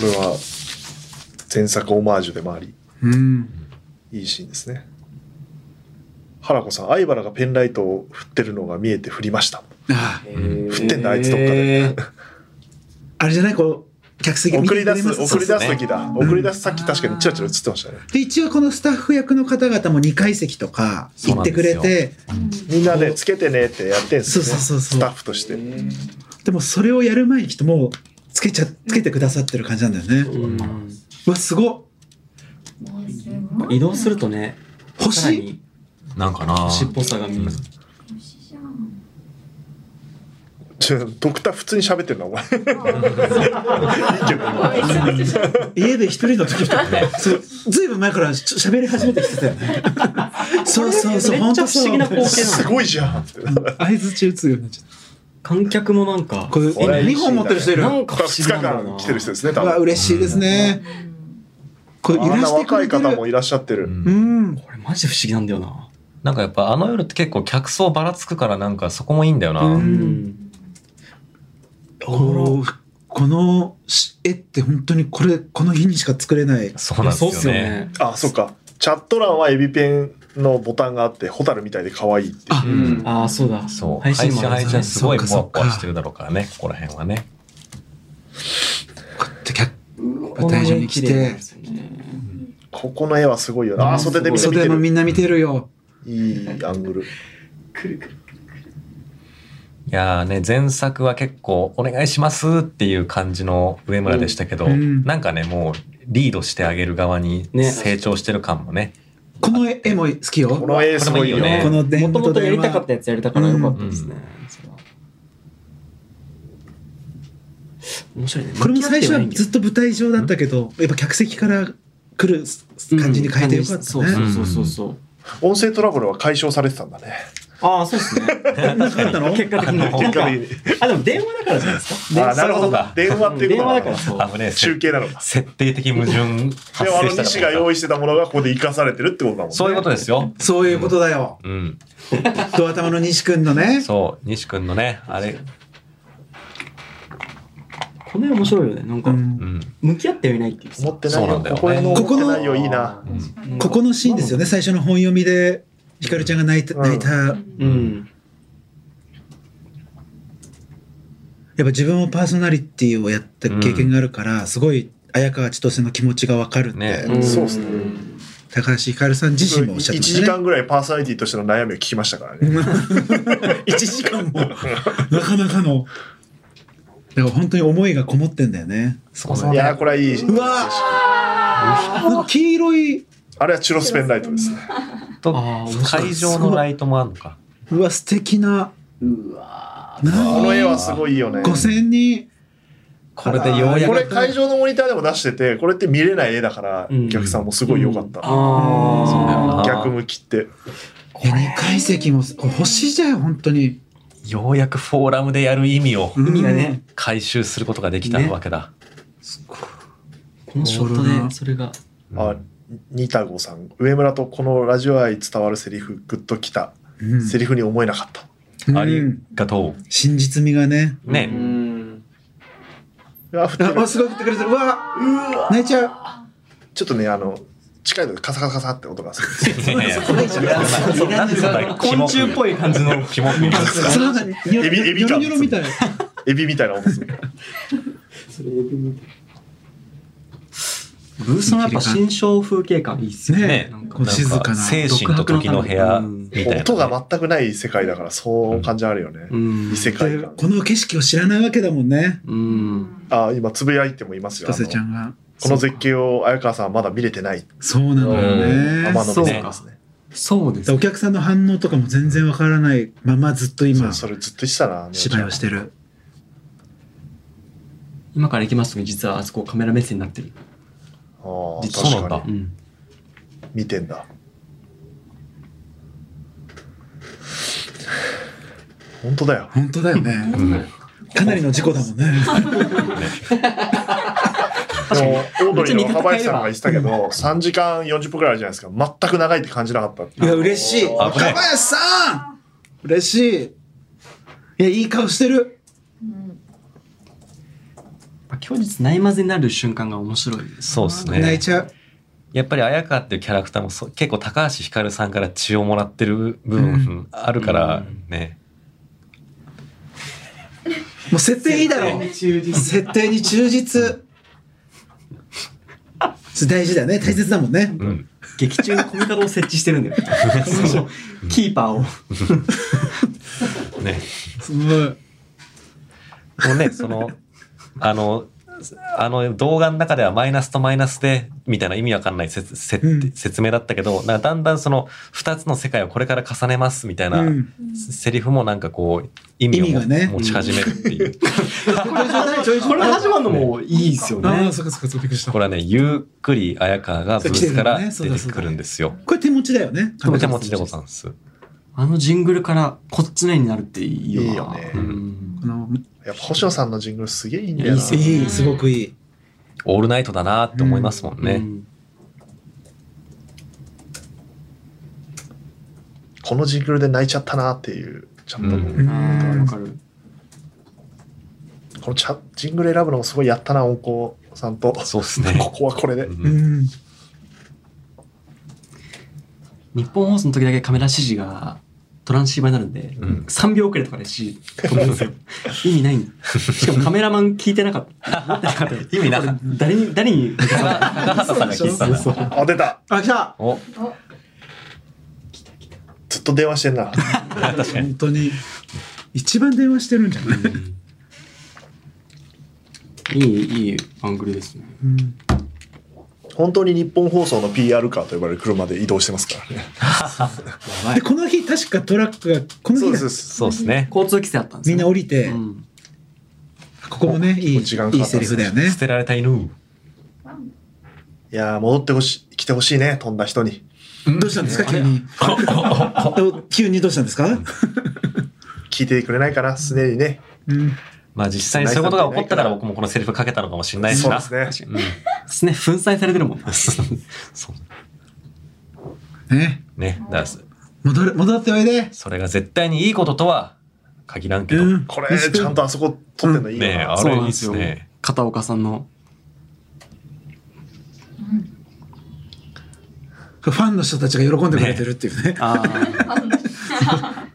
S2: れは前作オマージュでもあり
S3: うん
S2: いいシーンですね原子さん相原がペンライトを振ってるのが見えて振りました
S3: ああ
S4: 振
S2: ってんだあいつどっかで
S3: あれじゃないこう客席見
S2: 送
S3: て
S2: り
S3: く
S2: 出
S3: れ
S2: す
S3: ます
S2: 送り出す時だ
S5: そう
S2: 送り出すさっき確かにチラチラ映ってましたね
S3: で一応このスタッフ役の方々も2階席とか行ってくれ
S1: そうなん
S3: て
S2: みんなでつけてねってやってんすよね
S3: そうそうそうそう
S2: スタッフとして
S3: でもそれをやる前にきっともうつけちゃつけてくださってる感じなんだよねうわすご
S5: もうすごい
S4: 移動するとね
S3: っ欲
S4: さら
S3: しい
S4: に
S1: なんかな、
S4: しっぽさが見えます
S5: 美味しいじゃん
S2: ちょドクター普通に喋ってるなお
S3: (laughs)
S2: 前いいけど
S3: 家で一人の時と
S4: (laughs)
S3: かねそうずいぶん前からし喋り始めてきてたよねそうそうそう
S4: め
S3: ほ
S4: っちゃ
S3: んと
S4: 不
S3: そう
S4: 思議な光景な
S2: す
S4: の
S2: ごいじゃ
S3: (laughs)
S2: んって
S4: (laughs)
S3: 相づち打つようになっちゃっ
S4: 観客もなんか
S3: たこれ
S2: これ
S3: 2本持ってる人いる
S4: なん
S3: う
S4: か
S2: 2
S4: 不思議
S2: 日
S4: なんだよ
S2: 間
S4: な
S2: 来てる人ですね多
S3: わ
S2: 分
S3: 嬉しいですねこれ揺
S2: あん
S3: ら
S2: な
S3: してく
S2: 若
S3: れ
S2: い
S3: て
S2: 方も
S3: る
S2: いらっしゃって
S1: う
S2: る、
S1: ん
S3: うん
S4: これマジで不思議なんだよな
S1: なんかやっぱあの夜って結構客層ばらつくからなんかそこもいいんだよな。
S3: う
S4: うん
S3: このこのし絵って本当にこれこの日にしか作れない
S1: そうなん
S4: そう
S1: で
S4: っ
S1: す
S4: すよ
S1: よね。
S4: ね
S2: あそっかチャット欄はエビペンのボタンがあってホタルみたいで可愛いっていう
S3: あ
S4: うんああそうだ
S1: そう。配
S4: 配信
S1: 信
S4: もある
S1: 配信はすごい
S3: そうか
S1: ポ
S3: そ
S1: ワ
S3: う
S1: ポ
S3: か
S1: ワしてるだろうからね、ここら辺はね。
S3: こうやって客舞台上に来て
S2: ここの絵はすごいよなあー袖で見て見
S3: 袖
S2: て
S3: も
S2: る
S3: みんな見てるよ
S2: いいアングル
S1: いやーね、前作は結構お願いしますっていう感じの上村でしたけど、
S3: うん
S1: なんかね、もうリードしてあげる側に
S4: ね
S1: 成長してる感もね。
S3: この絵も好きよ。
S2: この絵すごいよ
S1: これもいいよね
S2: ね
S3: この電話
S4: もともとやりたかったやつやれたからよかったですね。それは面白いね。
S3: これも最初はずっ
S4: と
S3: と舞台上だったけど、やっぱ客席から来る感じに変えてよかった
S4: そう
S3: ね。
S4: そうそうそう。
S2: 音声トラブルは解消されてたんだね
S4: ああ、そうですね。
S3: なかったの
S4: 結果的に。
S2: 結果的に
S4: あ、でも電話だからじゃないですか。
S2: あなるほど電話っていうこ
S4: 電
S2: とな
S4: 話だ
S2: の
S4: からそう。
S1: あのね、
S2: 中継なのか
S1: 設定的矛盾
S2: で
S1: 発
S2: もあ
S1: 生
S2: の
S1: した
S2: 西が用意してたものがここで生かされてるってことだもんね
S1: そういうことですよ。
S3: そういうことだよ。
S1: うん。
S3: ドア玉の西君のね。
S1: そう、西くんのね、あれ、
S4: この絵面白いよね。なん
S3: う
S4: か、
S3: ん
S1: うん。
S4: 向き合ってはいないっていう
S2: 持
S4: さ。
S2: ってない
S1: そうな
S2: よ
S1: んだよね
S2: ここの
S3: こ
S2: 持
S3: こ
S2: っ
S3: の
S2: てないよいいな
S4: うん
S3: ここのシーンですよね。最初の本読みで、ひかるちゃんが泣いた、
S2: うん
S3: 泣いた。やっ
S4: うん。
S3: ぱ自分もパーソナリティをやった経験があるから、すごい綾川千歳の気持ちがわかるって、
S1: ね
S4: ん
S2: そうっすね
S3: 高橋ひかるさん自身もおっしゃっ
S2: 1
S3: て
S2: 時
S3: た
S2: 間
S3: ね。
S2: ぐらいパーソナリティとしての悩みを聞きましたからね
S3: 1時間も、なかなかの。だから本当に思いがこもってんだよね。そこそこ
S2: いやーこれはいいう
S3: わなんか黄色い、
S2: あれはチュロスペンライトですね
S1: と
S4: あー面白い
S1: 会場のライトもあるのか。
S3: うわ、素敵な。
S4: うわ
S2: この
S3: 何
S2: 絵はすごいよね
S3: 5000人。
S1: これでようや
S2: こ
S1: く
S2: れ会場のモニターでも出しててこれって見れない絵だから
S4: うん
S2: お客さんもすごい良かった、
S4: ああ。
S1: そうだよな
S2: 逆向きって
S3: え2階席も、これ星じゃよ、本当に。
S1: ようやくフォーラムでやる意味を
S3: 意
S4: 味がね。
S1: 回収することができた
S3: ね
S1: わけだ。
S4: このショットで、それが。
S2: あニタゴさん上村とこのラジオ愛伝わるセリフグッときた、
S3: うん
S2: セリフに思えなかった
S3: うん
S1: ありがと
S3: 真実味がね。
S1: う。ね。
S4: (laughs)
S2: うわ振って
S3: あ、
S2: る
S3: あすごい食ってくれてる。うわ、泣いちゃ
S2: ちょっとねあの近いのでカサカサカサって音がする
S1: いやいやそうなんでそんな
S4: 昆虫っぽい感じの。
S1: キモく言うんです
S3: う。
S1: か
S3: そのなんか、ニ
S2: エビエビ
S3: ョロ
S2: 感
S3: ニョロみたい。
S2: エビみたいな音する
S4: ブースのやっぱ新章風景感いいっすよね。
S3: ね
S4: なんか
S3: こう静かな
S1: 精神と時の部屋みたいな。
S2: 音が全くない世界だからそう感じあるよね、
S4: うん
S2: 異世界
S3: で
S2: 観
S3: この景色を知らないわけだもんね。
S4: うん。
S2: あ今つぶやいてもいますよ
S3: 千歳ちゃ
S2: あの
S3: んが。
S2: この絶景を綾川さんはまだ見れてない
S3: そうなのよね。
S2: 天の
S4: そう
S2: 水
S4: か
S2: ですね
S4: そうです
S3: お客さんの反応とかも全然わからないままずっと
S2: そ
S3: 今
S2: う、それずっとしたな
S3: 芝居をしてる。
S4: 今から行きますと実はあそこカメラ目線になってる。
S2: あー
S1: そうなん
S2: 確か
S1: だ
S2: に
S4: ん。
S2: 見てんだ本当だよ
S3: 本当だよね。かなりの事故だもんね。
S2: でもオードリーの若林さんが
S4: 別
S2: 言ってたけど3時間40分くらいあるじゃないですか全く長いって感じなかったって
S3: いや、嬉しい。
S1: あ
S3: 若
S1: これ
S3: 林さん嬉しい。いや、いい顔してる。
S4: 今日日ないまぜになる瞬間が面白いです。
S1: そうです
S3: 泣い
S1: ね。
S3: ちゃう。
S1: やっぱり綾香っていうキャラクターもそう結構高橋ひかるさんから血をもらってる部分あるからね。
S3: もう設定いいだろ。設定に忠実。それ大事だよね。大切だもんね。
S1: うん。
S4: 劇中にコミカドを設置してるん (laughs) だよ。そのキーパーを。
S1: ね。
S3: すごい。
S1: もうね、その、あの、あの動画の中ではマイナスとマイナスでみたいな意味わかんないせつせ
S3: うん
S1: 説明だったけど、なんかだんだんその2つの世界をこれから重ねますみたいな、
S3: うん
S1: セリフもなんかこう意味を
S3: 意味がね
S1: 持ち始めるっていう、
S3: ちょいちょい
S4: これ始まるのもいいですよ
S3: あ
S4: ね
S3: あ、。そっかそっかそっか、びっくりした。
S1: これはねゆっくり綾川がブースから出
S3: そう来てるのね
S1: てくるんですよ。
S3: これ手持ちだよね。
S1: お手持ちでございます。
S4: あのジングルからこっちの絵になるっていいよな。
S2: いいよね
S4: うん
S3: この
S2: やっぱ星野さんのジングルすげえいいんだ
S4: い
S2: よ
S4: い
S2: な
S4: っすよ
S3: いい、すごくいい。
S1: オールナイトだなって思いますもんね。
S4: うん
S2: このジングルで泣いちゃったなっていうちゃんと、
S1: うん
S4: あーわかる。
S2: このチャジングル選ぶのもすごいやったな音工さんと
S1: そうっすね
S2: (laughs) ここはこれで、
S1: うん
S3: うん。
S4: 日本放送の時だけカメラ指示がトランシーバーになるんで、
S1: うん
S4: 3秒遅れとかで指示飛ぶんです
S1: (laughs)
S4: よ。意味ないんだしかもカメラマン聞いてなかった。持ってなかったよ
S1: (laughs) 意味なかっ
S4: 誰に、誰に、
S1: た。高畑さんが聞いてたんだ
S4: そうそう
S2: あ出た
S3: あ、来た
S1: お
S2: ずっと電話してんな
S3: 本当に。一番電話してるんじゃない、
S4: いい、いいアングルですね。
S2: 本当に日本放送の PR カーと呼ばれる車で移動してますからね。
S3: でこの日確かトラックがこの
S2: そう
S3: 日
S2: で
S3: だ
S2: すそうです。
S1: そうですね。
S4: 交通規制あったんです
S3: み
S4: よ
S3: んな降りて、
S4: うん
S3: ここもねいいい
S2: ここ時間かかったんです
S3: いセリフ
S2: ね
S3: だよね
S1: 捨てられた犬。
S2: いやー戻ってほしい、来てほしいね、飛んだ人に。
S3: どうしたんですか急 (laughs) にお急にどうしたんですか、
S2: 聞いてくれないかな、すねにね。
S3: うん、
S1: まあ実際にそういうことが起こったから僕もこのセリフかけたのかもしれないし
S2: そう
S1: な。
S2: ですね。
S4: ですね。粉砕されてるもん
S1: (laughs)
S4: な。
S1: そう
S3: ね
S1: ね。だから
S3: 戻る戻っておいで
S1: それが絶対にいいこととは限らんけど。
S3: うん (laughs)
S2: これ、ちゃんとあそこ撮ってんのいいよ
S1: ねえ、
S2: な。
S1: あ
S4: そう
S1: れい
S4: ないん
S1: で
S4: です
S1: す
S4: よ
S1: ね。
S4: 片岡さんの。
S3: ファンの人たちが喜んでくれてるっていうね
S4: ああ。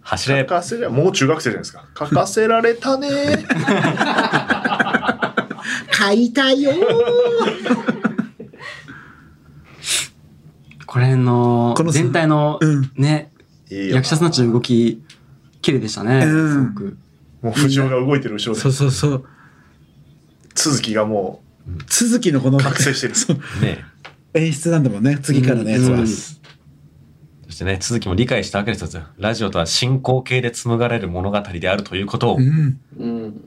S1: 走
S2: 書
S1: れ。
S2: かせりゃ、もう中学生じゃないですか。書かせられ
S3: (laughs)
S2: たねー。
S3: 書いたよー
S4: これの
S3: この、
S4: 全体の
S3: うん、
S4: ね、
S2: いいよな
S4: 役者さんたちの動き、綺麗でしたね。
S3: うん
S4: すごく。
S2: もう藤尾が動いてる後ろで
S3: そう、そうそう
S2: 続きがも
S3: 続きのこの
S2: う覚醒してる。
S3: そう
S1: ね
S3: 演出なんだもんね次からのやつ
S4: う
S3: は、
S4: ん
S1: そしてね、続きも理解したわけですよ。ラジオとは進行形で紡がれる物語であるということを
S3: う。ん、
S6: うん。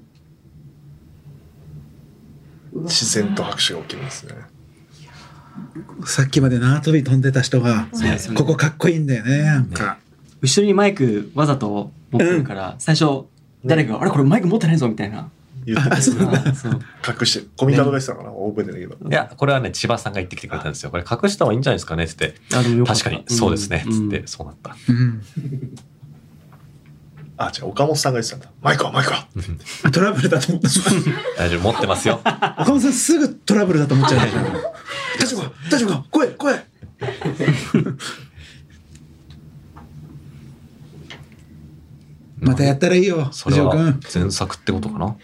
S2: 自然と拍手が起きる
S3: (laughs)
S2: んですね。
S3: さっきまで縄跳び飛んでた人が、
S4: そうですよね
S3: ここかっこいいんだよねなんか、
S4: 後ろにマイクわざと持ってるから、最初、誰かが、あれこれマイク持ってないぞみたいな。
S2: 言って
S3: あそう
S2: くれる
S4: あそう
S2: 隠してる。コミカドが言ってたのかな覚えてないけど。
S1: いや、これはね、千葉さんが言ってきてくれたんですよ。これ隠した方がいいんじゃないですかねってって。
S4: あでもよかっ
S1: 確
S4: た
S1: かに、そうですね。
S4: ん
S1: つっ
S4: う
S1: て、
S4: ん
S1: そうなった。
S3: うん
S2: あ、違う、岡本さんが言ってたんだ。マイクはマイクは。
S3: トラブルだと思った
S1: 大丈夫、持ってます
S4: (laughs)
S1: よ。
S3: 岡本さんすぐトラブルだと思っちゃうね大丈夫か大丈夫か声声 (laughs) またやったらいいよ
S1: それ
S3: 藤尾
S1: は
S3: 君
S1: 前作ってことかな。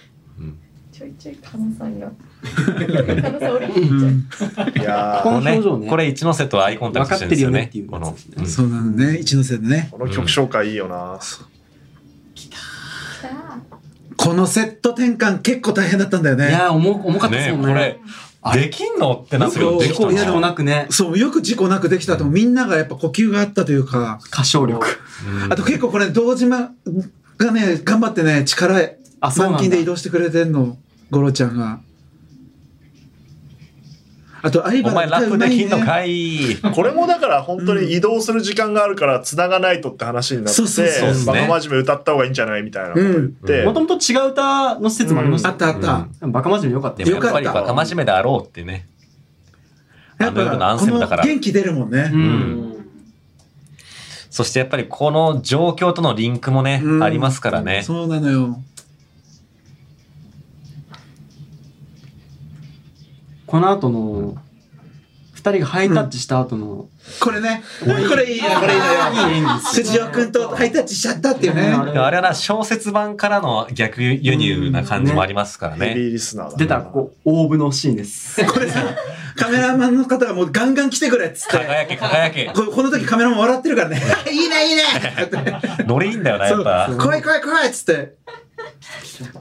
S5: ちょいちょいカナさんが。カナさん俺に言っちゃう。
S2: いや
S4: こ
S2: ー、
S4: の表情ね
S1: これ一ノ瀬とアイコンタクトしてるんですよね。
S4: 分
S1: こ
S4: かっ
S1: の
S4: てるよねっていうやつですね、
S1: うん
S3: そうなのね一ノ瀬のね
S2: この曲紹介いいよな。
S5: さあ
S3: このセット転換結構大変だったんだよ
S4: い
S3: ね
S4: やー重重かったです
S1: ね
S4: もん
S1: こ
S4: ね
S1: れ、できんのってなったけど、
S3: そう
S1: できた
S4: こ
S1: ん
S4: う
S1: です
S4: 嫌でも
S1: よ。
S4: なくね
S3: そうよく事故なくできたと思うみんながやっぱ呼吸があったというか
S4: 歌唱力
S3: あと結構これ堂島がね頑張ってね力
S4: あそうなん
S3: 満
S4: だ
S3: 勤で移動してくれてんの五郎ちゃんがあと相
S1: お前
S3: 原
S1: ラッ
S3: 歌
S1: プ
S3: うま
S1: で
S3: い
S1: き
S3: ね
S1: んのかい。
S2: これもだから本当に移動する時間があるから繋がないとって話になって、
S3: そうそうそう
S1: そう
S2: バカ真面目歌った方がいいんじゃないみたいなこと言って、
S4: もともと違う歌の施設もありまし
S3: あ
S4: た、
S3: ったあった、
S1: うん
S4: バカ真面目よかった
S1: で
S4: よ
S1: も
S3: よ
S1: や
S3: か
S1: っ
S3: った
S1: ぱりバカ真面目であろうってね。
S3: やっ
S1: あの夜の
S3: ぱ
S1: アン
S3: こ
S1: セ
S3: の
S1: ムだから
S3: 元気出るもんね、
S4: う
S6: うんん。
S1: そしてやっぱりこの状況とのリンクもね
S3: う、ん
S1: ありますからね。
S3: そうなのよ
S4: この後の二人がハイタッチした後の、
S3: これねこれいいよこれいいのよ
S4: いい演技です
S3: 辻尾君とハイタッチしちゃったっていうね
S4: ねあれ
S1: でもあれはな、小説版からの逆輸入な感じもありますから
S2: ヘビ
S1: ね。
S2: ーリスナーだな
S4: 出たここオーブのシー
S1: (laughs)
S4: ンです
S3: これさカメラマンの方がもうガンガン来てくれっつって
S1: 輝け輝け。
S3: ここの時カメラマン笑ってるからね (laughs) いいねいいね
S1: ノリいいんだよな、やっぱ。
S3: 来い来い来いっつって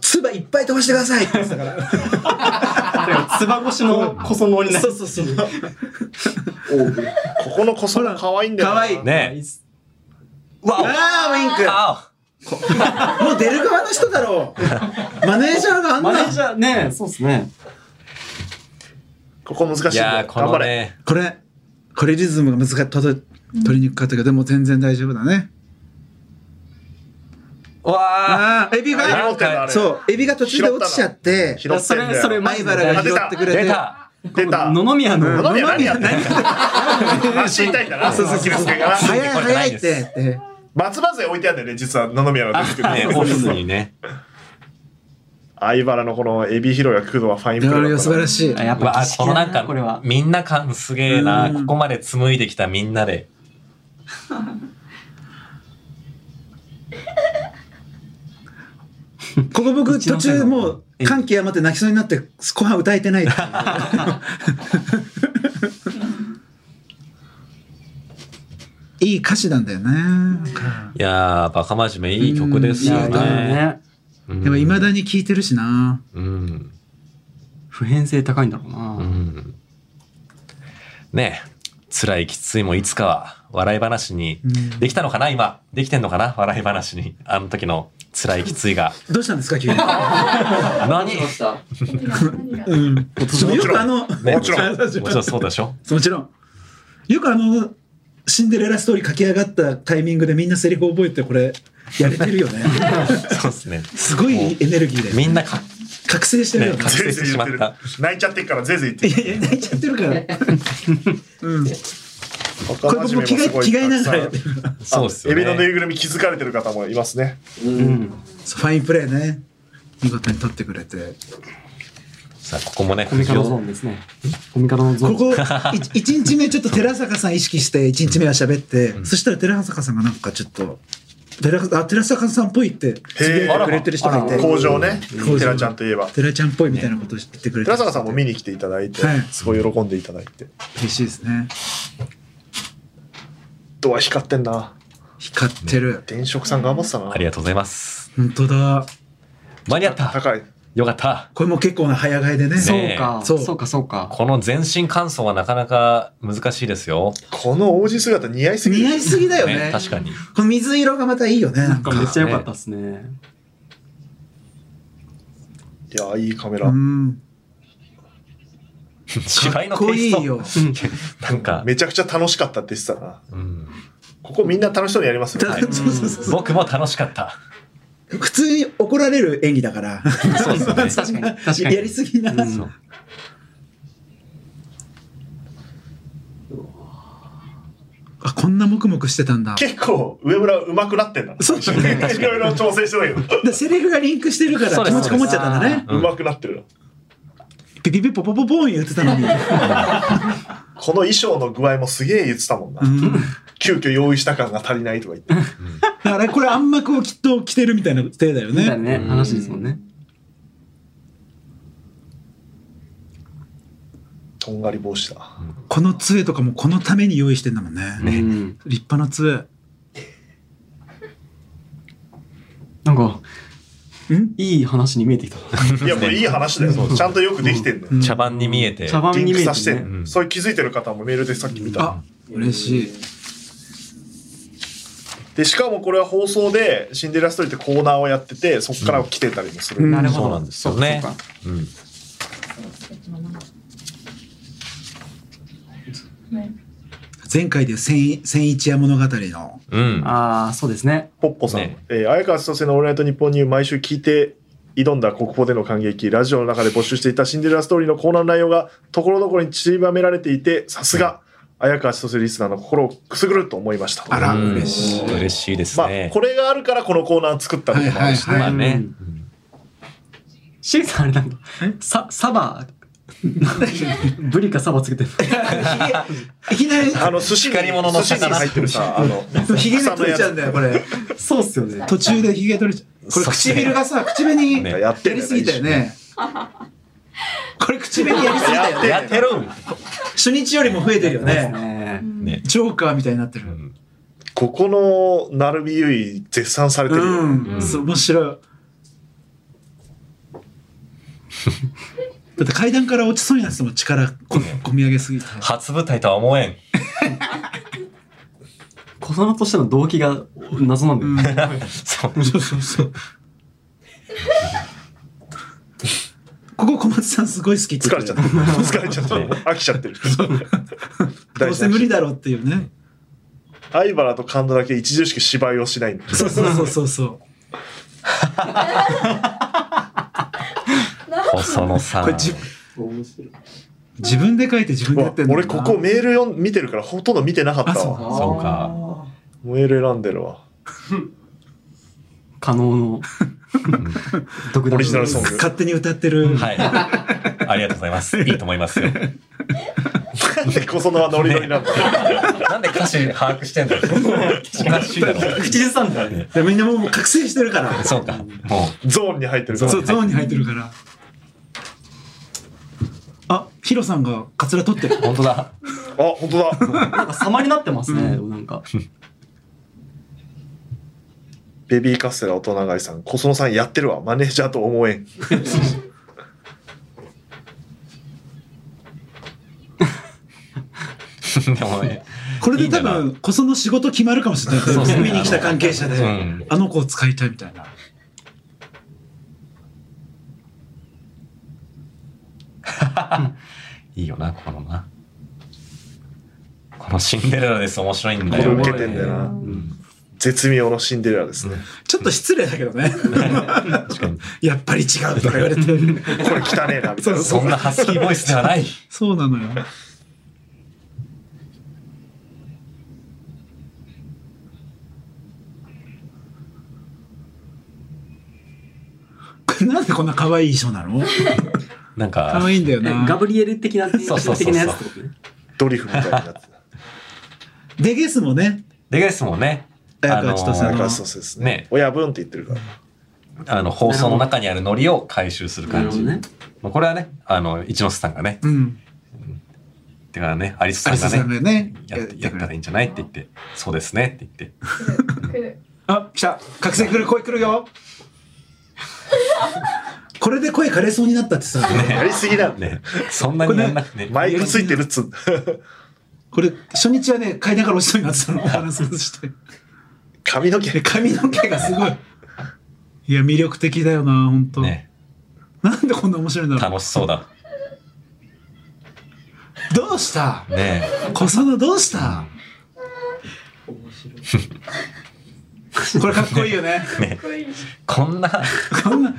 S3: 唾いっぱい飛ばしてくださいって言ってたから
S4: つば越しのこそのりな
S3: そうそうそう
S6: オーブ。
S2: ここのこそ可愛いんだよな。
S3: 可愛い
S1: ね。
S3: わあウィン
S1: あ
S3: クもう出る側の人だろうマネージャーがあんな
S4: マネージャーねそうですね
S2: ここ難しいん
S1: い
S2: だ
S1: やー、
S2: よ。
S1: こ
S2: 頑張
S1: の
S2: れ。
S1: ね、
S3: これこれリズムが難しい取りにくかったけどでも全然大丈夫だね
S1: うわあ。
S3: ああエビ
S2: あれ持
S3: が
S2: ってんだあれ
S3: そうエビが途中で落ちちゃって
S2: 拾ってんだよ。
S4: それそれ
S3: 前原が拾ってくれて
S1: 出た
S2: 出た。
S4: 野
S2: 飲
S4: 々宮の
S2: みは何やってんだよ。足痛いんだな、
S3: そうそう
S2: 鈴木亮介がな。
S3: 早い早いってって
S2: 松葉杖置いてあるんだよね、実は野々宮のですけど
S1: ね、
S2: (laughs)
S1: オフィスにね。
S2: 相原のこのエビ拾いが来るのはファインプ
S3: い
S2: レー
S3: や
S2: だっ
S3: い
S2: た
S3: や
S2: な
S3: 素晴らしい
S4: あやっ
S1: うわ
S4: ぱ
S1: あ
S4: 儀式
S1: このなん
S4: だ
S1: か
S4: なこれは
S1: みんな感すげえな
S3: うん
S1: ここまで紡いできたみんなで
S3: ここ僕途中もう
S4: 一ノ瀬の
S3: 歓喜余って泣きそうになって後半歌えてない (laughs) っていういい歌詞なんだよね。なんか
S1: いやー、バカ真面目いい曲ですよ
S3: うんいや
S1: ね。
S4: ね。
S3: でも未だに聴いてるしな。
S1: うん。
S4: 普遍性高いんだろうな。
S1: うん。ねえ。辛いきついもいつかは笑い話に
S3: うん
S1: できたのかな今できてんのかな笑い話にあの時の辛いきついが
S3: どうしたんですか急に。
S1: 何
S6: 来ました。
S5: 何が
S3: うん。よくあの、
S1: ね
S2: もちろん
S1: もちろんそうでしょ
S3: もちろん。よくあの、シンデレラストーリー書き上がったタイミングでみんなセリフ覚えてこれ、やれてるよね。 (laughs)
S1: そうですね
S3: すごいエネルギーで。
S1: みんなか
S3: 覚醒してるよね
S1: ね。覚醒
S2: ぜい
S1: し
S2: ぜ
S1: て
S2: い
S1: し
S2: 言
S1: ま
S2: っ
S1: って
S2: る
S1: た。
S2: 泣いちゃってっからぜいぜい
S3: い
S2: 言って
S3: やいや、 (laughs) 泣いちゃってるから。うん。
S2: る。
S3: これ僕も着替え、着替えながらやって
S2: て
S3: るから。
S1: そうです
S2: エ
S1: よ
S2: ビのぬ
S1: ね
S2: いぐるみ気づかれてる方もいますね。
S6: うん。
S3: そうファインプレーね。見事に取ってくれて。
S1: さあここもね
S4: コミカドゾーンですね。コミカドのゾー
S3: こ
S4: ン。
S3: こ、い一日目ちょっと寺坂さん意識して、一日目は喋って、そしたら寺坂さんがなんかちょっと、寺あ寺坂さんっぽいって、つぶやいてくれてる人がいて、
S2: 工場ね
S3: 工場。
S2: 寺ちゃんといえば。
S3: 寺ちゃんっぽいみたいなことを言ってくれて、
S2: 寺坂さんも見に来ていただいて
S3: はい、
S2: すごい喜んでいただいて。
S3: 嬉しいですね。
S2: ドア光ってんな。
S3: 光ってる。
S2: 電飾さん頑張ってたな
S1: あり。がとうございます
S3: 本当だ。
S1: 間に合った
S2: 高い。
S1: よかった
S3: これも結構な早替えでね。
S1: そ
S4: そうか。
S3: そう
S4: そうか、そうか。
S1: この全身感想はなかなか難しいですよ
S2: この王子姿似合いすぎる
S3: 似合いすぎだよね。
S1: 確かに
S3: この水色がまたいいよね。な
S4: なんん
S3: か
S4: か。めっちゃ良かったですね。
S2: いや、いいカメラ
S3: う。ん。
S1: 芝居
S3: か
S1: の
S3: っこ
S1: テ
S3: い
S1: イ
S3: い
S1: ス
S3: (laughs)
S1: ト
S3: よ。
S1: なんか、
S2: めちゃくちゃ楽しかったって言ってたな。
S1: うん、
S2: ここみんな楽しそうにやりますよね。
S3: たそうそうそう
S1: 僕も楽しかった
S3: 普通に怒られる演技だから。
S1: そうですね
S4: 確かに。確かに。
S3: やりすぎな。
S4: うん
S1: そう
S3: あ、こんなもくもくしてたんだ。
S2: 結構、上村上手くなってんな。
S3: そうだね
S2: (laughs) いろいろ調整してたけど。
S3: でセリフがリンクしてるか
S1: そ
S3: ら
S1: うで
S3: 気持ち
S1: す
S3: こもっちゃったんだね。
S1: うん
S2: 上手くなってるな。
S3: ピピピポポポポーン言ってたのに。
S2: この衣装の具合もすげえ言ってたもんな。
S3: うん
S2: 急遽用意した感が足りないとか言って。
S3: だからこれあんまこうきっと着てるみたいな手だよ
S4: みたい
S3: ね。
S4: なね、
S1: うん
S4: 話ですもんね。
S2: とんがり帽子だ。
S3: この杖とかもこのために用意してんだもんね。
S4: うん
S3: 立派な杖。
S4: なんか、
S3: ん
S4: いい話に見えてきた。
S2: いや、これいい話だよ。ちゃんとよくできてんだよ。
S1: 茶番に見えて
S4: 茶番
S2: リ
S4: に
S2: ン
S4: 見
S2: ク
S4: え
S2: させ
S4: て
S2: て
S4: ね
S2: んの。それ気づいてる方もメールでさっき見た。
S3: あ、嬉しい。
S2: で、しかもこれは放送で、シンデレラストーリーってコーナーをやってて、そっから来てたりもする。
S1: なるほどなんです
S4: そ
S1: よ
S4: うか
S1: ね
S4: そうか
S1: うん
S5: ね
S3: 前回で千千一夜物語の。
S1: うん
S4: ああ、そうですね。
S2: ポッポさん、
S1: ね
S2: えー、綾川千歳のオールナイトニッポンに毎週聞いて挑んだ国宝での感激、ラジオの中で募集していたシンデレラストーリーのコーナーの内容がところどころに散りばめられていて、さすが、綾川千歳リスナーの心をくすぐると思いました。
S3: あら、
S1: うん
S3: 嬉しい。
S1: 嬉しいです
S2: まあ、
S1: ね、
S2: これがあるからこのコーナー作ったのもあるし、
S3: はいはいはい
S1: まあね、
S4: シェイさんあれなんだ。サ、サバ、ブリかサバつけてる。
S2: (laughs)
S3: いきなり、
S2: あの寿司に
S1: 光り物の
S2: 寿司に
S1: 魚
S2: 入ってるさ、あ
S3: (laughs)
S2: の、
S3: ひげが取れちゃうんだよ、これ。
S4: そうっすよね。
S3: 途中でひげ取れちゃう。これ
S1: そして
S3: 唇がさ、口紅
S1: ね
S3: や
S2: やってんだ
S3: り
S2: よ
S3: すぎたよね。これ口紅やりすぎたよね。
S2: や
S1: や
S2: っ
S1: ってて
S2: る
S1: るん
S3: 初日よりも増えてるよね。
S4: ね
S1: ね、
S3: ジョーカーみたいになってる。
S2: ここの成美優衣絶賛されて
S3: う
S2: るよ、
S3: ん、そう面白 (laughs) い。だって階段から落ちそうになっても力こ込み上げすぎて。
S1: 初舞台とは思えん
S4: 子供としての動機が謎なんだよね。
S1: そう
S3: そうそうそう。ここ小松さんすごい好きって
S2: 疲
S3: 言
S2: れ
S3: って
S2: ちゃっ
S3: る (laughs)
S2: た。疲れちゃった。飽きちゃってる。 (laughs)
S3: どうせ無理だろうっていうね。
S2: 相原と神田だけ著しく芝居をしないんだ
S3: そうそうそうそうそう。
S1: 細野さん
S3: これじ
S6: 面白い。
S3: 自分で書いて自分でやってんだ
S2: 俺ここメール読ん見てるからほとんど見てなかった
S3: あそう
S2: わ
S1: そうか
S2: メール選んでるわ
S4: 可能の (laughs) 独
S2: オリジナルソング
S3: 勝手に歌ってる。
S1: はいありがとうござ
S3: (laughs)
S1: いますいいと思いますよ
S2: なんでこそのはノリノリな
S3: (laughs)
S2: んだ
S1: なんで歌詞把握してんだよおかしいだろ
S4: 口ずさんだよね。
S3: でみんなもう覚醒してるから。
S1: そうかも
S2: ゾーンに入ってるから
S3: そう、ゾーンに入ってるから。あ、ヒロさんがカツラ取ってる
S1: う。本当だ
S2: あ、本当だ。
S4: なんか様になってますね、なんか。
S2: ベビーカステラ大人買いさん、小園さんやってるわ。マネージャーと思えん。
S1: でもね、
S3: これで多
S1: いいん
S3: 分、こその仕事決まるかもしれない
S1: そうですね
S3: 見に来た関係者で、
S1: うん
S3: あの子を使いたいみたいな。
S1: いいよな、このな。このシンデレラです、面白いん
S2: こ
S1: だ
S2: れ
S1: よ。
S2: 受けてんだよな。絶妙のシンデレラですね。
S3: ちょっと失礼だけどね。
S1: 確かに。
S3: (laughs) やっぱり違うとか言われて。
S2: これ汚ねえな、みた
S3: (laughs)
S2: いな。
S1: そんなハスキーボイスではない。
S3: そうなのよ。 (laughs) これなんでこんな可愛い衣装なの
S1: なんか、
S3: 可愛いんだよ
S4: え
S3: な。
S4: ガブリエル的な、
S1: そうそうそうそう
S4: 的なやつってことね。
S2: ドリフみたいになってた。
S3: デゲスもね、
S1: でかいですもんね。
S3: 綾川千歳
S1: あ
S3: の
S1: の
S2: 中そうですね
S1: ね。
S2: 親分って言ってるから。
S1: あの放送の中にあるノリを回収する
S4: なる
S1: 感
S4: ほ
S1: じ。
S4: どね。
S1: まあこれはね、あの、一ノ瀬さんがね、
S3: うん。
S1: てかね、アリス
S3: ア
S1: さ
S3: リサさん
S1: んがね、
S3: がね、
S1: やっやったらいい
S3: い。
S1: んじゃないって言って、そうですねって言って。
S5: 来る
S3: あ、来た。覚醒来る、声来るよ。これで声枯れそうになったってさ、
S2: やりすぎなんだよ。
S1: ね、そんなにやんなくてね。
S2: マイクついてるっつう。
S3: これ初日はね、階段から落ちそうにな (laughs) ってたの、お話しして。
S2: 髪の
S3: で
S2: 毛。
S3: 髪の毛がすごい。いや、魅力的だよな、本当、
S1: ね、
S3: なんでこんな面白いんだろ
S1: 楽しそうだ。
S3: う。どうした
S1: ね
S3: 小園どうしたこれかっこいいよね。
S5: かっこいい
S1: こんな、
S3: こんな、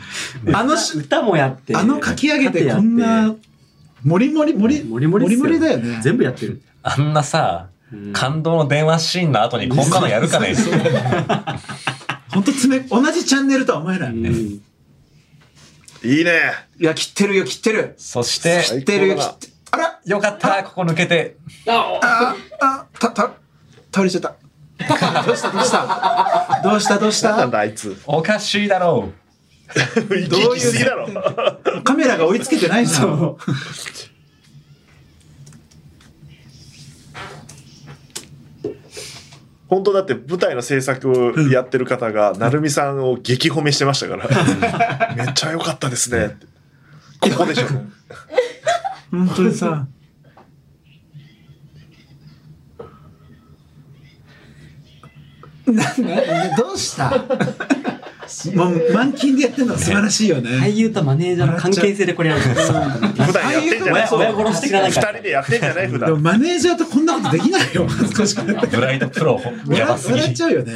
S3: あのし、
S4: 歌もやって。
S3: あの書き上げ
S4: 縦
S3: て
S4: やっ
S3: こんな、もりもり、もり、
S4: もりもりっすよ
S3: もりだよね。
S4: 全部やってる。
S1: あんなさ、
S4: うん
S1: 感動の電話シーンの後にこんなのやるかね。
S3: 本当爪、同じチャンネルとは思えない。
S4: う
S3: い
S4: ん
S2: いいね。
S3: や、切ってるよ、切ってる。
S1: そして、
S3: 切ってるよ、
S2: 最
S3: 切
S2: 高だな
S3: って。あら
S1: よかった、ここ抜けて。
S3: あ、あ、た、た、倒れちゃった。どうした、どうした。どうした、どうし
S2: なんなん
S3: た。
S2: だ、あいつ。
S1: おかしいだろ
S2: 生き生きすぎだろ。
S3: カメラが追いつけてないじゃん。
S2: 本当だって舞台の制作をやってる方が、成美さんを激褒めしてましたから。めっちゃ良かったですねって。ここでしょ。
S3: 本当にさ。なんだどうしたもう満勤でやってるのは素晴らしいよね。
S4: 俳優とマネージャーの関係性でこれやるんですよ。
S2: 普段やってんじゃない
S4: 親親殺し的なな
S2: 二
S4: ん
S2: (laughs)
S4: か。
S2: 人でやってんじゃない普
S3: でも
S2: 段。
S3: マネージャーとこんなことできないよ。恥ず (laughs) かしくなっ
S1: う。
S3: て。
S1: ブライトプロ、やば
S3: 笑
S1: すぎ。
S3: 笑っちゃうよね。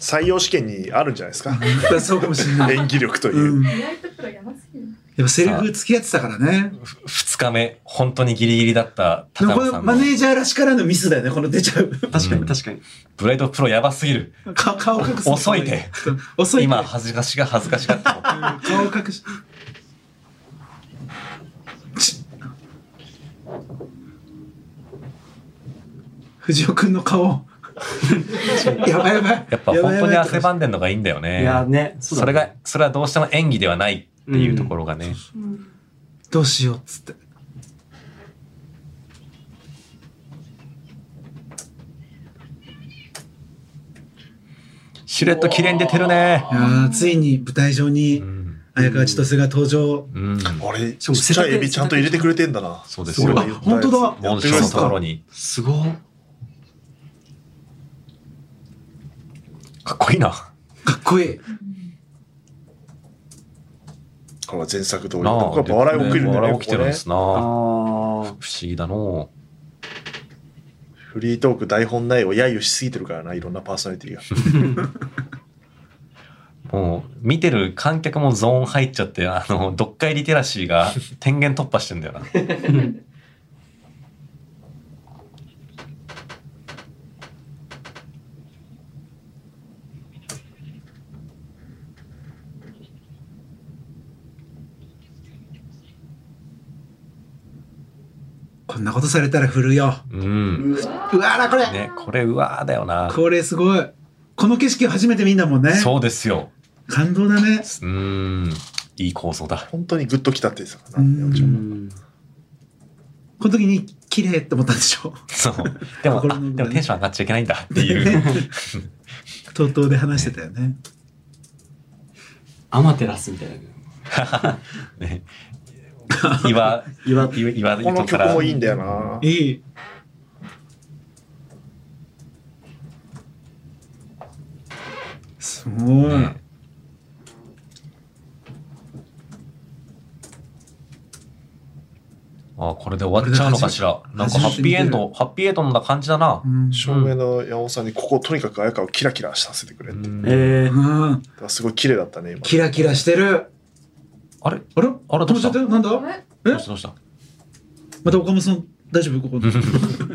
S2: 採用試験にあるんじゃないですか。
S3: だからそうかもしれない。
S2: 演技力というう。
S3: ん、や
S5: 意外とプロやばすぎる
S3: っぱセリフ付き合ってたからね。
S1: 2日目、本当にギリギリだった
S3: でも
S1: 高
S3: こ
S1: 野さ
S3: の
S1: ん
S3: マ
S1: の
S3: ネ。ージャーらしからぬミスだよね、この出ちゃ (laughs) う。
S4: 確かに確かに。
S1: ブライトプロやばすぎる。
S3: 顔顔隠す。
S1: 遅いて。
S3: 遅いて。
S1: 今、恥ずかしが恥ずかしがっても。
S3: 顔隠し。ち藤尾くんの
S1: (laughs)
S3: 顔。やばいやばい。
S1: やっぱ
S3: やば
S1: 本
S3: いや
S1: 当に
S3: ばい
S1: 汗ばんでんのがいいんだよね。
S4: いやね、
S1: そう
S4: だ
S1: れ
S4: ね
S1: が、それはどうしても演技ではないっていうところがね。
S3: どうしようっつって。
S1: シュレット綺麗に出てるね。
S3: いやーついに舞台上に
S1: うん。
S3: 綾川千歳が登場。
S1: うん。
S2: あれ、ちっちゃいエビちゃんと入れてくれてんだな。
S1: そうですよ
S2: 俺が言ったやつ
S3: あ本当だ
S1: モンションのところに。
S4: すごい。
S1: かっこいいな。
S3: かっこいい。
S2: この前作通り。
S1: なあ
S2: ここは笑い起きるんだよね。
S1: 笑い起きてるんですな。不
S4: ああ
S1: 思
S4: ー。
S1: 議だの。
S2: ここねフリートーク台本ないを揶揄しすぎてるからな、いろんなパーソナリティが。
S1: もう、見てる観客もゾーン入っちゃって、あの、読解リテラシーが天元突破してんだよな。
S3: こんなことされたら振るよ。
S1: うん。
S6: うわ
S3: うわーだこれ。
S1: ね、これ、うわーだよな。
S3: これすごい。この景色を初めて見んだもんね。
S1: そうですよ。
S3: 感動だね。
S1: うーん。いい構想だ。
S2: 本当にグッときたって言ってた
S3: う
S2: からな。
S3: ん
S4: うん
S3: この時に綺麗って思ったんでしょ
S1: そう。でも、
S3: 心
S1: あ、
S3: の
S1: でもテンション上がっちゃいけないんだって
S3: (laughs)
S1: いう。
S3: とうとうで話してたよね
S4: アマテラスみたいな。
S1: ね、岩、
S4: 岩
S1: 岩、岩
S2: この
S1: 糸か
S2: 曲
S1: ら
S2: もいいんだよない
S3: いすごい、
S1: ねあ、これで終わっちゃうのかしら。なんかハッピーエンド、ハッピーエンドな感じだな
S3: う。ん
S2: 照明の山本さんにここをとにかく綾香をキラキラさせてくれって、だ
S1: うん
S4: えー、
S3: うん
S2: からすごい綺麗だったね今
S3: キラキラしてる
S1: あれ
S3: あれ
S1: あれどうした
S3: 止めちゃったよなんだ
S5: え
S1: どうしたどうした
S3: また岡本さん大丈夫ここ
S4: この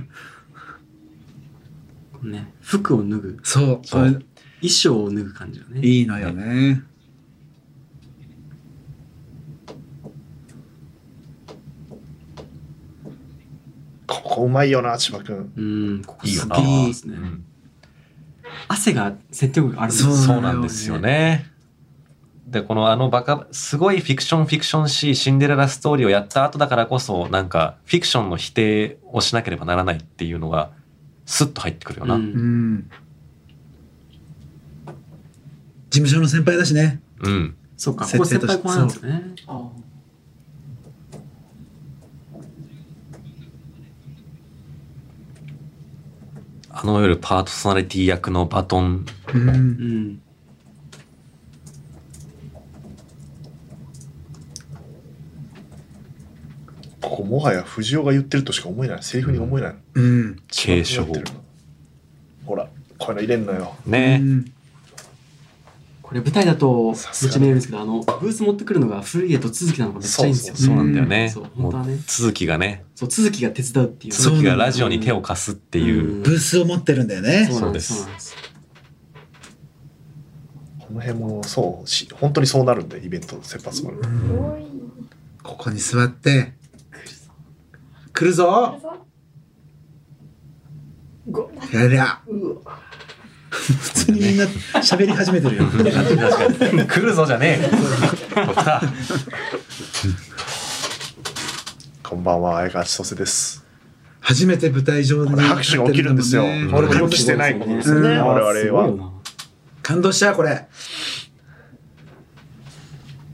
S4: ね、服を脱ぐ、
S3: (laughs) そう
S1: そう
S3: こ
S4: 衣装を脱ぐ感じだね。
S3: れいいのよね
S2: ここうまいよな千葉君
S4: うん、ここ
S1: いいよ
S4: す
S1: な。
S4: げえいいです
S1: う
S4: ね。
S1: ん
S4: 汗が説得力あるんです
S3: そう
S1: そうなんですよ。ね。で、このあのバカ、すごいフィクションフィクションしいシンデレラストーリーをやった後だからこそ、なんかフィクションの否定をしなければならないっていうのが、スッと入ってくるよな。
S4: う、
S3: うんん事務所の先輩だしね
S1: うん
S4: そうか、ここ
S3: 設定と
S4: 先
S3: して
S4: 輩後輩なんですよね。
S6: あ
S1: あの夜パーソナリティ役のバトン。
S3: うん
S4: うん。
S2: ここもはや藤尾が言ってるとしか思えないセリフに思えない
S3: うん
S1: 継
S2: 千葉
S1: 承
S2: 君が言ってるほらこういうの入れんのよ
S3: う
S1: ね。
S3: ん
S4: これ舞台だと、
S2: さすが
S4: ち見えるんですけど、あの、ブース持ってくるのが古家と続きなのがめっちゃいいんですよ。
S1: そうなんだよね
S4: そう。
S1: も
S4: 本当は
S1: う
S4: ね、
S1: 続きがね、
S4: そう、続きが手伝うっていう。
S3: そう
S1: 続きがラジオに手を貸すっていう。
S4: ん
S3: ブースを持ってるんだよね
S4: そうなんで
S1: そう
S4: す。
S2: この辺もそうし本当にそうなるんでイベント切羽詰まると
S5: すごい。
S3: ここに座って来るぞ
S5: あれさご
S3: やりゃ
S5: うわ
S3: 普通にみんな喋り始めてるよ
S1: 確かに来るぞじゃねえよさあ
S2: こんばんは綾香千歳です
S3: 初めて舞台上に
S2: これ拍手が起きるんですよ
S3: 立ってるん
S2: 俺も
S3: だも
S2: 予
S3: んね
S2: 期してないことですよ
S3: う
S2: ね
S3: ん
S2: 我々は
S4: は。
S3: 感動しちゃうこれ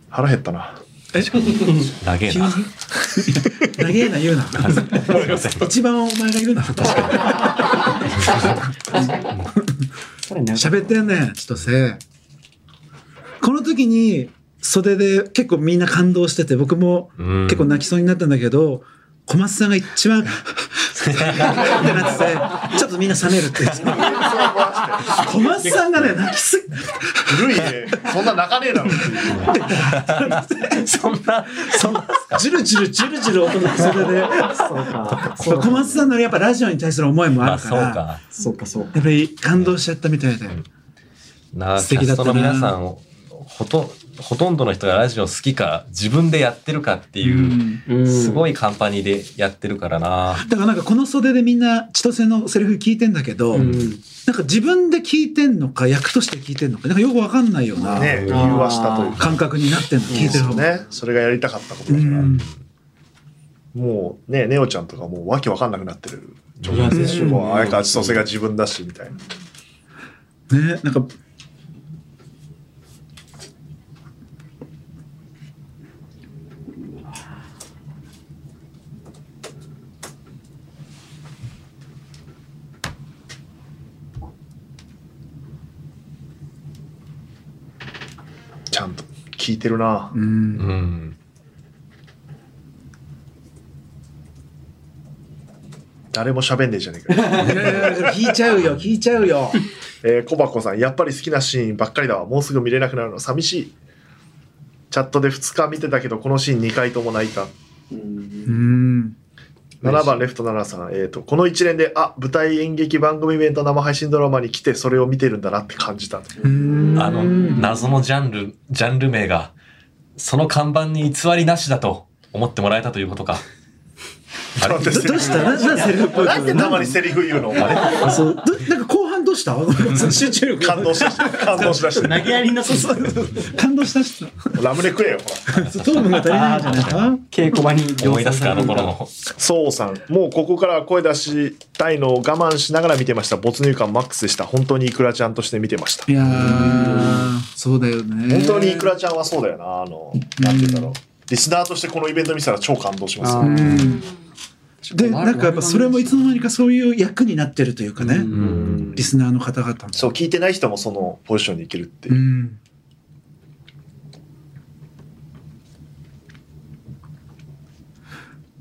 S2: 腹減った (laughs) な
S1: 長えな。
S3: 長えな言う
S1: (laughs)
S3: な一番お前が言うな
S4: これね
S3: 喋ってんねんちとせこの時に袖で結構みんな感動してて僕も
S1: うん
S3: 結構泣きそうになったんだけど、小松さんが一番 (laughs) ってなっててちょっとみんな冷める
S1: (laughs)
S3: っていう小松さんがね泣きすぎ
S2: 古いねそんな泣かねえだろ
S1: (laughs) そんな、そんな、
S3: ジュルジュルジュルジュル音が袖で
S4: そうか。そう
S3: 小松さんのやっぱラジオに対する思いもあ
S1: あ、
S3: るか
S1: そう
S3: ら
S1: か。
S4: そうか、そうか。
S3: やっぱり感動しちゃったみたいで、
S1: なあ、
S3: 素
S1: キャ
S3: 敵だ
S1: ス
S3: った
S1: ト
S3: な
S1: の皆さん、ほと、ほとんどの人がラジオ好きか、自分でやってるかっていう、す
S4: い。
S1: ごいカンパニーでやってるからな。
S3: だからなんかこの袖でみんな千歳のセリフ聞いてんだけど、
S4: うん。
S3: なんか自分で聞いてんのか役として聞いてんのかなんかよくわかんないような
S2: (laughs) ね融和したというか
S3: 感覚になってんの聞いてる方が、
S2: ねそれがやりたかったこと
S3: う
S2: だから
S3: ん、
S2: もうねネオちゃんとかもうわけわかんなくなってる状
S4: いや
S2: 態選手
S4: う
S2: も
S4: ん
S2: 綾香千歳が自分だしみたいな
S3: ねなんか
S2: ちゃんと聞いてるな
S3: うん
S1: うん。
S2: 誰も喋んねえじゃねえ (laughs) かよ
S3: いやいや聞いちゃうよ聞いちゃうよ
S2: えー小箱さんやっぱり好きなシーンばっかりだわもうすぐ見れなくなるの寂しいチャットで2日見てたけどこのシーン2回とも泣いた
S6: うん
S3: うん
S2: 7番レフト7さん、えー、とこの一連であ舞台演劇番組イベント生配信ドラマに来てそれを見てるんだなって感じた
S3: うん
S1: あの、謎のジャンル、ジャンル名が、その看板に偽りなしだと思ってもらえたということか。あれ
S2: なんで
S3: どどうしたラジオセリフっぽい
S2: なんでたまにセリフ言うのお前
S3: あそうどなんか後半どううした集中力
S2: 感動しだした。 (laughs) 感動しだし
S4: 投
S2: た。
S4: げやりになってる
S3: 感動したし
S2: ラムネ食えよ。
S3: 糖分が足りないんじゃないか
S4: 稽古場に量産
S1: 思い出すか、あの頃
S4: されるんだ
S1: の。
S2: そうさん、もうここからは声出したいのを我慢しながら見てました。没入感マックスでした。本当にイクラちゃんとして見てました
S3: い。やーそうだよね
S2: 本当にイクラちゃんはそうだよな。あの、なんて言うんだろう。リスナーとしてこのイベント見たら超感動します
S4: あ
S2: よ。
S3: う
S4: ー
S3: んでなんかやっぱそれもいつの間にかそういう役になってるというかね、
S1: うん
S3: リスナーの方々も
S2: そう、聞いてない人もそのポジションに行けるっていうう。
S3: ん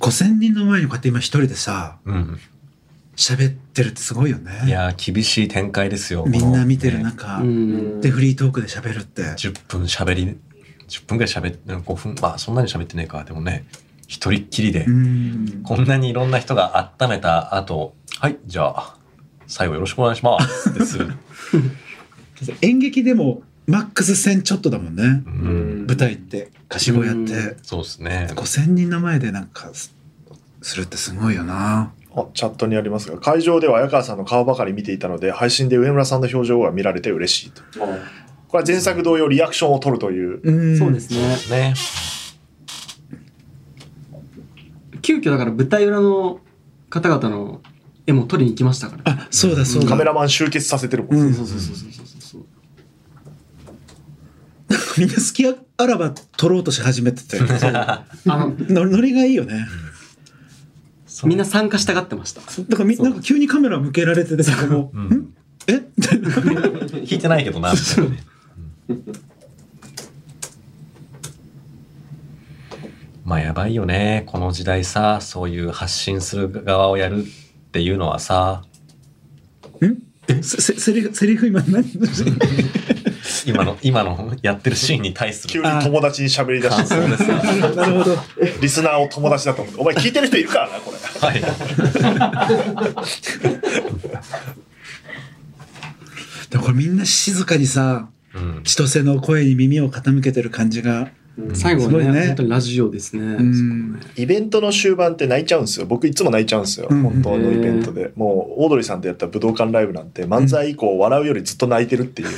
S3: 5000人の前にこうやって今一人でさ
S1: うん。
S3: 喋ってるってすごいよね
S1: いやー、厳しい展開ですよ。
S3: みんな見てる
S1: このね
S3: 中、
S4: うん
S3: でフリートークで喋るって
S1: 10分喋り、10分ぐらい喋って、5分、まあそんなに喋ってねえか。でもね、一人っきりで
S3: う、ん
S1: こんなにいろんな人が温めた後、はい、じゃあ、最後よろしくお願いします。ってする。
S3: 演劇でもマックス1000ちょっとだもんね
S1: う。
S4: うんん
S3: 舞台って貸し小屋っ
S4: うん
S3: て
S1: そうですね。
S3: 5000人の前でなんかすするってすごいよな
S2: あチャットにありますが、会場では綾川さんの顔ばかり見ていたので、配信で上村さんの表情が見られて嬉しいと。これは前作同様リアクションを取るという。
S3: うん
S4: そうですね
S1: ね。
S4: 急遽だから舞台裏の方々の絵も撮りに行きましたから
S3: あそうだそうだ
S2: カメラマン集結させてるもん。
S3: うん
S4: そうそうそうそうそうそう
S3: みんな好きあらば撮ろうとし始めて (laughs) て
S4: あの
S3: ノノリがいいよね
S1: そう
S4: みんな参加したがってました
S3: だからみなんか急にカメラ向けられててそこも「
S1: うん
S3: んえみたいな
S1: 聞いてないけどな、みたいなね。まあやばいよね。この時代さ、そういう発信する側をやるっていうのはさ、
S3: せせセリフセリフ今何
S1: 今の、今のやってるシーンに対す
S2: 急
S1: る
S2: に友達に喋り出
S1: 感
S2: し
S1: 想ですよ。
S3: なるほど
S2: て、リスナーを友達だと思って、お前聞いてる人いるからな、これ。
S1: はい。
S3: でもこれみんな静かにさ
S1: うん。
S3: 千歳の声に耳を傾けてる感じが
S4: 最後は
S3: すごい
S4: ね
S3: ね
S4: 本当にラジオですね
S3: ん
S4: そこね
S2: イベントの終盤って泣いちゃうんですよ。僕いつも泣いちゃうんですよ。
S3: うん
S2: 本当のイベントで。もう、オードリーさんとやった武道館ライブなんて、漫才以降笑うよりずっと泣いてるっていう。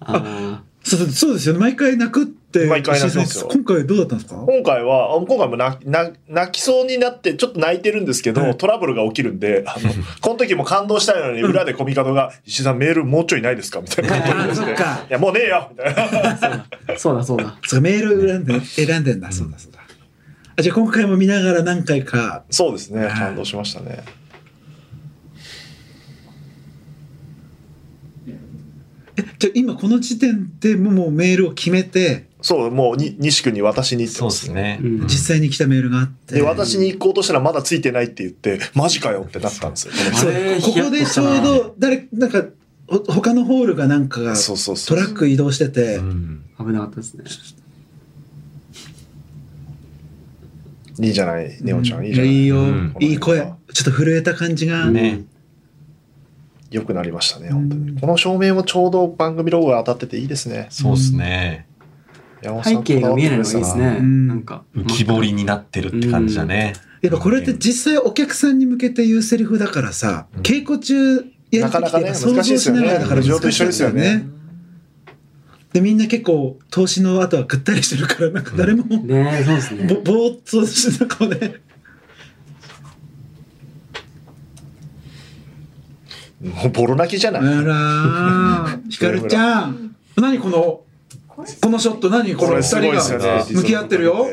S4: あ
S3: そうそうですよね毎回泣くって
S2: 毎回泣くんですよ
S3: 今回どうだったんですか
S2: 今回は、あ今回も泣き泣泣きそうになって、ちょっと泣いてるんですけど、トラブルが起きるんで、あの、この時も感動したいのに、裏でコミカドが、石井さんメールもうちょいないですかみたいなことを言い出し
S3: あそ
S2: て。
S3: っ
S2: い
S3: か
S2: や、もうねえよみたいな。
S4: ーそうだそうだ
S3: そうかメール選んで選んでんだそうだそうだあじゃあ今回も見ながら何回か
S2: そうですね。感動しましたね。
S3: えじゃあ今この時点でもうもうメールを決めて
S2: そう、もうに、西君に私にって
S1: そう
S2: ま
S1: ですすね。
S4: うん
S3: 実際に来たメールがあって、
S2: で、私に行こうとしたらまだついてないって言って、マジかよってなったんですよ。
S3: そう
S4: あれ
S3: ここでちょうど誰なんかほ他のホールがなんかが
S2: そうそうそ
S3: ト
S2: う。
S3: ラック移動してて、
S1: うん。
S4: 危なかったですね
S2: いいじゃない、ネオちゃん。いいじゃないい。
S3: よ、
S1: うん
S3: いい声ちょっと震えた感じが、
S1: ね。
S2: 良くなりましたね、本当に。この照明もちょうど番組ロゴが当たってていいですね。
S1: そうですね。
S2: 山本さん
S4: 背景が見えないのがいいですね
S3: うん
S4: なんか
S1: 浮き彫りになってるって感じだね。
S3: やっぱこれって実際お客さんに向けて言うセリフだからさ、
S1: うん
S3: 稽古中やる
S2: な
S3: と
S2: かな
S3: き
S2: かね、難しいですよね。
S3: だから
S2: 上と
S3: 難
S2: 一
S3: しい
S2: 緒
S3: で
S2: ですす
S3: よ
S2: よ
S3: ね
S2: ね。
S3: でみんな結構投資の後はぐったりしてるからなんか誰も、
S4: ねそうです
S3: ぼ
S4: ね
S3: ぼーっとしてた顔で
S2: もうボロ泣きじゃ
S3: あ
S2: ない。
S3: らー、ひかるちゃん。 (laughs) 何この、
S5: これ
S3: このショット何この二人が向き合ってるよ。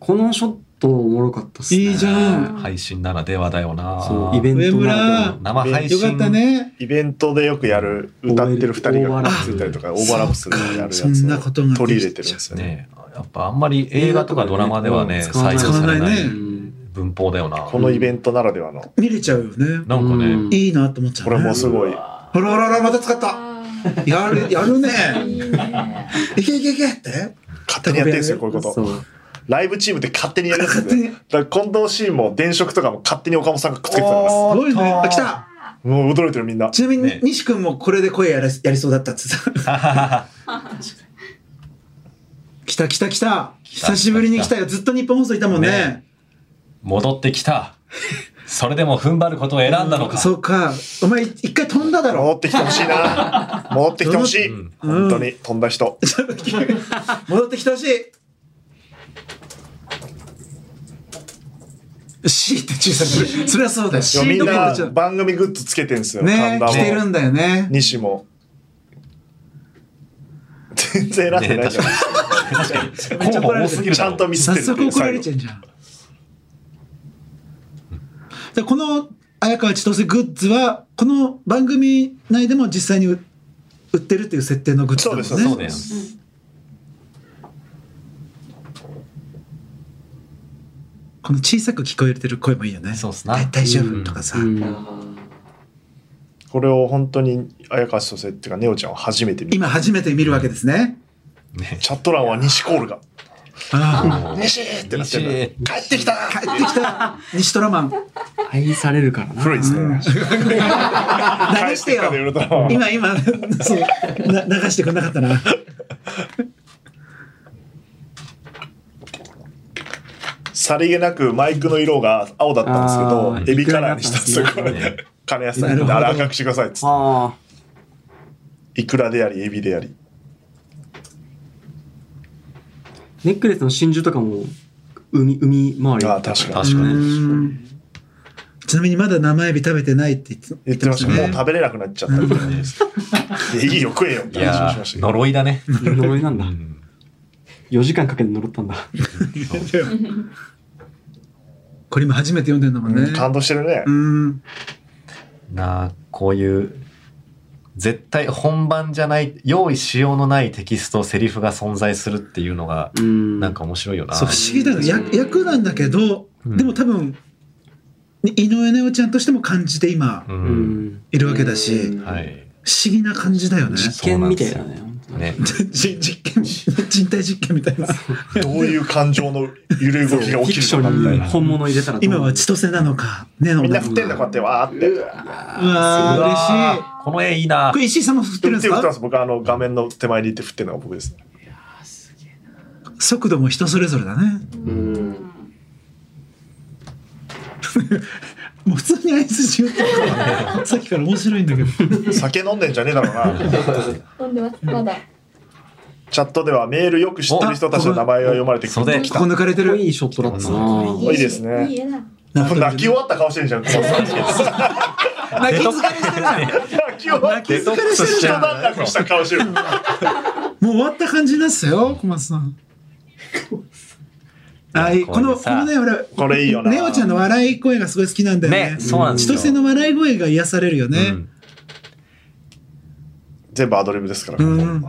S4: このショットおもろかったっすね
S3: いいじゃん。
S1: 配信ならではだよな。
S4: そうイベン
S3: 上
S4: ト
S3: 村
S4: ならでは
S1: 生配
S3: よ
S1: 信。
S3: かったね。
S2: イベントでよくやる、歌ってる二人
S4: オー
S2: が
S4: バーラ
S2: く
S4: ッ
S2: っ
S4: プ
S2: ついたりとか、オーバーラップするのをやるやつ
S3: そんなことが
S2: を取り入れてるんですよね。
S1: ねやっぱあんまり映画とかドラマではね、
S4: 使わな
S1: 採
S4: い
S1: 用され
S3: 使わな
S1: ない
S3: ね
S1: い
S4: うん
S1: 文法だよな。
S2: このイベントならではの。
S3: 見れちゃうよね。
S1: なんか
S4: うん
S1: ね、
S3: いいなと思っちゃう、
S2: こ
S3: ね。
S2: れもすごい。
S3: ほらほらほら、また使った。
S5: あ
S3: やる、やる
S5: ーい
S3: ね。
S5: いね。
S3: いけいけいけって。
S2: 勝手にやってるんですよ、こういうこ
S4: そ
S2: と。
S4: う
S2: ライブチームって勝手にやるんですよ
S3: 勝手に
S2: ね。だから近藤シーンも電飾とかも勝手に岡本さんがくっつけてたからです
S3: す
S1: おーっと
S3: ごいね。あ、来た。
S2: もう驚いてるみんな。
S3: ちなみに、
S1: ね
S3: 西君もこれで声やらやりそうだったってさ。
S2: (laughs)
S3: 来た来た来た。
S1: た
S3: 久しぶりに来たよ。ずっと日本放送いたもんね。
S1: 戻ってきた。それでも踏ん張ることを選んだのか。
S3: そうか。お前、一回飛んだだろ。
S2: 戻ってきてほしいな。戻ってきてほしい。
S1: うん
S2: 本当に飛んだ人。
S3: 戻ってきてほしい。C って小さくなる。そりゃそうだよ。
S2: み
S3: C
S2: ん
S3: どころ
S2: な
S3: じゃ
S2: 番組グッズつけてんすよ。
S3: ね
S2: 神
S3: 着て
S2: 田
S3: る
S2: も
S3: んだよね。
S2: 西も。全然選んでないじゃん。
S1: 候補多すぎる
S2: ちゃ
S1: だ
S2: んと
S1: ろ。
S2: 見せ
S3: 早
S2: てるっ
S3: 速
S2: ていう。
S3: 怒られちゃうじゃん。でこの綾川千歳グッズはこの番組内でも実際に売売ってるっていう設定のグッズだもんね。
S2: そうです
S1: そうです。
S3: この小さく聞こえてる声もいいよね。
S1: そうっすな
S3: だ大丈夫とかさ。
S2: これを本当に綾川先生っていうかネオちゃんは初めて見る。
S3: 今初めて見るわけですね。
S1: ね。
S2: チャット欄は西コールが。
S3: あ
S2: 西ってなってる。
S1: 西
S2: 帰ってきた
S3: あ帰ってきた西トラマン。
S4: 愛されるからな。
S2: 古いですね。
S3: 流してよ
S2: 帰ってきたでウルトラマン
S3: 今今そうな流してくんなかったな。
S2: さりげなくマイクの色が青だったんですけど、
S4: あー
S2: エビカラーにしたんですよ、
S4: いく
S2: こ
S4: ら
S2: れ
S4: に
S1: なったんです
S2: で。金安さんに、
S3: なるほど
S2: あれ赤くしてくださいっつっ
S4: あ
S2: て。いくらであり、エビであり。
S4: ネックレスの真珠とかも海海周り
S2: ああ、確かに。
S1: 確か
S3: う
S1: に。
S3: ーんちなみにまだ生エビ食べてないって言って
S2: 言ってましたね。もう
S3: ね。
S2: 食べれなくなっちゃったみたいないやいいよ、食えよって
S1: い
S2: 話を
S1: や
S2: しまし
S1: ー、
S2: たけど。
S1: 呪いだね。
S4: 呪いなん
S1: う
S4: だ。
S1: ん
S4: 4時間かけて呪ったんだ。
S3: これ今初めて読んでんだもん
S2: う
S3: ね
S2: ん。感動してるね
S3: う。ん。
S1: なあ、こういう、絶対本番じゃない、用意しようのないテキスト、セリフが存在するっていうのが、
S4: うん。
S1: なんか面白いよな。
S3: そう不思議だよね。役役なんだけど、
S1: うん
S3: でも多分に井上奈緒ちゃんとしても感じて今
S1: う。
S4: うんん。
S3: いるわけだし、
S6: うん
S3: 不
S1: はい。
S3: 思議な感じだよね。
S4: 実験みたいだね。
S1: ね。
S3: じ実験人体実験みた
S2: (laughs)
S3: いな。
S2: どういう感情の揺れ動きが
S4: フィ
S2: 起
S4: ク
S2: き
S4: シ
S2: るの
S4: ョ
S2: かみたい
S4: ンに
S2: な。
S4: 本物入れたらどう
S3: 今は千歳なのかねの
S2: みんな
S3: なの
S2: 振
S3: か。
S2: ってんだ、こうやって、わーって。
S3: うわー
S1: う
S3: 嬉しい。
S1: わーこの絵いいな
S3: こ。れ石井さんも振ってる
S2: 振
S3: んで
S2: って
S3: す
S2: るってま
S3: か
S2: す。僕、あの、画面の手前に行って振ってるのが僕です。
S3: 速度も人それぞれだね
S6: うん
S3: (laughs) もう普通に合図しようと
S2: (laughs)
S3: かさっきから面白いんだけど
S2: 酒飲んでんじゃねえだろうな。
S5: 飲んでます。まだ。
S2: チャットではメールよく知ってる人たちの名前が読まれてくる。
S1: 袖
S3: ここ抜かれて
S4: かっこい
S3: る
S4: いショットだった
S2: い
S4: な。
S2: いですね
S5: いい絵だ。
S2: もう泣き終わった顔してるじゃん。
S3: 泣き疲れしてるな
S2: 泣き終わって
S1: デトックスし
S2: 一
S1: ちゃう。
S2: 段落した顔してる。
S3: もう終わった感じなんですよ小松さんはいこのこのね俺
S2: これいいよな
S3: ネオちゃんの笑い声がすごい好きなんだよね
S1: ね、そうなんです
S3: 千
S1: よ。
S3: 歳の笑い声が癒されるよ
S1: う
S3: ね
S1: ん
S2: 全部アドリブですから。
S3: うん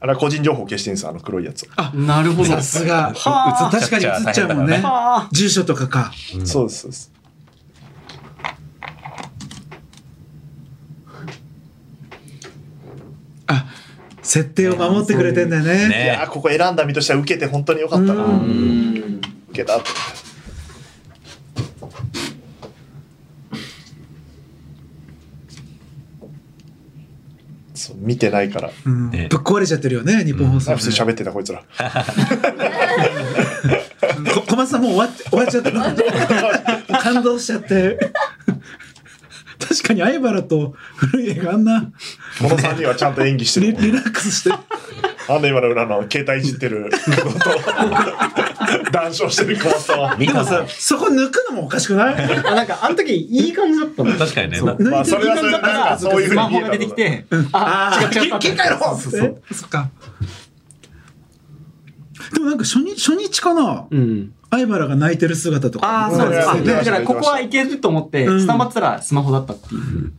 S2: あれは個人情報消してるんですあの黒いやつ。
S4: なるほど。
S3: さすが
S4: は
S3: 確かに映っちゃうもんね
S4: あ。
S3: 住所とかか
S2: そうですそうです。
S3: 設定を守ってくれてんだよね
S2: い
S1: ね
S2: やーここ選んだ身としては受けて本当に良かったな。
S3: う
S2: 受
S6: うん
S2: けた。そう見てないから。あ
S3: うんぶっ
S1: ね
S3: 壊れちゃってるよね日本放送ね
S2: 普通に喋ってたこいつら。
S3: こ小松さんもう終わっ終わっちゃ (laughs) った。感動しちゃって。確かに相原と古家があんな
S2: この3人はちゃんと演技して
S3: リ
S2: るもん。
S3: リラックスして
S2: あんで今の裏の携帯いじってるこ
S3: (laughs)
S2: とと談笑してる子と。
S1: み
S3: でも
S1: か
S3: さ (laughs)
S1: さ
S3: そこ抜くのもおかしく (laughs) ない
S4: あなんかあの時いい感じだったの。
S1: 確かにね
S4: そう
S1: な
S2: まあそれはそれでなんかそういうふう
S4: ス
S2: に
S4: マホ
S2: 見え
S4: が
S2: た
S4: 出てきて、
S3: あ
S4: あ違う違う
S3: 切り替えろ
S4: そうそうそう
S3: えそっかでもなんか初日初日かな
S4: うん。
S3: 相原が泣いてる姿と
S4: あ
S3: か
S4: あ、そうです。
S2: う
S4: あ
S2: ん
S4: だからここはいけると思って、
S3: うん
S4: スタンバってたらスマホだったっていう。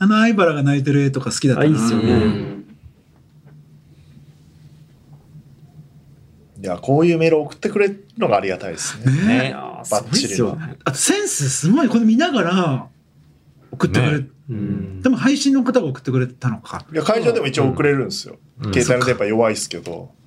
S3: あの相原が泣いてる絵とか好きだった
S4: あ、
S3: ない
S4: いっすよ
S6: う
S4: ね。
S6: ん
S2: いや、こういうメールを送ってくれるのがありがたいですね。
S1: ね。
S4: あーす
S2: バ
S4: ご
S2: ッ
S4: い
S2: チ
S4: っ
S2: リ
S4: すよ。
S3: あとセンスすごいこれ見ながら送ってくれる、
S1: ね
S4: うん
S3: でも配信の方が送ってくれたのか
S2: いや、会場でも一応送れるんですよ。
S1: うん
S2: 携帯の電波弱いですけど。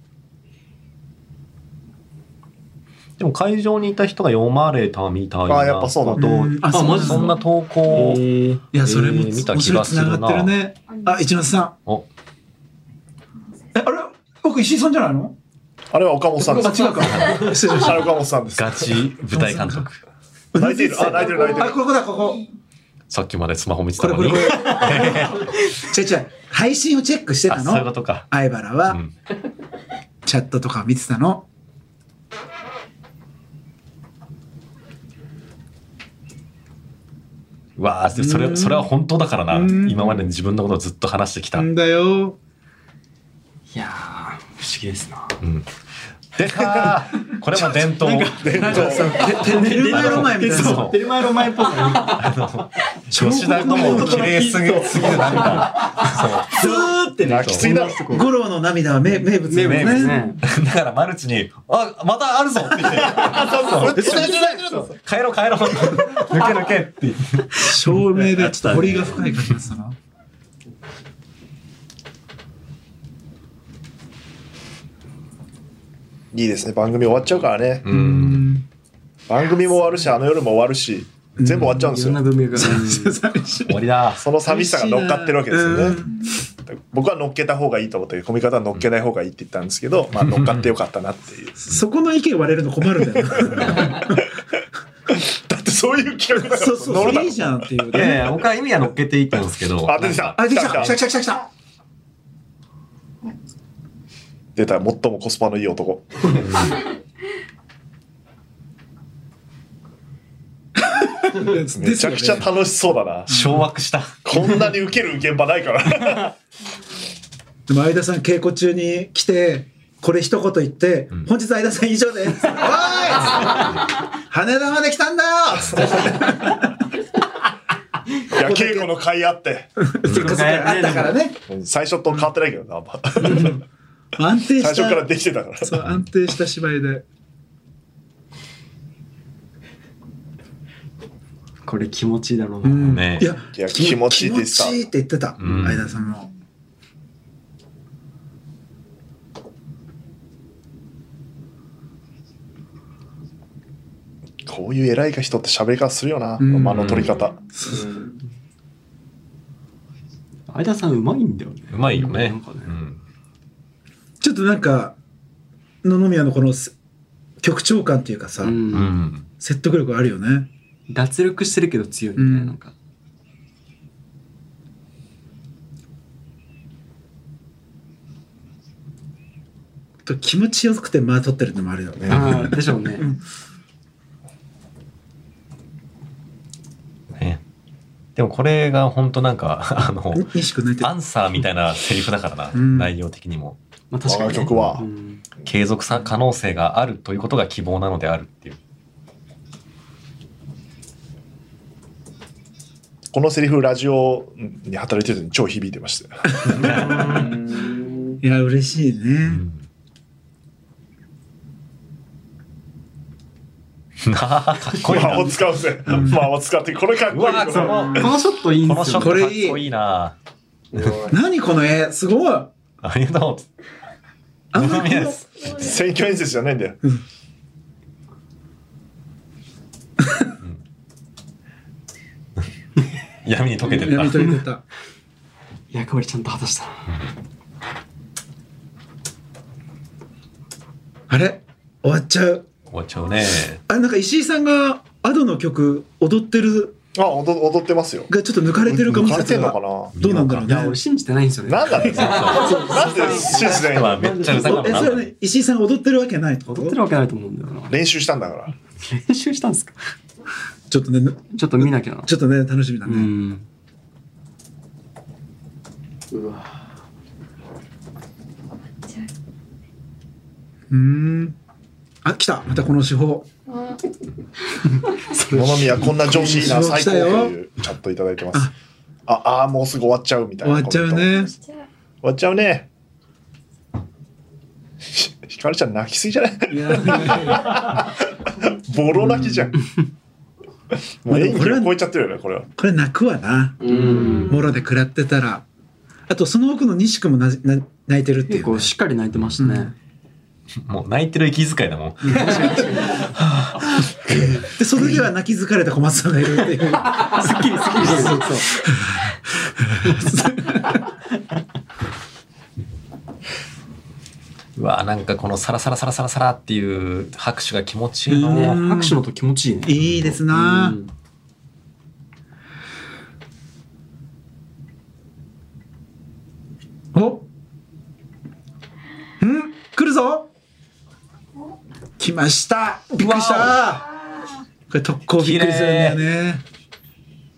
S1: でも会場にいた人が読まれたみたいなこと。
S2: あーやっぱそうなんだ
S3: うんあ
S4: あ、マジ
S1: そんな投稿を
S4: え
S3: いや、それも、
S1: えー見た
S3: 面
S1: 気
S3: 白い
S1: がす
S3: 繋
S1: るな
S3: がってるね。あ、一之瀬さん。
S1: お
S3: え、あれ僕、石井さんじゃないの
S2: あれは岡本さんです。
S3: あ違う
S2: (laughs)
S3: か失礼しました
S2: あれ岡本さんです。
S1: ガチ舞台監督。
S2: 泣いている。あ、泣いてる泣いて
S3: あ
S2: る。
S3: ここだここ
S1: さっきまでスマホ見て
S3: こ
S1: た
S3: れ
S1: の
S3: これ
S1: に
S3: こ。れ (laughs) 違う違う配信をチェックして
S1: あ、
S3: た
S1: そういうこ
S3: の
S1: とか。
S3: 相原
S1: う
S3: は
S1: ん
S3: チャットとか見てたの
S1: うわあ、でそれ、それは本当だからな。
S3: うん
S1: 今までに自分のことをずっと話してきた。うん。
S3: だよ
S4: いやー、不思議ですな。
S1: でかーこれも伝統。
S3: なんかさテテルマエロマエみたいな
S1: そう
S4: テルマエロマエっぽくな
S1: あの、吉田のも綺麗すぎすぎるなんか。
S4: い。ずーってね
S2: 泣きすぎだろ。
S3: 五郎の涙は名名物だもん
S1: 名物
S3: ね。
S1: そう。だからマルチに、あ、またあるぞって言って。そう帰ろう帰ろう。抜け抜けって言って。
S3: 照明でちょっと彫りが深い感じだったな。
S2: いいですね。番組終わっちゃうからね。
S1: うん。
S2: 番組も終わるし、あの夜も終わるし、全部終わっちゃうんです
S4: いろんな
S2: よ。
S4: 文明が。
S3: 寂しい
S1: 終わりだ。
S2: その寂しさが乗っかってるわけですよね。僕は乗っけた方がいいと思ったけど、コミカドは乗っけない方がいいって言ったんですけど、まあ乗っかってよかったなっていう。
S3: そこの意見割れるの困る
S2: (laughs)
S3: んだよな。
S2: だってそういう企画だから
S3: そうそう
S2: 乗る
S3: そ
S2: だ
S3: う、
S2: ろ
S3: いいじゃんっていう
S1: いやい
S3: ね。
S1: や、僕は意味は乗っけていったんですけど。
S2: あ、出てきた。
S3: あ、できた
S2: 来
S3: 来た来た来た来た。
S2: 出た。最もコスパのいい男。めちゃくちゃ楽しそうだ (laughs) な。
S1: 掌握した。
S2: こんなに受ける現場ない (laughs) から。
S3: でも相田さん稽古中に来てこれ一言言って「本日相田さん以上です」 (laughs) おーい!」羽田まで来たんだよ!」つって
S2: いや、稽古の甲斐あって。
S3: そっかそっかあったからね
S2: 最初と変わってないけどな、あんま
S3: 安定
S2: 最
S3: し
S2: 初から
S3: た
S2: できてたから。
S3: そう安定した芝居で
S4: これ気持ちいいだろう
S3: う
S4: な。
S3: ん
S1: ね
S3: いや
S2: いや気持ちいいって言って
S3: 気
S2: た
S3: 持ちいいって言ってた
S1: うん
S3: 相田さんも
S2: こういう偉い人って喋り方するよな、
S3: うん
S2: 間の取り方。
S4: うん相田さんうまいんだよね。
S1: うまいよね
S4: なんか。
S1: うん
S3: ちょっとなんか野々宮のこのす曲調感っていうかさ
S4: うん
S1: うん。
S3: 説得力あるよね
S4: 脱力してるけど強いみたいななんか、
S3: と気持ちよくて間取ってるのもあるよね
S4: ああでしょうね、
S1: ねでもこれが本当なんか、あの、
S3: 西君泣いて
S1: ア
S3: る
S1: ンサーみたいなセリフだからな、
S3: うん
S1: 内容的にも。
S4: まあ確かに、ね、
S2: あの曲は
S4: うん
S1: 継続さ可能性があるということが希望なのであるっていう。
S2: このセリフ、ラジオに働いてる時に超響いてましたよ。
S3: いや嬉しいね
S1: (laughs) なあ、かっこいいな。
S2: 間を
S1: こ
S2: 使うぜ。間を使って、これかっこい
S1: う
S2: いよ
S1: わーその
S4: このショットいいんで
S1: の
S4: す
S1: ショッ
S4: よ
S1: トか
S4: ね
S3: こ
S1: っ
S3: れいい
S1: こいいな。
S3: 何この絵すごい
S1: (laughs) ありがとう。
S3: あん
S1: 二
S3: まり
S1: 宮
S3: こ
S1: で
S3: の
S1: す。
S2: 選挙演説じゃないんだよ。
S1: 闇に溶けてる
S3: や
S1: な
S3: め。といてた
S4: 役割ちゃんと果たしたな
S3: あれ終わっちゃう
S1: 終わっちゃうね。
S3: あれなんか石井さんがアドの曲踊ってる
S2: あ、踊踊ってますよ。
S3: がちょっと抜かれてるかもしれ
S2: 抜かれてんの
S3: な
S2: か
S3: い
S2: な
S3: どうなんだろう
S4: いや俺
S3: ね
S4: 信じてないんですよね
S2: なんだってなんで信じない
S1: は
S2: の
S1: めっちゃうざかっ
S3: おえ
S1: た
S3: それは
S1: な。
S3: ね石井さんが踊ってるわけないってこと
S4: 踊ってるわけないと思うんだよな
S2: 練習したんだから。
S4: 練習したんですか
S3: ちょっとねぬ
S4: ちょっと見なきゃな
S3: ちょっとね楽しみだ
S4: う
S3: ね、
S4: ん
S3: うーんあ来たまたこの手法
S5: あ
S2: 野宮こんな上司いいな、
S3: すごい
S2: 最
S3: 来た
S2: 高と
S3: よ
S2: いうチャットいただいてます。あ、あーもうすぐ終わっちゃうみたい
S3: 終わ
S2: な
S3: っちゃう
S2: コメン
S3: ね
S2: ト終
S5: じゃあ
S2: わっちゃうね。 (laughs) ひひかるちゃん泣きすぎじゃない (laughs)
S4: いや
S2: ボロ泣きじゃん。もう演技を超えちゃってるよね、これは。
S3: これ泣くわな
S4: うん
S3: もろで食らってたらあとその奥の西君もなな泣いてるっていうね、
S4: 結構しっかり泣いてましたね、
S1: もう泣いてる息遣いだもん。
S3: でその時は泣き疲れた小松さんがいるっていうすっきりすっきりそうそう
S4: う
S1: うわなんかこのサラサラサラサラサラっていう拍手が気持ちいい
S4: ね
S1: な、
S3: うん
S4: 拍手の音気持ちいいね。
S3: いいですな
S4: うん
S3: おうん来るぞ来ましたびっくりしたこれ特攻びっくりするんだよね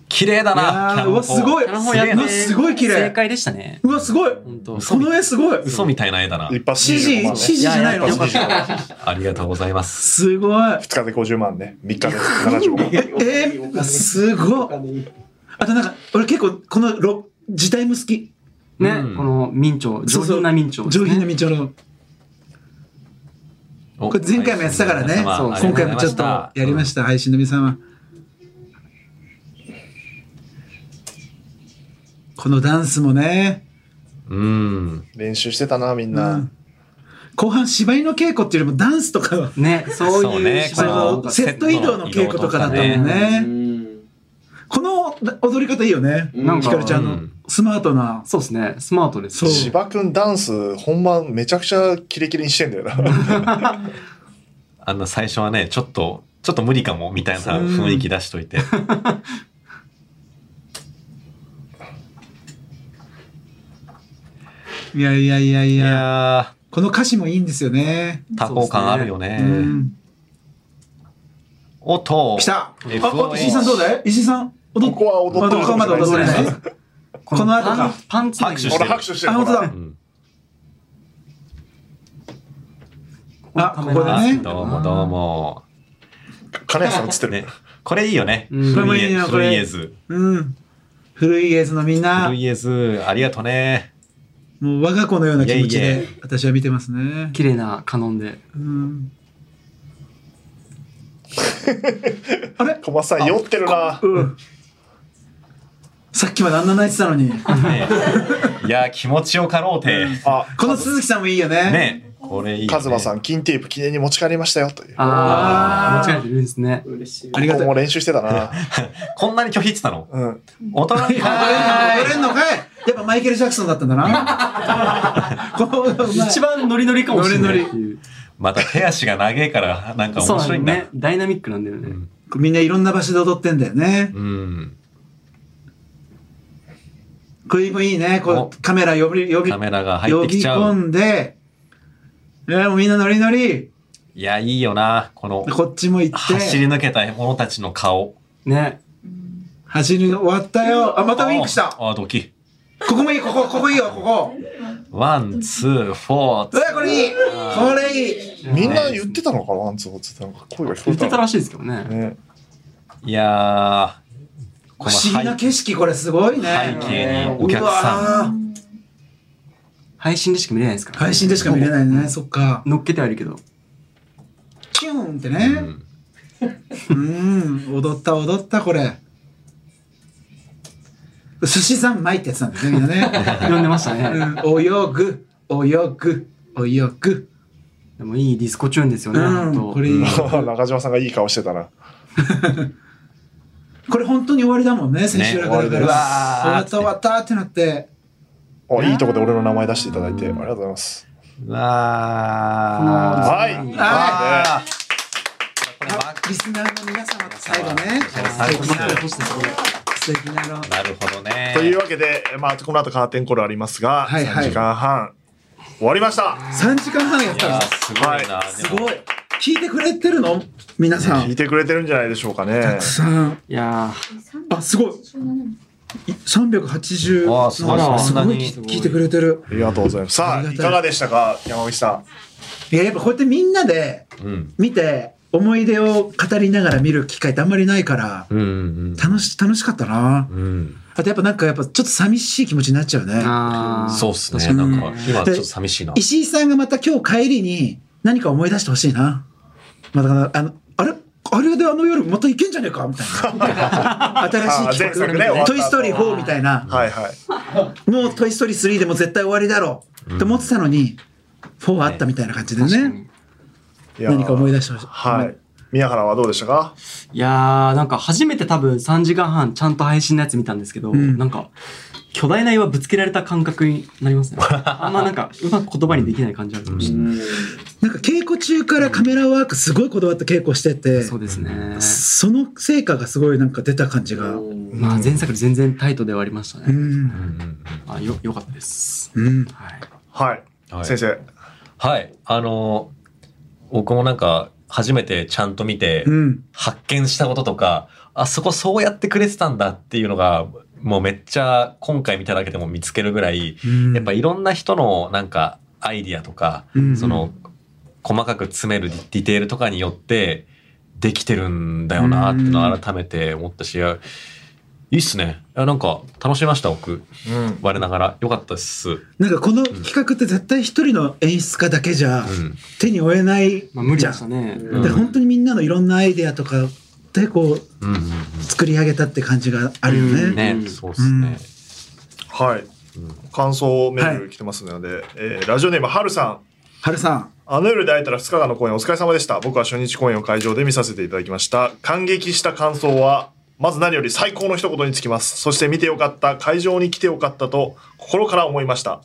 S1: 綺麗だ
S3: いや
S1: な
S3: ーうわすごい
S4: キャノン砲やって
S3: うわすごい綺麗
S4: 正解でしたね。
S3: うわすごい
S4: 本当。
S3: この絵すごい
S1: 嘘みたいな絵だな
S2: 一発
S3: 指示
S2: 25万
S3: 指示
S2: ね
S3: じゃないの
S4: いやいやよかった
S1: ありがとうございます
S3: すごい
S2: 2日で50万ね3日で75万
S3: (laughs) えー、すごいあとなんか俺結構このろ時代も好き
S4: ね、
S1: うん
S4: この明朝、上
S3: そうそう
S4: 品な明朝、
S3: 上品な道の
S1: お
S3: これ前回もやってたからね、
S1: 皆様
S4: そう
S1: あり
S3: 今
S1: がと
S3: 回
S1: う
S3: も
S1: ご
S3: ち
S1: ざ
S3: ょ
S1: い
S3: っとやりました、配信の皆さんは。このダンスもね、
S1: うんうん
S2: 練習してたなみん
S3: う
S2: なん
S3: 後半芝居の稽古っていうよりもダンスとかは、
S4: ね、そう
S1: そう
S4: いう
S1: ね
S4: 芝
S3: そ
S4: 居が多
S3: の
S4: かっ
S3: セット移動の稽古とかだったもんね。この踊り方いいよね。
S4: た。なん
S3: ひ
S4: か
S3: かるちゃん
S1: う
S3: の
S1: ん
S3: スマートな。
S4: そうですね、スマートですね。
S3: そう
S2: 芝君ダンス本番めちゃくちゃキレキレにしてんだよ (laughs) な
S1: あの最初はねちょっとちょっと無理かもみたいな
S3: うん
S1: 雰囲気出しといて
S3: いやいやいやい
S1: い
S3: や。
S1: や
S3: この歌詞もいいんですよね。
S1: ー多幸感あるよね
S3: うん
S1: おっと
S3: 来たあ
S1: FOH
S3: お石井さんどうだい石井さん踊っ
S2: ここは踊
S3: ま
S2: って
S3: だ
S2: る
S3: ここ
S2: か
S3: まだ
S2: もし
S3: 踊
S2: れ
S3: れ
S2: ない
S3: ない。この後
S4: パン
S3: か。
S4: パンツ
S1: 拍手し
S2: ほ
S1: て
S2: ら
S1: る
S2: 拍手して
S3: あ、
S2: る
S3: 本当
S2: ほら
S3: だ
S1: う。ん
S3: あ、ここ
S4: だ
S3: で
S1: あ
S3: ね。
S1: どうもどうも
S2: 金谷さん映ってる
S1: ねこれいいよね
S4: うん
S1: 古
S3: これもいい
S1: い
S3: よこれ
S1: 古い絵図
S3: うん。古い映像のみんな
S1: 古、い絵図ありがとうね
S3: もう我が子のような気持ち
S1: いえい
S3: で
S1: え
S3: 私は見てますね。
S4: 綺麗なカノンで。
S3: うん、あれ、
S2: 小松さん酔ってるな
S3: うん、さっきまであんな泣いてたのに。
S1: ねいやー気持ちよかろうて
S2: あ
S3: この鈴木さんもいいよね。
S1: ねこれいいよね
S2: カズマさん金テープ記念に持ち帰りましたよというこ
S4: あ
S3: あー
S4: あ、間違えてるんですね。
S6: 嬉しい。
S3: ありが
S2: ことも
S3: う。
S2: 練習してた
S3: (laughs)
S2: な
S1: こんなに拒否ってたの
S2: うん
S1: 大人に
S3: あ踊れんのかいやっぱマイケル・ジャクソンだったんだな。
S1: (laughs)
S3: この
S4: 一番ノリノリかもしれないっていう。
S1: また手足が長いからなんか
S4: そう
S1: 面
S4: なんだ
S1: 白い
S4: よ
S1: んだ
S4: ね。ダイナミックなんだよね。
S3: みんないろんな場所で踊ってんだよね。
S1: うん
S3: これもいいね。こうカメラ呼び呼び
S1: カメラが入っ
S3: 呼
S1: てき
S3: び
S1: ちゃ
S3: 込
S1: うん
S3: で、いやもうみんなノリノリ。
S1: いやいいよなこの
S3: こっちも行って。
S1: 走り抜けた者たちの顔
S4: ね。
S3: 走り終わったよ。あ、またウィンクした。
S1: ああドキッ
S3: ここもいい、ここ、ここいいよ、ここ。
S1: ワンツー
S3: う
S1: フォー
S3: わ、これいい。これいい。
S2: みんな言ってたのかなワンツーツーなんか声が聞こ
S4: 言
S2: え
S4: って
S2: た
S4: た
S2: の
S4: らしいですけどね。
S2: ね (laughs)
S1: いやーこ
S3: 不思議な景色、これすごい
S1: 背
S3: ね。
S1: 景にお客さ
S3: ん。
S4: 配信でしか見れないですから。
S3: 配信でしか見れないね、そっか。
S4: 乗っけてはいるけど。
S3: キュンって
S1: ん、う
S3: ね。
S1: ん
S3: うん、踊った、踊った、これ。寿司三昧ってやつなんですね、みんなね。
S4: 呼んでましたね。
S3: うん、泳ぐ、泳ぐ、泳ぐ。
S4: でもいいディスコチューンですよね。
S3: うん
S4: 本当
S3: これいい
S2: 中島さんがいい顔してたな
S3: これ本当に終わりだもんね、先週らから。
S2: ね終
S3: 終
S2: わりです
S3: わった、終わったってなって。
S2: あいいとこで俺の名前出していただいてありがとうございます
S1: うわ
S2: はい
S4: うん
S1: ー
S2: はい
S1: あーこれバッ
S3: リスナーの皆様と最後ね。
S1: 最後
S4: 最後ですね
S3: 素敵なの。
S1: クなるほどね
S2: というわけで、まあ、この後カーテンコールありますが、
S3: はいはい
S2: 3時間半終わりました
S3: 3時間半やっ
S1: い
S3: た
S1: や
S3: の
S1: ーすごいな、
S2: は
S3: すごい。聞いてくれてるの皆さ
S2: 聞い
S3: ん。
S2: てくれてるんじゃないでしょうかね
S3: たくさん。
S4: いやー
S3: あ、すごい。380。
S1: わあすごい
S3: あす
S1: そんな
S3: ごい
S1: に
S3: 聞聞いてくれてる。
S2: ありがとうございます
S3: あ
S2: さ
S3: り
S2: あ
S3: が
S2: い
S3: たい
S2: かがでしたか山口さ
S3: いや、やっぱこうやってみんなで
S1: うん
S3: 見て、思い出を語りながら見る機会ってあんまりないから、
S1: うんうん
S3: 楽し、楽しかったな。
S1: うん
S3: あとやっぱなんかやっぱちょっと寂しい気持ちになっちゃうね。
S4: あー
S1: そうっすね
S4: 確か
S1: な
S4: に
S1: んか今ちょっと寂しいな
S3: 石井さんがまた今日帰りに何か思い出してほしいな。まあだから、あの、あれあれであの夜また行けんじゃねえかみたい (laughs) な。新しい
S2: あ前作
S3: 企
S2: ね終わ
S3: 画。
S2: った
S3: トイ・ストーリー4みたいな。
S2: んはいはい
S3: もう「トイ・ストーリー3」でも絶対終わりだろうって思ってたのに、4あったみたいな感じでね
S2: いや
S3: 何か思い出してほしい、
S2: はい宮原はどうでしたか
S4: いやーなんか初めて多分3時間半ちゃんと配信のやつ見たんですけど、
S3: ん
S4: なんか巨大な岩ぶつけられた感覚になりますね。あんまなんか、うまく言葉にできない感じあるかもしれない。
S3: なんか稽古中からカメラワークすごいこだわった稽古してて、
S4: そうですね。
S3: その成果がすごいなんか出た感じが。
S4: まあ前作より全然タイトではありました
S3: う。
S4: ね。
S1: うんんうん
S4: あよ、よかったです。
S3: うん。
S4: はい。
S2: はい、
S1: はい
S2: 先生
S1: はい。あの、僕もなんか、初めてちゃんと見て、
S3: うん。
S1: 発見したこととか、あそこそうやってくれてたんだっていうのが、もうめっちゃ今回見ただけでも見つけるぐらい、
S3: うん
S1: やっぱいろんな人のなんかアイディアとか、
S3: うん
S1: その、細かく詰めるディディテールとかによって、できてるんだよなっていうのを改めて思ったし、いやいいっすね。いやなんか楽しみました、僕。
S2: うん
S1: 我ながら。よかったっす。うん。
S3: なんかこの企画って絶対一人の演出家だけじゃ手に負えない
S4: まあ無理
S3: じゃ
S4: で
S3: ん
S4: した。ね。
S6: うん
S3: で本当にみんなのいろんなアイデアとかでこう
S1: うんうんうん
S3: 作り上げたって感じがあるよね。
S4: うん
S1: ね、そうっすね。
S2: はい
S1: うん
S2: 感想メール来てますので、えーラジオネームはるさん
S3: はるさん。
S2: あの夜で会えたら2日間の公演お疲れ様でした。僕は初日公演を会場で見させていただきました。感激した感想は、まず何より最高の一言につきます。そして見てよかった、会場に来てよかったと心から思いました。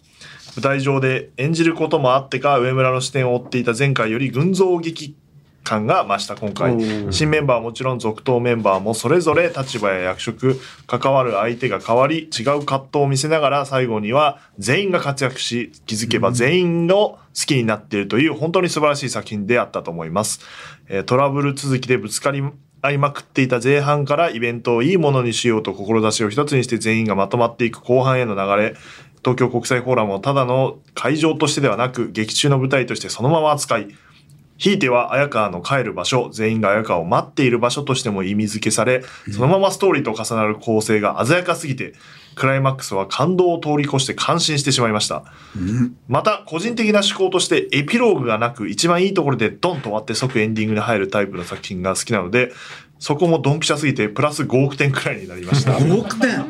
S2: 舞台上で演じることもあってか、上村の視点を追っていた前回より群像劇感が増した今回
S4: おー
S2: 新メンバーはもちろん続投メンバーもそれぞれ立場や役職関わる相手が変わり違う葛藤を見せながら最後には全員が活躍し気づけば全員を好きになっているという本当に素晴らしい作品であったと思います、えートラブル続きでぶつかり合いまくっていた前半からイベントをいいものにしようと志を一つにして全員がまとまっていく後半への流れ東京国際フォーラムをただの会場としてではなく劇中の舞台としてそのまま扱いひいては綾川の帰る場所、全員が綾川を待っている場所としても意味付けされ、そのままストーリーと重なる構成が鮮やかすぎて、クライマックスは感動を通り越して感心してしまいました。また、個人的な思考としてエピローグがなく、一番いいところでドンと終わって即エンディングに入るタイプの作品が好きなので、そこもドンピシャすぎて、プラス5億点くらいになり
S3: (laughs)
S2: ました。
S3: 5億点。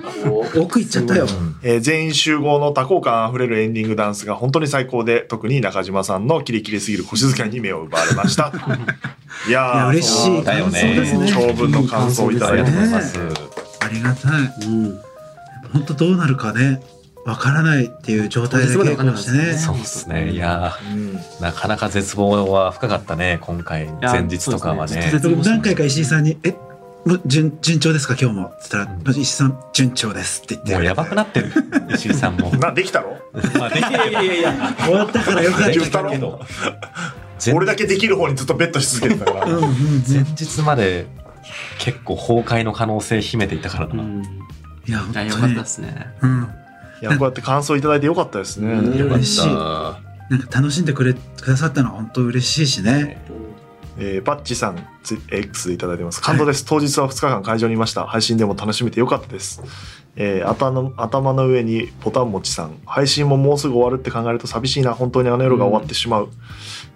S3: 億いっちゃったよ。
S2: えー全員集合の多幸感あふれるエンディングダンスが本当に最高で、特に中島さんのキレキレすぎる腰遣いに目を奪われま (laughs) した。いやー
S3: いや嬉しい
S1: だよ
S3: 感想
S1: ね
S3: ですね。
S2: 長文の感想をいた
S1: あり
S2: だ
S1: が
S2: いて
S1: とうござい
S2: ま。
S1: ますす。
S3: ありがたい。
S4: うん。
S3: 本当どうなるかね。わからないっていう状態で稽古してね。
S1: そうですね。いやー
S2: うん
S1: なかなか絶望は深かったね、今回、
S4: や
S1: 前日とかは
S4: そう
S1: ね
S4: ですね。
S3: 僕何回か石井さんに「えもう順順調ですか今日も」っつったら
S1: ん
S3: 「石井さん順調です」って言って
S1: もうやばくなって (laughs) る、石井さんも。
S2: な、できたろ
S1: まあ、でき
S2: (laughs)
S1: るいやいやいや、
S3: 終わったからよかった
S1: でき
S2: 順
S1: (laughs) た
S2: 調
S1: けど。前
S2: 俺だけできる方にずっとベットし続けてたか
S3: うん
S2: ら。
S3: うんうん
S1: 前日まで結構崩壊の可能性秘めていたから
S4: う
S1: な。
S4: ん。
S3: いや
S4: いや、
S3: 本
S4: よ
S3: 当
S4: かっ
S3: に
S4: たですね。
S3: うん
S2: いや、こうやって感想いただいてよかったですね。
S1: よかっ
S3: 嬉しい
S1: た。
S3: なんか楽しんでくれくださったのは本当嬉しいしね
S2: えーパッチさん、ツ X でいただいてます。感動です。当日は2日間会場にいました。配信でも楽しめてよかったです。えー頭の頭の上にボタン持ちさん。配信ももうすぐ終わるって考えると寂しいな。本当にあの夜が終わってしまう。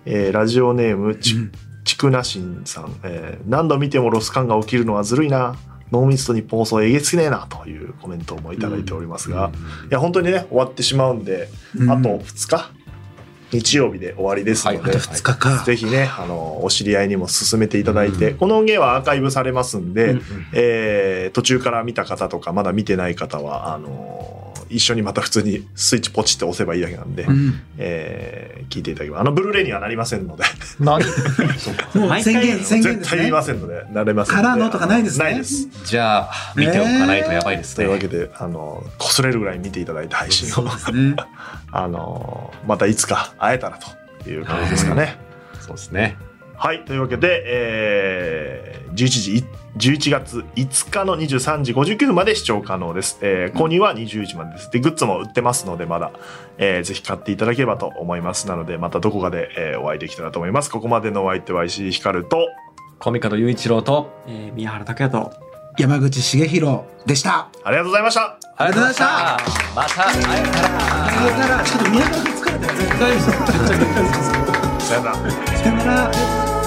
S2: えーラジオネーム、ち、ちくなしんさん、えー何度見てもロス感が起きるのはずるいな。ノーミスと日本放送えげつきねえなというコメントもいただいておりますが、いや本当にね終わってしまうんで、
S3: うん
S2: あと2日日曜日で終わりですので、
S1: はい
S3: 2日か
S2: ぜひね、あの、お知り合いにも進めていただいて、この音源はアーカイブされますんで、えー途中から見た方とか、まだ見てない方は、あの、一緒にまた普通にスイッチポチって押せばいいだけなんで、
S3: うん
S2: えー聞いていただければ、あの、ブルーレイにはなりませんので、
S1: (laughs) 何
S3: もう宣言宣言
S2: 絶
S3: です
S2: 対言い
S3: ね
S2: ませんので、なれませんので。
S3: からのとかないですね
S2: あのないです。
S1: じゃあ、見ておかないとやばいです
S2: というわけ
S1: ね。
S2: で、あの、擦れるぐらい見ていただいた配信
S3: そう
S2: を
S3: で、すね
S2: あの、またいつか会えたらという感じですかね。
S1: そうですね。
S2: はい、というわけで、えー、11時い、11月5日の23時59分まで視聴可能です。えー購入は20時までです。で、グッズも売ってますので、まだ、えーぜひ買っていただければと思います。なので、またどこかで、えーお会いできたらと思います。ここまでのお相手は石井ひかると、
S1: コミカド雄一郎と、
S4: えー、宮原拓也と。
S3: 山口茂弘でした
S2: ありがとうございました
S1: ありがとうございましたまた会えたら
S3: さよならちょっと宮崎疲れたよ絶対
S2: さよなら。
S3: さよなら